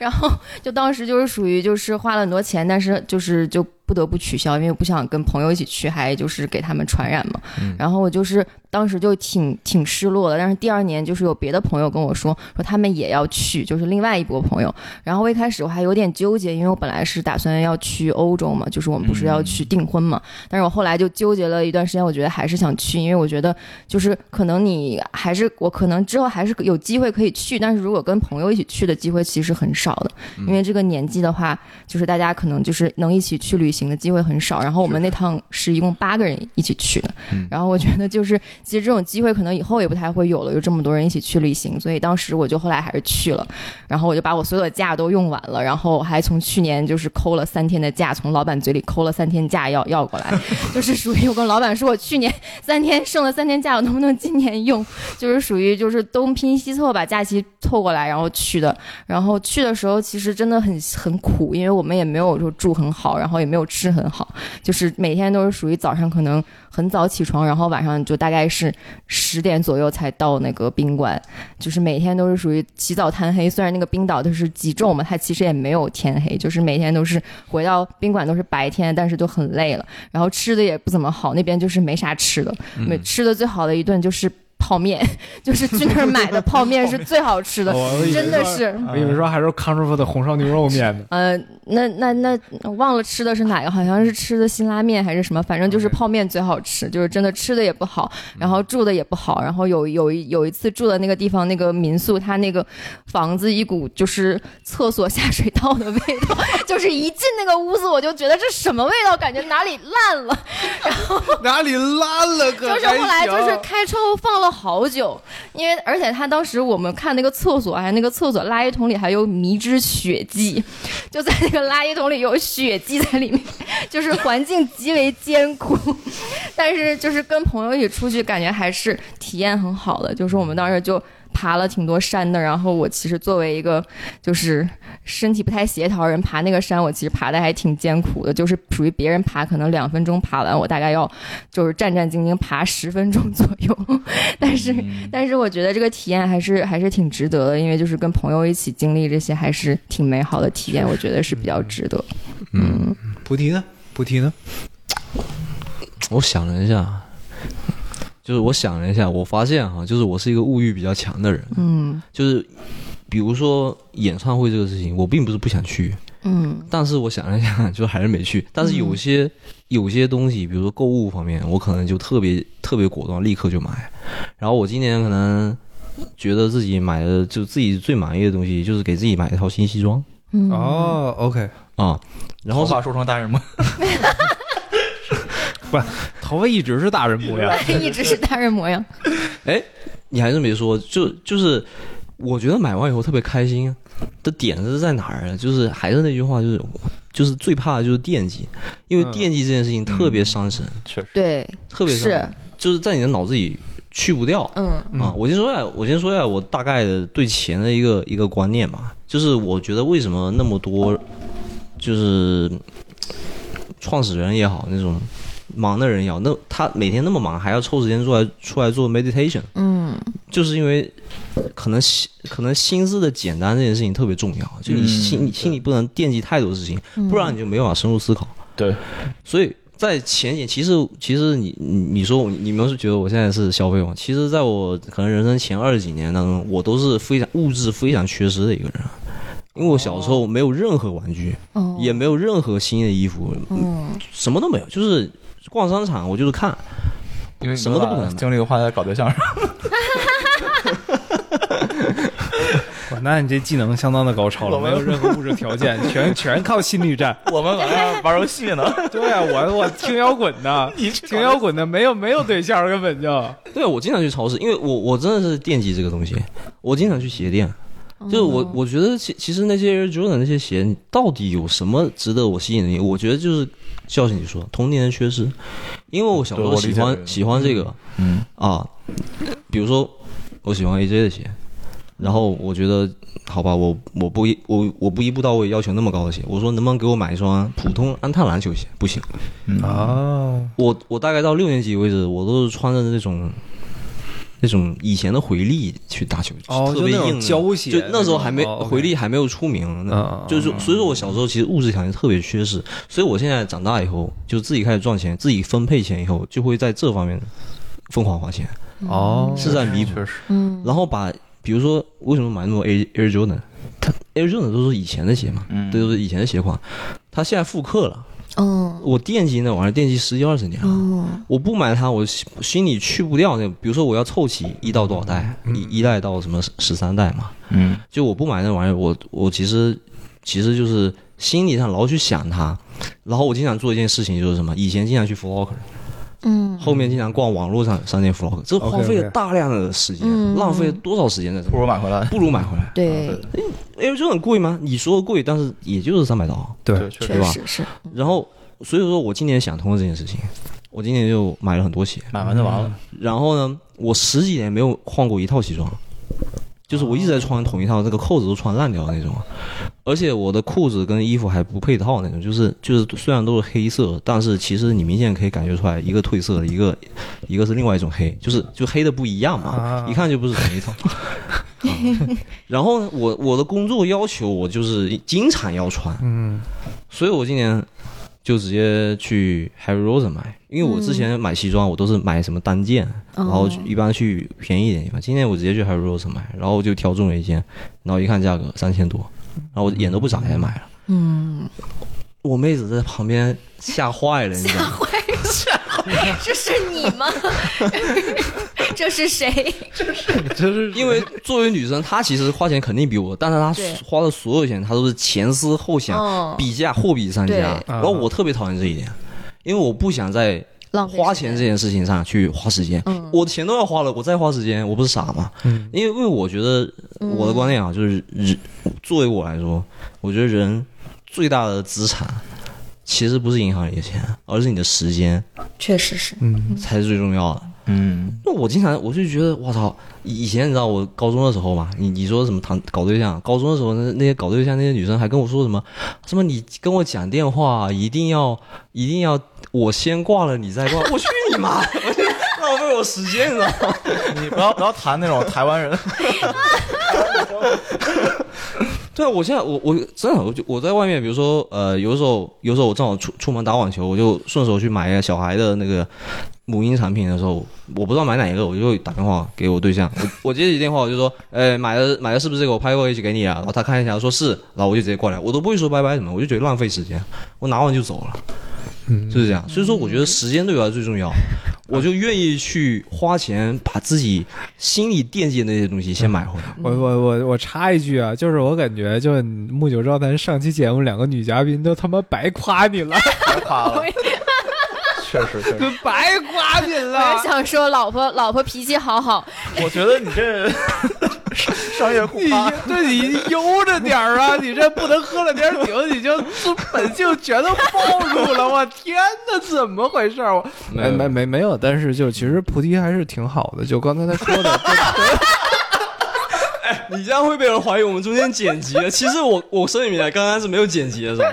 Speaker 3: 然后就当时就是属于就是花了很多钱，但是就是就不得不取消，因为不想跟朋友一起去，还就是给他们传染嘛。然后我就是当时就挺挺失落的，但是第二年就是有别的朋友跟我说，说他们也要去，就是另外一波朋友。然后我一开始我还有点纠结，因为我本来是打算要去欧洲嘛，就是我们不是要去订婚嘛，但是我后来就纠结了一段时间，我觉得还是想去，因为我觉得就是可能你还是我可能之后还是有机会可以去，但是如果跟朋友一起去的机会其实很少的，因为这个年纪的话，就是大家可能就是能一起去旅行的机嗯会很少。然后我们那趟是一共八个人一起去的，然后我觉得就是其实这种机会可能以后也不太会有了，有这么多人一起去旅行，所以当时我就后来还是去了，然后我就把我所有的假都用完了，然后还从去年就是抠了三天的假，从老板嘴里抠了三天假要要过来，就是属于我跟老板说我去年三天剩了三天假，我能不能今年用？就是属于就是东拼西凑把假期凑过来，然后去的。然后去的时候其实真的很很苦，因为我们也没有说住很好，然后也没有吃很好，就是每天都是属于早上可能很早起床，然后晚上就大概是十点左右才到那个宾馆，就是每天都是属于起早贪黑。虽然那个冰岛就是极昼嘛，它其实也没有天黑，就是每天都是回到宾馆都是白天，但是都很累了。然后吃的也不怎么好，那边就是没啥吃的，
Speaker 2: 嗯
Speaker 3: 没、吃的最好的一顿就是泡面， 就是去那儿买的泡面是最好吃的，
Speaker 1: 哦我以为
Speaker 3: 真的
Speaker 1: 说
Speaker 3: 是。
Speaker 1: 我以为说还是康师傅的红烧牛肉面呢。
Speaker 3: 呃，那那那忘了吃的是哪个，好像是吃的辛拉面还是什么，反正就是泡面最好吃，就是真的吃的也不好，然后住的也不好，然后有有一有一次住的那个地方那个民宿，它那个房子一股就是厕所下水道的味道， 就是一进那个屋子我就觉得这什么味道，感觉哪里烂了，
Speaker 1: 哪里烂了可
Speaker 3: 就是后来就是开窗户放了好久，因为而且他当时我们看那个厕所，哎还那个厕所垃圾桶里还有迷之血迹， 就在那个垃圾桶里有血迹在里面， 就是环境极为艰苦。 但是就是跟朋友一起出去，感觉还是体验很好的。就是我们当时就爬了挺多山的，然后我其实作为一个就是身体不太协调的人，爬那个山我其实爬的还挺艰苦的，就是属于别人爬可能两分钟爬完，我大概要就是战战兢兢爬十分钟左右。但是
Speaker 2: 嗯
Speaker 3: 但是我觉得这个体验还是还是挺值得的，因为就是跟朋友一起经历这些还是挺美好的体验，我觉得是比较值得。
Speaker 2: 嗯
Speaker 1: 菩提呢？菩提呢？
Speaker 2: 我想了一下，就是我想了一下，我发现哈，就是我是一个物欲比较强的人，
Speaker 3: 嗯
Speaker 2: 就是比如说演唱会这个事情，我并不是不想去，
Speaker 3: 嗯
Speaker 2: 但是我想了一下，就还是没去。但是有些、有些东西，比如说购物方面，我可能就特别特别果断，立刻就买。然后我今年可能觉得自己买的就自己最满意的东西，就是给自己买一套新西装
Speaker 3: 嗯，
Speaker 1: 哦，OK，
Speaker 2: 啊。然后
Speaker 4: 头发梳成大人模样
Speaker 1: 头发一直是大人模
Speaker 2: 啊
Speaker 1: 样。
Speaker 3: 一直是大人模样。
Speaker 2: 哎，你还是没说，就就是，我觉得买完以后特别开心啊。的点是在哪儿呢？啊就是还是那句话，就是就是最怕的就是惦记，因为
Speaker 1: 嗯
Speaker 2: 惦记这件事情特别伤神，
Speaker 4: 确实，
Speaker 3: 对，
Speaker 2: 特别伤
Speaker 3: 是
Speaker 2: 神，就是在你的脑子里去不掉。
Speaker 3: 嗯
Speaker 2: 啊，我先说一下，我先说一下我大概的对钱的一个一个观念吧，就是我觉得为什么那么多，就是创始人也好，那种忙的人也好，那他每天那么忙，还要抽时间出来出来做 meditation，
Speaker 3: 嗯
Speaker 2: 就是因为可能心可能心思的简单这件事情特别重要，就你
Speaker 4: 嗯
Speaker 2: 心、你心里不能惦记太多事情，
Speaker 3: 嗯
Speaker 2: 不然你就没办法深入思考。
Speaker 4: 对，
Speaker 2: 所以在前几，其实其实你你你说我你们是觉得我现在是消费吗？其实在我可能人生前二十几年当中，我都是非常物质非常缺失的一个人。啊因为我小时候没有任何玩具，
Speaker 3: 哦
Speaker 2: 也没有任何新的衣服，
Speaker 3: 嗯，
Speaker 2: 什么都没有，就是逛商场我就是看，
Speaker 4: 因为啊
Speaker 2: 什么都不可能
Speaker 4: 经历花在搞对象上。
Speaker 1: 哇 那你这技能相当的高超了，
Speaker 4: 我
Speaker 1: 没
Speaker 4: 们
Speaker 1: 有任何物质条 件，全全靠心理战。
Speaker 4: 我们晚上玩游戏呢，
Speaker 1: 对啊，我我听摇滚 的，
Speaker 4: 你去
Speaker 1: 听摇滚的没有没有对象，根本就
Speaker 2: 对，啊我经常去超市，因为我我真的是惦记这个东西，我经常去鞋店。
Speaker 3: 嗯
Speaker 2: 就是我，我觉得其其实那些 Air Jordan 那些鞋，你到底有什么值得我吸引你？我觉得就是，教醒你说童年的缺失，因为我小时
Speaker 4: 对
Speaker 2: 候
Speaker 4: 我理
Speaker 2: 喜
Speaker 4: 解
Speaker 2: 欢
Speaker 4: 这个
Speaker 2: 喜欢这个
Speaker 4: 嗯，
Speaker 2: 啊，比如说我喜欢 AJ 的鞋，然后我觉得好吧，我我不一我我不一步到位要求那么高的鞋，我说能不能给我买一双普通安踏篮球鞋？不行，
Speaker 1: 哦，
Speaker 2: 我我大概到六年级为止，我都是穿着那种那种以前的回力去打球，
Speaker 1: 哦
Speaker 2: 特别
Speaker 1: 就那种
Speaker 2: 硬的啊
Speaker 1: 胶鞋
Speaker 2: 就那时候还没、
Speaker 1: 那种哦，OK
Speaker 2: 回力还没有出名，
Speaker 1: 嗯嗯
Speaker 2: 就是所以说我小时候其实物质条件特别缺失，所以我现在长大以后就自己开始赚钱，自己分配钱以后，就会在这方面疯狂花钱，
Speaker 1: 哦
Speaker 2: 是在弥补，
Speaker 4: 嗯确实，
Speaker 3: 嗯
Speaker 2: 然后把比如说为什么买那么多 Air Air Jordan，它 Air Jordan 都是以前的鞋嘛，
Speaker 4: 嗯
Speaker 2: 这都是以前的鞋款，它现在复刻了，
Speaker 3: 嗯
Speaker 2: 我惦记那玩意儿惦记十几二十年了。
Speaker 3: 嗯
Speaker 2: 我不买它，我心心里去不掉那。比如说，我要凑齐一到多少代，
Speaker 1: 嗯
Speaker 2: 一一代到什么十三代嘛，
Speaker 4: 嗯，
Speaker 2: 就我不买那玩意儿，我我其实其实就是心理上老去想它。然后我经常做一件事情就是什么，以前经常去 Flock，
Speaker 3: 嗯
Speaker 2: 后面经常逛网络上商店 Flock，这
Speaker 1: OK，OK
Speaker 2: 花费了大量的时间，
Speaker 3: 嗯
Speaker 2: 浪费了多少时间在这
Speaker 4: 不
Speaker 2: 里？
Speaker 4: 如买回来。
Speaker 2: 不如买回来。
Speaker 3: 对，
Speaker 2: 哎，这很贵吗？你说贵，但是也就是三百刀。
Speaker 1: 对，
Speaker 4: 确
Speaker 3: 确
Speaker 4: 实，
Speaker 3: 实是，
Speaker 2: 然后所以说我今年想通了这件事情，我今年就买了很多鞋。
Speaker 4: 买完就完了。
Speaker 2: 然后呢，我十几年没有换过一套西装，就是我一直在穿同一套，那个扣子都穿烂掉的那种，而且我的裤子跟衣服还不配套那种，就是就是虽然都是黑色，但是其实你明显可以感觉出来，一个褪色的，一个一个是另外一种黑，就是就黑的不一样嘛
Speaker 1: 啊，
Speaker 2: 一看就不是同一套。然后呢，我我的工作要求我就是经常要穿，
Speaker 1: 嗯，
Speaker 2: 所以我今年就直接去 Harry Rosen 买，因为我之前买西装我都是买什么单件，
Speaker 3: 哦
Speaker 2: 然后一般去便宜一点地方。今天我直接去 Harry Rosen 买，然后我就挑中了一件，然后一看价格三千多，然后我眼都不眨一下买了。
Speaker 3: 嗯，
Speaker 2: 我妹子在旁边吓坏了，你知道吗？
Speaker 3: 这是你吗？ 这是谁？
Speaker 1: 这是
Speaker 2: 因为作为女生，她其实花钱肯定比我，但是她
Speaker 3: 对
Speaker 2: 花的所有钱，她都是前思后想，
Speaker 3: 嗯
Speaker 2: 比价货比三
Speaker 3: 对
Speaker 2: 家。然后我特别讨厌这一点，因为我不想在
Speaker 3: 浪费
Speaker 2: 花钱这件事情上去花时间。
Speaker 3: 嗯
Speaker 2: 我的钱都要花了，我再花时间，我不是傻吗？
Speaker 1: 嗯
Speaker 2: 因为因为我觉得我的观念啊，就是人作为我来说，我觉得人最大的资产其实不是银行里的钱，而是你的时间
Speaker 3: 确实是，
Speaker 1: 嗯
Speaker 2: 才是最重要的。
Speaker 4: 嗯，
Speaker 2: 那我经常我就觉得，我操！以以前你知道我高中的时候嘛，你你说什么谈搞对象，高中的时候那那些搞对象那些女生还跟我说什么什么你跟我讲电话啊一定要一定要我先挂了你再挂， 我去你妈！ 我就浪费我时间，你知道吗？
Speaker 4: 你不要不要谈那种台湾人，
Speaker 2: 对啊，我现在我我真的我就我在外面，比如说呃，有时候有时候我正好出出门打网球，我就顺手去买一个小孩的那个母婴产品的时候，我不知道买哪一个，我就会打电话给我对象，我我接起电话我就说，呃，买了买了是不是这个？我拍过一起给你啊，然后他看一下说是，然后我就直接过来，我都不会说拜拜什么，我就觉得浪费时间，我拿完就走了，
Speaker 1: 嗯
Speaker 2: 就是这样。所以说，我觉得时间对我来说最重要。我就愿意去花钱，把自己心里惦记的那些东西先买回来。
Speaker 1: 我我我我插一句啊，就是我感觉，就你木九招咱上期节目两个女嘉宾都他妈白夸你 了，
Speaker 4: 别夸了， 确实确实。
Speaker 1: 白夸你
Speaker 3: 我
Speaker 1: 了
Speaker 3: 也。想说，老婆老婆脾气好好，
Speaker 4: 我觉得你这商业互
Speaker 1: 你
Speaker 4: 夸，
Speaker 1: 对你悠着点儿啊！你这不能喝了点酒，你就这本性全都暴露了。我天哪，怎么回事儿？我呃
Speaker 2: 没有
Speaker 1: 没没没有，但是就其实菩提还是挺好的。就刚才他说的，
Speaker 2: 你这样会被人怀疑我们中间剪辑 了。其实我我声明一下，刚刚是没有剪辑的，是吧？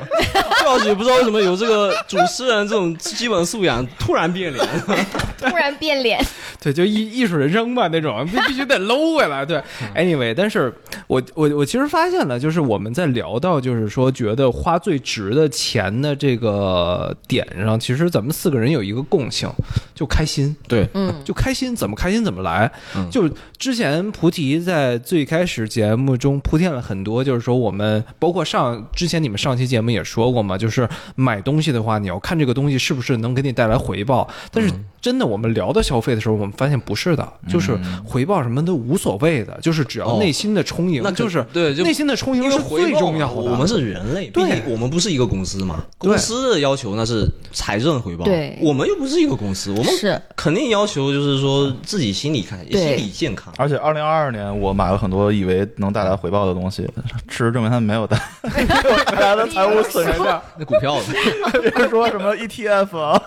Speaker 2: 杜老师也不知道为什么有这个主持人这种基本素养突然变脸，
Speaker 3: 突然变脸，
Speaker 1: 对，就艺艺术人生吧那种，必必须得搂回来。对，anyway，但是我我我其实发现了，就是我们在聊到就是说觉得花最值的钱的这个点上，其实咱们四个人有一个共性，就开心。
Speaker 2: 对，
Speaker 3: 嗯，
Speaker 1: 就开心，怎么开心怎么来。
Speaker 2: 嗯
Speaker 1: 就之前菩提在最开始节目中铺垫了很多，就是说我们包括上之前你们上期节目也说过嘛，就是买东西的话，你要看这个东西是不是能给你带来回报。但是
Speaker 2: 嗯
Speaker 1: 真的，我们聊到消费的时候，我们发现不是的，就是回报什么都无所谓的，就是只要
Speaker 2: 嗯哦
Speaker 1: 内心的充盈，
Speaker 2: 那
Speaker 1: 就
Speaker 2: 就是对就
Speaker 1: 内心的充盈是最重要的。
Speaker 2: 我们是人类，
Speaker 1: 对
Speaker 2: 毕竟我们不是一个公司嘛。
Speaker 1: 对
Speaker 2: 公司的要求那是财政回报，
Speaker 3: 对
Speaker 2: 我们又不是一个公司，我们
Speaker 3: 是
Speaker 2: 肯定要求就是说自己心理看，
Speaker 3: 对
Speaker 2: 心理健康。
Speaker 4: 而且二零二二年我买了很多以为能带来回报的东西，事实证明他们没有带，没有带来的财务损失。
Speaker 2: 那股票的，
Speaker 4: 比如说什么 ETF 啊，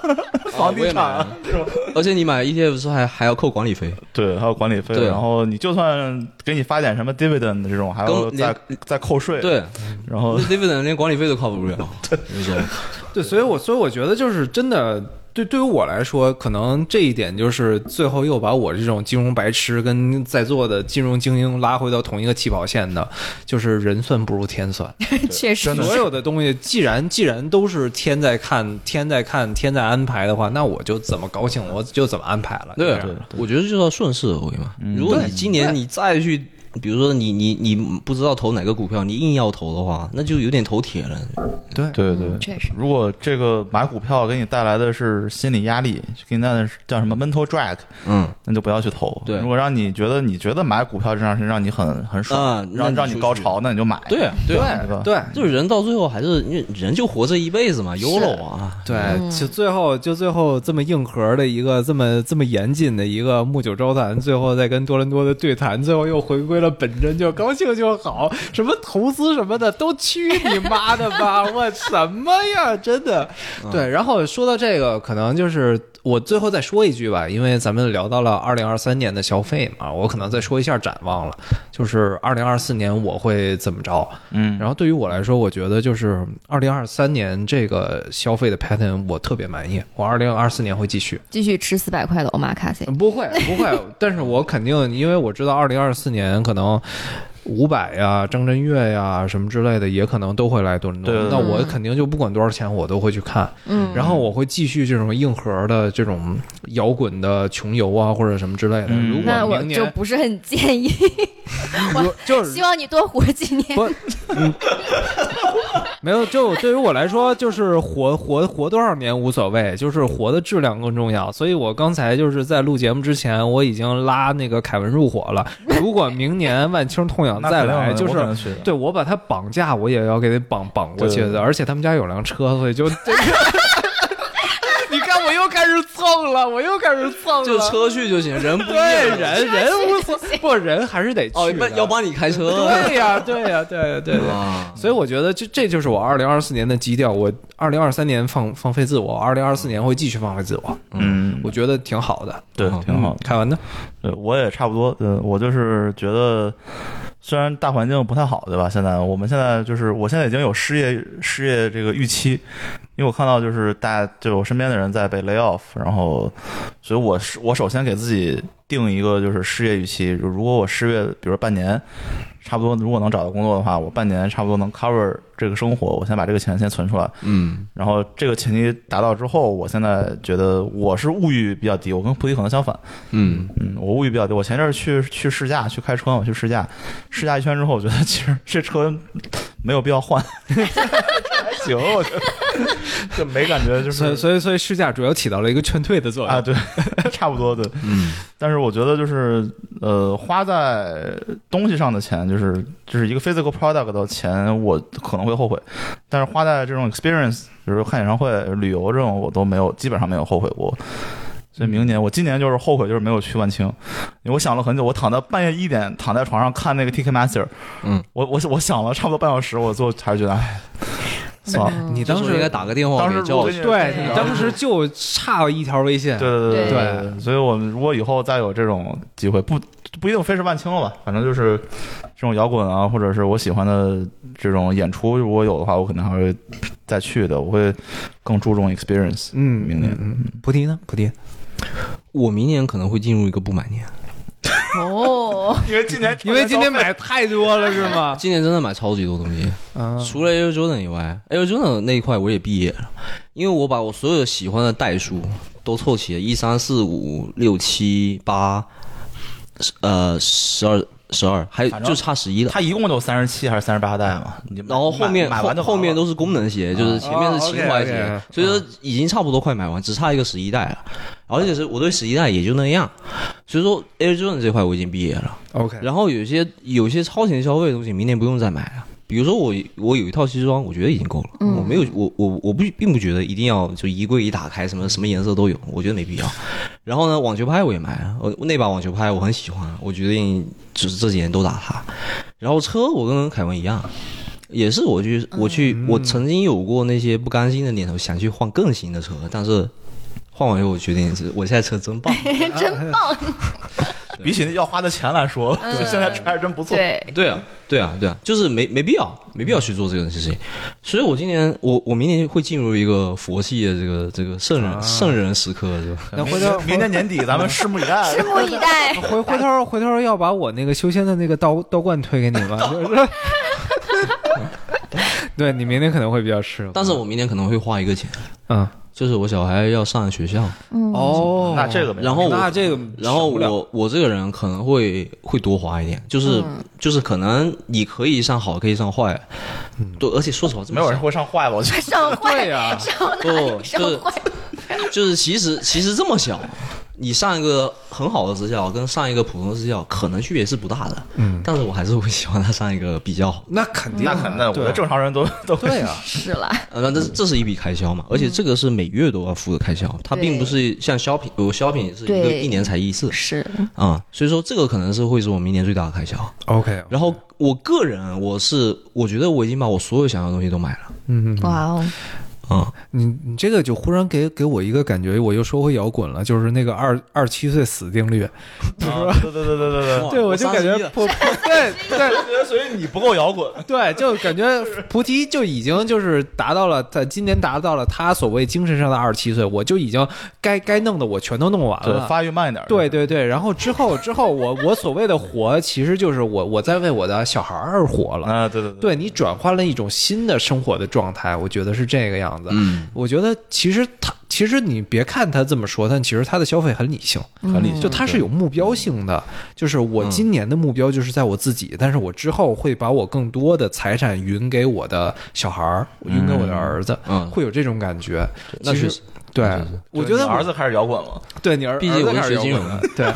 Speaker 4: 房地产啊
Speaker 2: 啊，而且你买 ETF 时候还还要扣管理费，
Speaker 4: 对，还有管理费，
Speaker 2: 对
Speaker 4: 然后你就算给你发点什么 dividend 这种，还要
Speaker 2: 跟连
Speaker 4: 再再扣税。，
Speaker 2: 对，嗯
Speaker 4: 然
Speaker 2: 那
Speaker 4: 后
Speaker 2: dividend 连管理费都 cover 不了，有时候
Speaker 1: 对，所以我所以我觉得就是真的。对，对于我来说，可能这一点就是最后又把我这种金融白痴跟在座的金融精英拉回到同一个起跑线的，就是人算不如天算。
Speaker 3: 确实
Speaker 4: 真的
Speaker 1: 所有的东西，既然既然都是天在看，天在看，天在安排的话，那我就怎么高兴我就怎么安排了。
Speaker 2: 对啊
Speaker 1: 就是，
Speaker 2: 我觉得就是要顺势而为嘛。如果你今年你再去，比如说你你你不知道投哪个股票，你硬要投的话，那就有点投铁了。
Speaker 4: 对对对。
Speaker 3: 嗯确实
Speaker 4: 如果这个买股票给你带来的是心理压力，给你带来的是叫什么 mental drag，
Speaker 2: 嗯，
Speaker 4: 那就不要去投。
Speaker 2: 对
Speaker 4: 如果让你觉得你觉得买股票这件事情让你很很爽，
Speaker 2: 啊那
Speaker 4: 让
Speaker 2: 你就
Speaker 4: 让你
Speaker 2: 去
Speaker 4: 高潮，那你就买。
Speaker 2: 对啊对啊
Speaker 4: 对吧？
Speaker 1: 对
Speaker 2: 就是人到最后还是因为人就活这一辈子嘛，YOLO 啊。
Speaker 1: 对，就最后就最后这么硬核的一个这么这么严谨的一个木九招谈，最后再跟多伦多的对谈，最后又回归了本真，就高兴就好。什么投资什么的都去你妈的吧！我什么呀，真的。对，然后说到这个，可能就是我最后再说一句吧，因为咱们聊到了二零二三年的消费嘛，我可能再说一下展望了，就是二零二四年我会怎么着？
Speaker 4: 嗯，
Speaker 1: 然后对于我来说，我觉得就是二零二三年这个消费的 pattern 我特别满意，我二零二四年会继续。
Speaker 3: 继续吃四百块的欧玛卡西，
Speaker 1: 不会不 会，但是我肯定，因为我知道二零二四年可能。伍佰呀、张震岳呀什么之类的，也可能都会来多伦多
Speaker 4: 对。对
Speaker 1: 那
Speaker 4: 对
Speaker 1: 我肯定就不管多少钱，我都会去看。
Speaker 3: 嗯，
Speaker 1: 然后我会继续这种硬核的、这种摇滚的穷游啊，或者什么之类的。
Speaker 4: 嗯
Speaker 1: 如
Speaker 3: 那
Speaker 1: 果
Speaker 3: 我
Speaker 1: 明
Speaker 3: 就
Speaker 1: 年，
Speaker 3: 不是很建议，
Speaker 1: 如 果就是
Speaker 3: 希望你多活几年。
Speaker 1: 不，嗯，没有，就对于我来说，就是活活活多少年无所谓，就是活的质量更重要。所以我刚才就是在录节目之前，我已经拉那个凯文入伙了。如果明年万青痛痒
Speaker 4: 那
Speaker 1: 再
Speaker 4: 肯定
Speaker 1: 来，
Speaker 4: 的
Speaker 1: 就
Speaker 4: 我
Speaker 1: 是
Speaker 4: 可能去的
Speaker 1: 对我把他绑架，我也要给他绑绑过去
Speaker 4: 对
Speaker 1: 的。而且他们家有辆车，所以就这个。 你看，我又开始蹭了，我又开始蹭了。
Speaker 2: 就车去就行，人不一
Speaker 1: 啊对
Speaker 2: 样。
Speaker 1: 人人无所不人还是得去
Speaker 2: 哦，
Speaker 1: 的
Speaker 2: 不要帮你开车。
Speaker 1: 对啊呀，对呀，对呀，对呀。
Speaker 2: 啊，
Speaker 1: 所以我觉得这这就是我二零二四年的基调。我二零二三年放放飞自我，二零二四年会继续放飞自我。
Speaker 4: 嗯，
Speaker 1: 我觉得挺好的，
Speaker 4: 对，挺好
Speaker 1: 嗯。凯文呢？
Speaker 4: 对，我也差不多。嗯，我就是觉得，虽然大环境不太好，对吧？现在我们现在就是，我现在已经有失业失业这个预期，因为我看到就是大家就我身边的人在被 lay off，然后，所以我是我首先给自己定一个就是失业预期，如果我失业，比如说半年，差不多如果能找到工作的话，我半年差不多能 cover 这个生活，我先把这个钱先存出来。
Speaker 2: 嗯，
Speaker 4: 然后这个前提达到之后，我现在觉得我是物欲比较低，我跟菩提可能相反。
Speaker 2: 嗯，
Speaker 4: 嗯，我物欲比较低。我前阵儿去去试驾，去开车嘛，我去试驾，试驾一圈之后，我觉得其实 这车没有必要换， 还行，我觉得就没感觉就
Speaker 1: 所以
Speaker 4: 是
Speaker 1: 所以所以试驾主要起到了一个劝退的作用。
Speaker 4: 啊，对， 差不多对。
Speaker 2: 嗯，
Speaker 4: 但是我觉得就是呃，花在东西上的钱，就是就是一个 physical product 的钱，我可能会后悔，但是花在这种 experience，比如说看演唱会、旅游这种，我都没有，基本上没有后悔过。所以明年，我今年就是后悔，就是没有去万青。因为我想了很久，我躺在半夜一点躺在床上看那个 TK Master，
Speaker 2: 嗯，
Speaker 4: 我我我想了差不多半小时，我最后还是觉得，哎，
Speaker 3: 嗯
Speaker 4: 啊，
Speaker 1: 你
Speaker 2: 就
Speaker 1: 当
Speaker 2: 说
Speaker 1: 时
Speaker 2: 应该打个电话
Speaker 4: 当时
Speaker 2: 给
Speaker 4: 如果
Speaker 2: 教
Speaker 4: 给
Speaker 2: 训。
Speaker 1: 对
Speaker 3: 对
Speaker 1: 你当时就差一条微信，
Speaker 4: 对对对
Speaker 1: 对
Speaker 4: 对，所以我们如果以后再有这种机会，不不一定非是万青了吧，反正就是这种摇滚啊，或者是我喜欢的这种演出，如果有的话，我可能还会再去的，我会更注重 experience。
Speaker 1: 嗯，
Speaker 4: 明年
Speaker 1: 嗯，嗯菩提呢？菩提，
Speaker 2: 我明年可能会进入一个不买年，
Speaker 3: 哦，
Speaker 4: 因为今年
Speaker 1: 因为今天买太多了是吗？
Speaker 2: 今年真的买超级多东西，
Speaker 1: 嗯，
Speaker 2: 除了 Air Jordan 以外，Air Jordan 那一块我也毕业了，因为我把我所有喜欢的代数都凑齐了，一三四五六七八，呃十二十二，还
Speaker 4: 反正
Speaker 2: 就差十一了。
Speaker 4: 它一共就三十七还是三十八代嘛，你买
Speaker 2: 然后后面
Speaker 4: 买买完就
Speaker 2: 后
Speaker 4: 完了
Speaker 2: 后
Speaker 4: 嗯
Speaker 2: 面都是功能鞋，就是前面是情怀鞋，
Speaker 1: 哦，OK，OK，
Speaker 2: 所以说已经差不多快买完，只差一个十一代了。而且是我对十一代也就那样，所以说 Air Jordan 这块我已经毕业了。
Speaker 1: OK，
Speaker 2: 然后有些有些超前消费的东西，明年不用再买了。比如说我我有一套西装，我觉得已经够了，我没有我我我不并不觉得一定要就衣柜一打开什么什么颜色都有，我觉得没必要。然后呢，网球拍我也买了，我那把网球拍我很喜欢，啊我决定就是这几年都打它。然后车我跟凯文一样。也是我去，我去，我曾经有过那些不甘心的念头，想去换更新的车，但是换完以后我决定是，我现在车真棒，
Speaker 3: 真棒！
Speaker 4: 比起那要花的钱来说，
Speaker 1: 嗯
Speaker 4: 就现在这还真不错。
Speaker 3: 对，
Speaker 2: 对啊，对啊，对啊，就是没没必要，没必要去做这种事情。所以我今年，我我明年会进入一个佛系的这个这个圣
Speaker 1: 啊
Speaker 2: 人、圣人时刻，是吧？
Speaker 1: 那回头
Speaker 4: 明年年底咱们拭目 以待。
Speaker 3: 拭目以待。
Speaker 1: 回回头回头要把我那个修仙的那个道道观推给你 吗？就是，对你明天可能会比较适合。
Speaker 2: 但是我明年可能会花一个钱，
Speaker 1: 嗯
Speaker 2: 就是我小孩要上学校，
Speaker 1: 哦
Speaker 4: 那这个没
Speaker 2: 然后
Speaker 1: 那
Speaker 2: 我
Speaker 1: 这个
Speaker 2: 然后
Speaker 1: 少不了
Speaker 2: 我我这个人可能会会多花一点，就是、
Speaker 1: 嗯
Speaker 2: 就是可能你可以上好，可以上坏，
Speaker 1: 嗯
Speaker 2: 对，而且说实话，这么
Speaker 4: 没有人
Speaker 2: 想
Speaker 4: 会上坏吧？我觉得
Speaker 3: 上坏
Speaker 1: 对呀
Speaker 3: 上
Speaker 2: 不
Speaker 3: 上
Speaker 2: 就是
Speaker 3: 坏，
Speaker 2: 就是其实其实这么想，你上一个很好的私校跟上一个普通私校可能区别是不大的，嗯，但是我还是会喜欢他上一个比较好，
Speaker 1: 那肯定
Speaker 4: 那
Speaker 1: 啊，
Speaker 4: 肯定，我觉得
Speaker 1: 对
Speaker 4: 正常人都都会
Speaker 1: 对啊，
Speaker 3: 是了，
Speaker 2: 呃，那这这是一笔开销嘛，而且这个是每月都要付的开销，它
Speaker 3: 对
Speaker 2: 并不是像 shopping，我 shopping 是一个
Speaker 3: 对
Speaker 2: 一年才一次
Speaker 3: 是
Speaker 2: 啊、所以说这个可能是会是我明年最大的开
Speaker 1: 嗯
Speaker 2: 销。
Speaker 1: OK，
Speaker 2: 然后我个人啊我是我觉得我已经把我所有想要的东西都买了，
Speaker 1: 嗯，
Speaker 3: 哇哦，
Speaker 2: 啊、
Speaker 1: 你你这个就忽然给给我一个感觉，我又说回摇滚了，就是那个二二十七岁死定律，
Speaker 4: 啊对对对对对对
Speaker 2: 哇。
Speaker 1: 对我就感
Speaker 2: 31
Speaker 1: 觉
Speaker 2: 了
Speaker 1: 不对对
Speaker 4: 觉得所以你不够摇滚，
Speaker 1: 对，就感觉菩提就已经就是达到了，在今年达到了他所谓精神上的二十七岁，我就已经该该弄的我全都弄完
Speaker 4: 对，
Speaker 1: 了。
Speaker 4: 发育慢一点。
Speaker 1: 啊对，对对，然后之后之后我，我所谓的活，其实就是我我在为我的小孩而活了。
Speaker 4: 啊，对对对，
Speaker 1: 对你转换了一种新的生活的状态，我觉得是这个样子。
Speaker 2: 嗯，
Speaker 1: 我觉得其实他，其实你别看他这么说，但其实他的消费很理性，
Speaker 4: 嗯很理性
Speaker 1: 就他是有目标性的。就是我今年的目标就是在我自己，但是我之后会把我更多的财产匀给我的小孩儿，匀给我的儿子，
Speaker 2: 嗯
Speaker 1: 会有这种感觉。
Speaker 2: 那
Speaker 1: 其
Speaker 2: 确
Speaker 1: 实
Speaker 2: 实，
Speaker 1: 对
Speaker 2: 确实，
Speaker 1: 我觉
Speaker 4: 你
Speaker 1: 得
Speaker 4: 儿
Speaker 1: 我
Speaker 4: 子开始摇滚了，
Speaker 1: 对你儿，
Speaker 2: 毕
Speaker 1: 儿
Speaker 2: 竟我
Speaker 1: 子
Speaker 2: 是
Speaker 1: 开始
Speaker 2: 学
Speaker 1: 摇
Speaker 2: 金
Speaker 1: 滚
Speaker 2: 融
Speaker 1: 了。对，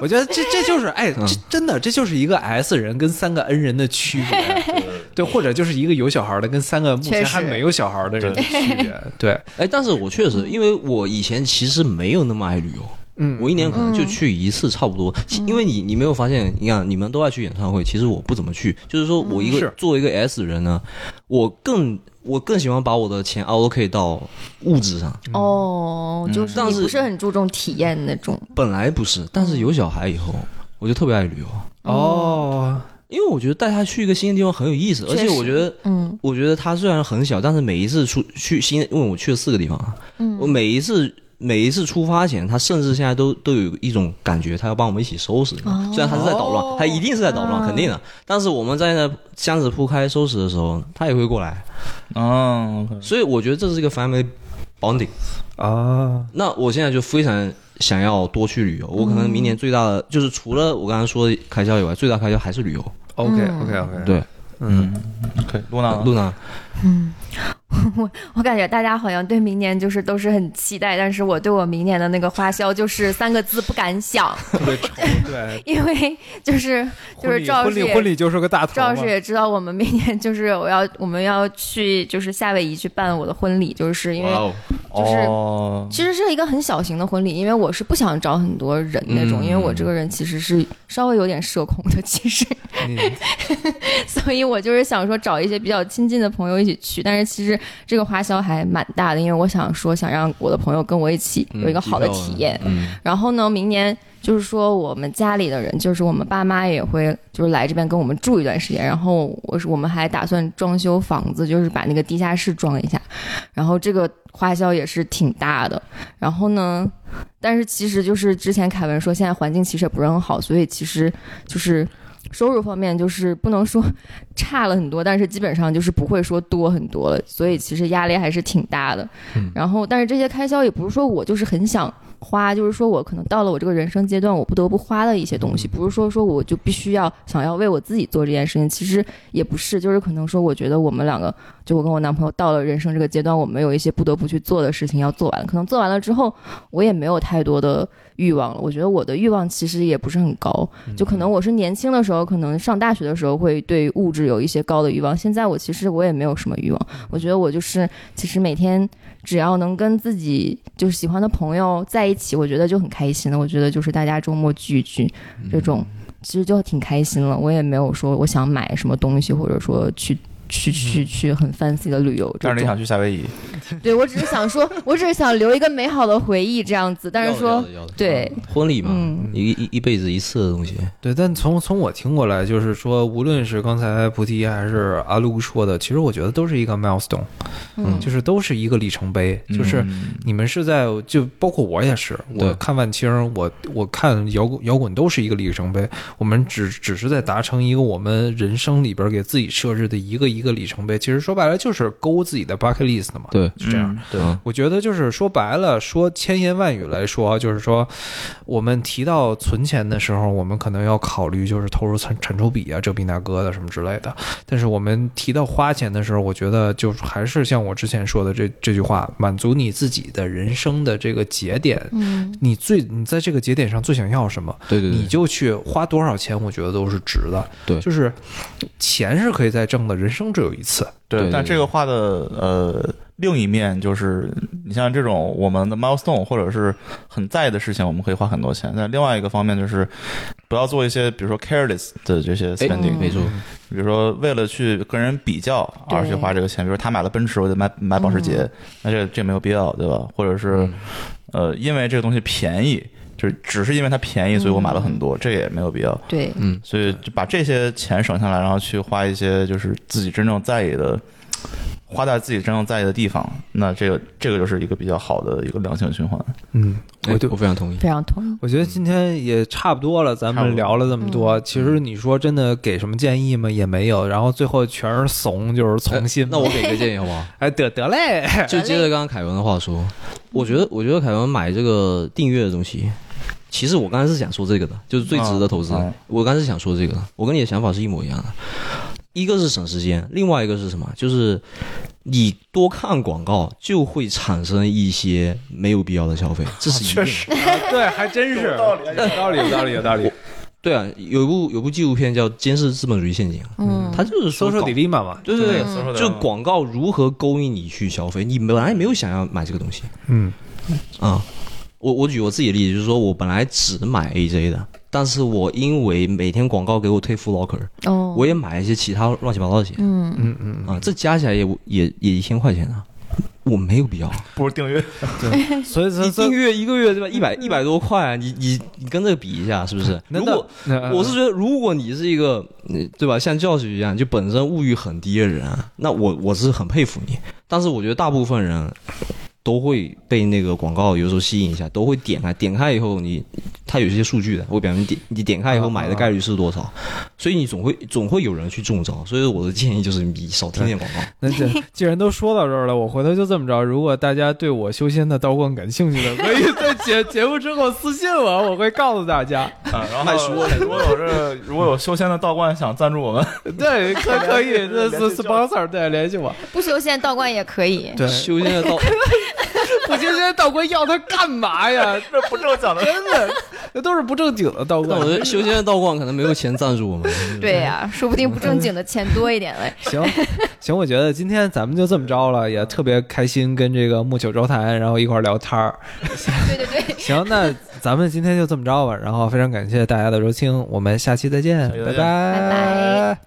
Speaker 1: 我觉得这这就是哎，这真的这就是一个 S 人跟三个 N 人的区别，对，或者就是一个有小孩的跟三个目前
Speaker 3: 确实
Speaker 1: 还没有小孩的人的区别，对，
Speaker 2: 哎，但是我确实，因为我以前其实没有那么爱旅游，
Speaker 1: 嗯
Speaker 2: 我一年可能就去一次，差不多。
Speaker 3: 嗯
Speaker 2: 其因为你你没有发现，你看你们都爱去演唱会，其实我不怎么去。就是说我一
Speaker 1: 嗯
Speaker 2: 个、
Speaker 1: 是
Speaker 2: 作为一个 S 人呢，我更我更喜欢把我的钱 allocate 到物质上。
Speaker 3: 哦，就是
Speaker 2: 但
Speaker 3: 你
Speaker 2: 是
Speaker 3: 不是很注重体验那种，
Speaker 2: 本来不是，但是有小孩以后，我就特别爱旅游，
Speaker 1: 哦，
Speaker 2: 因为我觉得带他去一个新的地方很有意思，而且
Speaker 3: 确实
Speaker 2: 我觉得。
Speaker 3: 嗯，
Speaker 2: 我觉得他虽然很小，但是每一次出去新，因为我去了四个地方啊，
Speaker 3: 嗯
Speaker 2: 我每一次每一次出发前，他甚至现在都都有一种感觉，他要帮我们一起收
Speaker 3: 哦
Speaker 2: 拾。虽然他是在捣乱，他一定是在捣乱，肯定的。但是我们在那箱子铺开收拾的时候，他也会过来，
Speaker 4: 嗯，
Speaker 2: 所以我觉得这是一个 family bonding。
Speaker 1: 啊，
Speaker 2: 那我现在就非常想要多去旅游，我可能明年最大的、就是除了我刚才说的开销以外，最大开销还是旅游。
Speaker 1: OK OK OK，，
Speaker 2: 对，
Speaker 4: 可以，露娜呢，
Speaker 2: 露娜，
Speaker 3: 我感觉大家好像对明年就是都是很期待，但是我对我明年的那个花销就是三个字不敢想，
Speaker 1: 特别丑，对，
Speaker 3: 因为就是就
Speaker 1: 婚
Speaker 3: 是
Speaker 1: 礼
Speaker 3: 赵
Speaker 1: 婚
Speaker 3: 师
Speaker 1: 礼
Speaker 3: 也
Speaker 1: 婚礼就是个大头
Speaker 3: 赵老
Speaker 1: 嘛
Speaker 3: 师，也知道，我们明年就是我要我们要去就是夏威夷去办我的婚礼，就是因为
Speaker 2: 哇哦，
Speaker 3: 就是
Speaker 4: 哦，
Speaker 1: 嗯
Speaker 3: 其实是一个很小型的婚礼，因为我是不想找很多人那种，
Speaker 1: 嗯
Speaker 3: 因为我这个人其实是稍微有点社恐的，其实，
Speaker 1: 嗯
Speaker 3: 所以我就是想说找一些比较亲近的朋友一起去，但是其实这个花销还蛮大的，因为我想说想让我的朋友跟我一起有一个
Speaker 1: 啊
Speaker 3: 好的体验。
Speaker 2: 嗯，
Speaker 3: 然后呢，明年就是说我们家里的人，就是我们爸妈也会就是来这边跟我们住一段时间。然后我是我们还打算装修房子，就是把那个地下室装一下。然后这个花销也是挺大的。然后呢，但是其实就是之前凯文说，现在环境其实也不是很好，所以其实就是。收入方面就是不能说差了很多，但是基本上就是不会说多很多了，所以其实压力还是挺大的。然后，但是这些开销也不是说我就是很想花，就是说我可能到了我这个人生阶段，我不得不花的一些东西，不是说说我就必须要想要为我自己做这件事情，其实也不是，就是可能说我觉得我们两个，就我跟我男朋友到了人生这个阶段，我们有一些不得不去做的事情要做完，可能做完了之后，我也没有太多的欲望了。我觉得我的欲望其实也不是很高，就可能我是年轻的时候，可能上大学的时候会对物质有一些高的欲望，现在我其实我也没有什么欲望，我觉得我就是其实每天。只要能跟自己就是喜欢的朋友在一起，我觉得就很开心了。我觉得就是大家周末聚一聚，这种其实就挺开心了。我也没有说我想买什么东西，或者说去。去去去很 fancy 的旅游，这
Speaker 4: 但是你
Speaker 3: 种
Speaker 4: 想去夏威夷，
Speaker 3: 对我只是想说，我只是想留一个美好的回忆这样子。但是
Speaker 2: 要
Speaker 3: 说
Speaker 2: 的，要的要的
Speaker 3: 对，
Speaker 2: 婚礼嘛，
Speaker 3: 嗯
Speaker 2: 一一一辈子一次的东西，
Speaker 1: 对，但从从我听过来，就是说，无论是刚才菩提还是阿路说的，其实我觉得都是一个 milestone，
Speaker 3: 嗯
Speaker 1: 就是都是一个里程碑，就是
Speaker 4: 嗯
Speaker 1: 你们是在就包括我也是，我
Speaker 2: 对
Speaker 1: 看万青，我我看摇滚摇滚都是一个里程碑，我们只只是在达成一个我们人生里边给自己设置的一个一个里程碑，其实说白了就是勾自己的 bucket list 嘛，
Speaker 2: 对，
Speaker 1: 是这样。
Speaker 4: 嗯对，
Speaker 1: 我觉得就是说白了，说千言万语来说，就是说我们提到存钱的时候，我们可能要考虑就是投入产产出比啊，这比那个的什么之类的。但是我们提到花钱的时候，我觉得就是还是像我之前说的这这句话，满足你自己的人生的这个节点，
Speaker 3: 嗯
Speaker 1: 你最你在这个节点上最想要什么，
Speaker 2: 对对对，
Speaker 1: 你就去花多少钱，我觉得都是值的。
Speaker 2: 对
Speaker 1: 就是钱是可以再挣的，人生只有一次。
Speaker 2: 对对
Speaker 4: 但
Speaker 2: 对
Speaker 4: 这个话的呃另一面就是，你像这种我们的 milestone 或者是很在意的事情，我们可以花很多钱。但另外一个方面就是，不要做一些比如说 careless 的这些
Speaker 2: 哎
Speaker 4: spending，、
Speaker 2: 没错，
Speaker 1: 嗯
Speaker 4: 比如说为了去跟人比较
Speaker 3: 对嗯
Speaker 4: 而去花这个钱，比如他买了奔驰，我得买买保时捷，那这这没有必要，对吧？或者是、
Speaker 2: 嗯
Speaker 4: 呃，因为这个东西便宜，就是只是因为它便宜，所以我买了很多，这也没有必要。
Speaker 3: 嗯对，
Speaker 2: 嗯，
Speaker 4: 所以就把这些钱省下来，然后去花一些就是自己真正在意的，花在自己真正在意的地方。那这个这个就是一个比较好的一个良性循环。
Speaker 1: 嗯，
Speaker 2: 哎
Speaker 1: 我对
Speaker 2: 我非常 同意，
Speaker 3: 非常同意。
Speaker 1: 我觉得今天也差不多了，咱们聊了这么多。其实你说真的，给什么建议吗？也没有。然后最后全是怂，就是从心
Speaker 2: 哎
Speaker 1: 嘛。
Speaker 2: 那我给个建议好不好？
Speaker 1: 哎得得嘞，
Speaker 2: 就接着刚刚凯文的话说，我觉得，我觉得凯文买这个订阅的东西，其实我刚才是想说这个的，就是最值得投资的。
Speaker 4: 嗯嗯
Speaker 2: 我刚才是想说这个的，我跟你的想法是一模一样的。一个是省时间，另外一个是什么？就是你多看广告就会产生一些没有必要的消费，这是一定 的。
Speaker 1: 对，还真啊是有道理，有道理，有 道理，有道理。
Speaker 2: 对啊，有一部有一部纪录片叫《监视资本主义陷阱》，
Speaker 3: 嗯，
Speaker 2: 它就是
Speaker 1: 搜
Speaker 2: 说
Speaker 1: 说
Speaker 2: 广
Speaker 1: 底力嘛嘛，
Speaker 2: 对对对，
Speaker 4: 嗯
Speaker 2: 就广告如何勾引你去消费，你本来没有想要买这个东西，
Speaker 1: 嗯，
Speaker 2: 啊、我我举我自己的例子，就是说我本来只买 AJ 的，但是我因为每天广告给我推 Full Locker，、
Speaker 3: 哦，
Speaker 2: 我也买了一些其他乱七八糟的鞋，
Speaker 3: 嗯
Speaker 1: 嗯嗯，
Speaker 2: 啊、这加起来也也也一千块钱啊。我没有必要，
Speaker 4: 不如订 阅，
Speaker 1: 嗯所以所
Speaker 2: 你
Speaker 1: 以所
Speaker 2: 订
Speaker 1: 以，
Speaker 2: 阅一个月对吧？一百一百多块、啊，你你你跟这个比一下，是不是？
Speaker 1: 那
Speaker 2: 如果
Speaker 1: 那
Speaker 2: 我是觉得，如果你是一个，嗯对吧，像教学一样，就本身物欲很低的人啊，那我我是很佩服你。但是我觉得大部分人都会被那个广告有时候吸引一下，都会点开，点开以后你，它有一些数据的，会表明你点你点开以后买的概率是多少，所以你总会总会有人去中招。所以我的建议就是，你少听点广告。
Speaker 1: 那这既然都说到这儿了，我回头就这么着。如果大家对我修仙的道观感兴趣的，可以在节节目之后私信我，我会告诉大家。
Speaker 4: 啊、然后卖书。如果有这如果有修仙的道观想赞助我们，
Speaker 1: 对，可可以，这
Speaker 4: 联
Speaker 1: 是
Speaker 4: 系
Speaker 1: sponsor，对，联系我。
Speaker 3: 不修仙道观也可以。
Speaker 1: 对，
Speaker 2: 修仙的道，
Speaker 1: 我今天道观要他干嘛呀？
Speaker 4: 这不正讲的，
Speaker 1: 真的，那都是不正经的倒
Speaker 2: 但
Speaker 1: 挂
Speaker 2: 我。觉得修仙的道观可能没有钱赞助我们。
Speaker 3: 对呀、说不定不正经的钱多一点嘞。
Speaker 1: 行行，我觉得今天咱们就这么着了，也特别开心跟这个木九周谈，然后一块儿聊天儿。
Speaker 3: 对对 对，
Speaker 1: 行，那咱们今天就这么着吧。然后非常感谢大家的收听，我们下期再见，
Speaker 4: 下期再见
Speaker 1: 拜
Speaker 3: 拜拜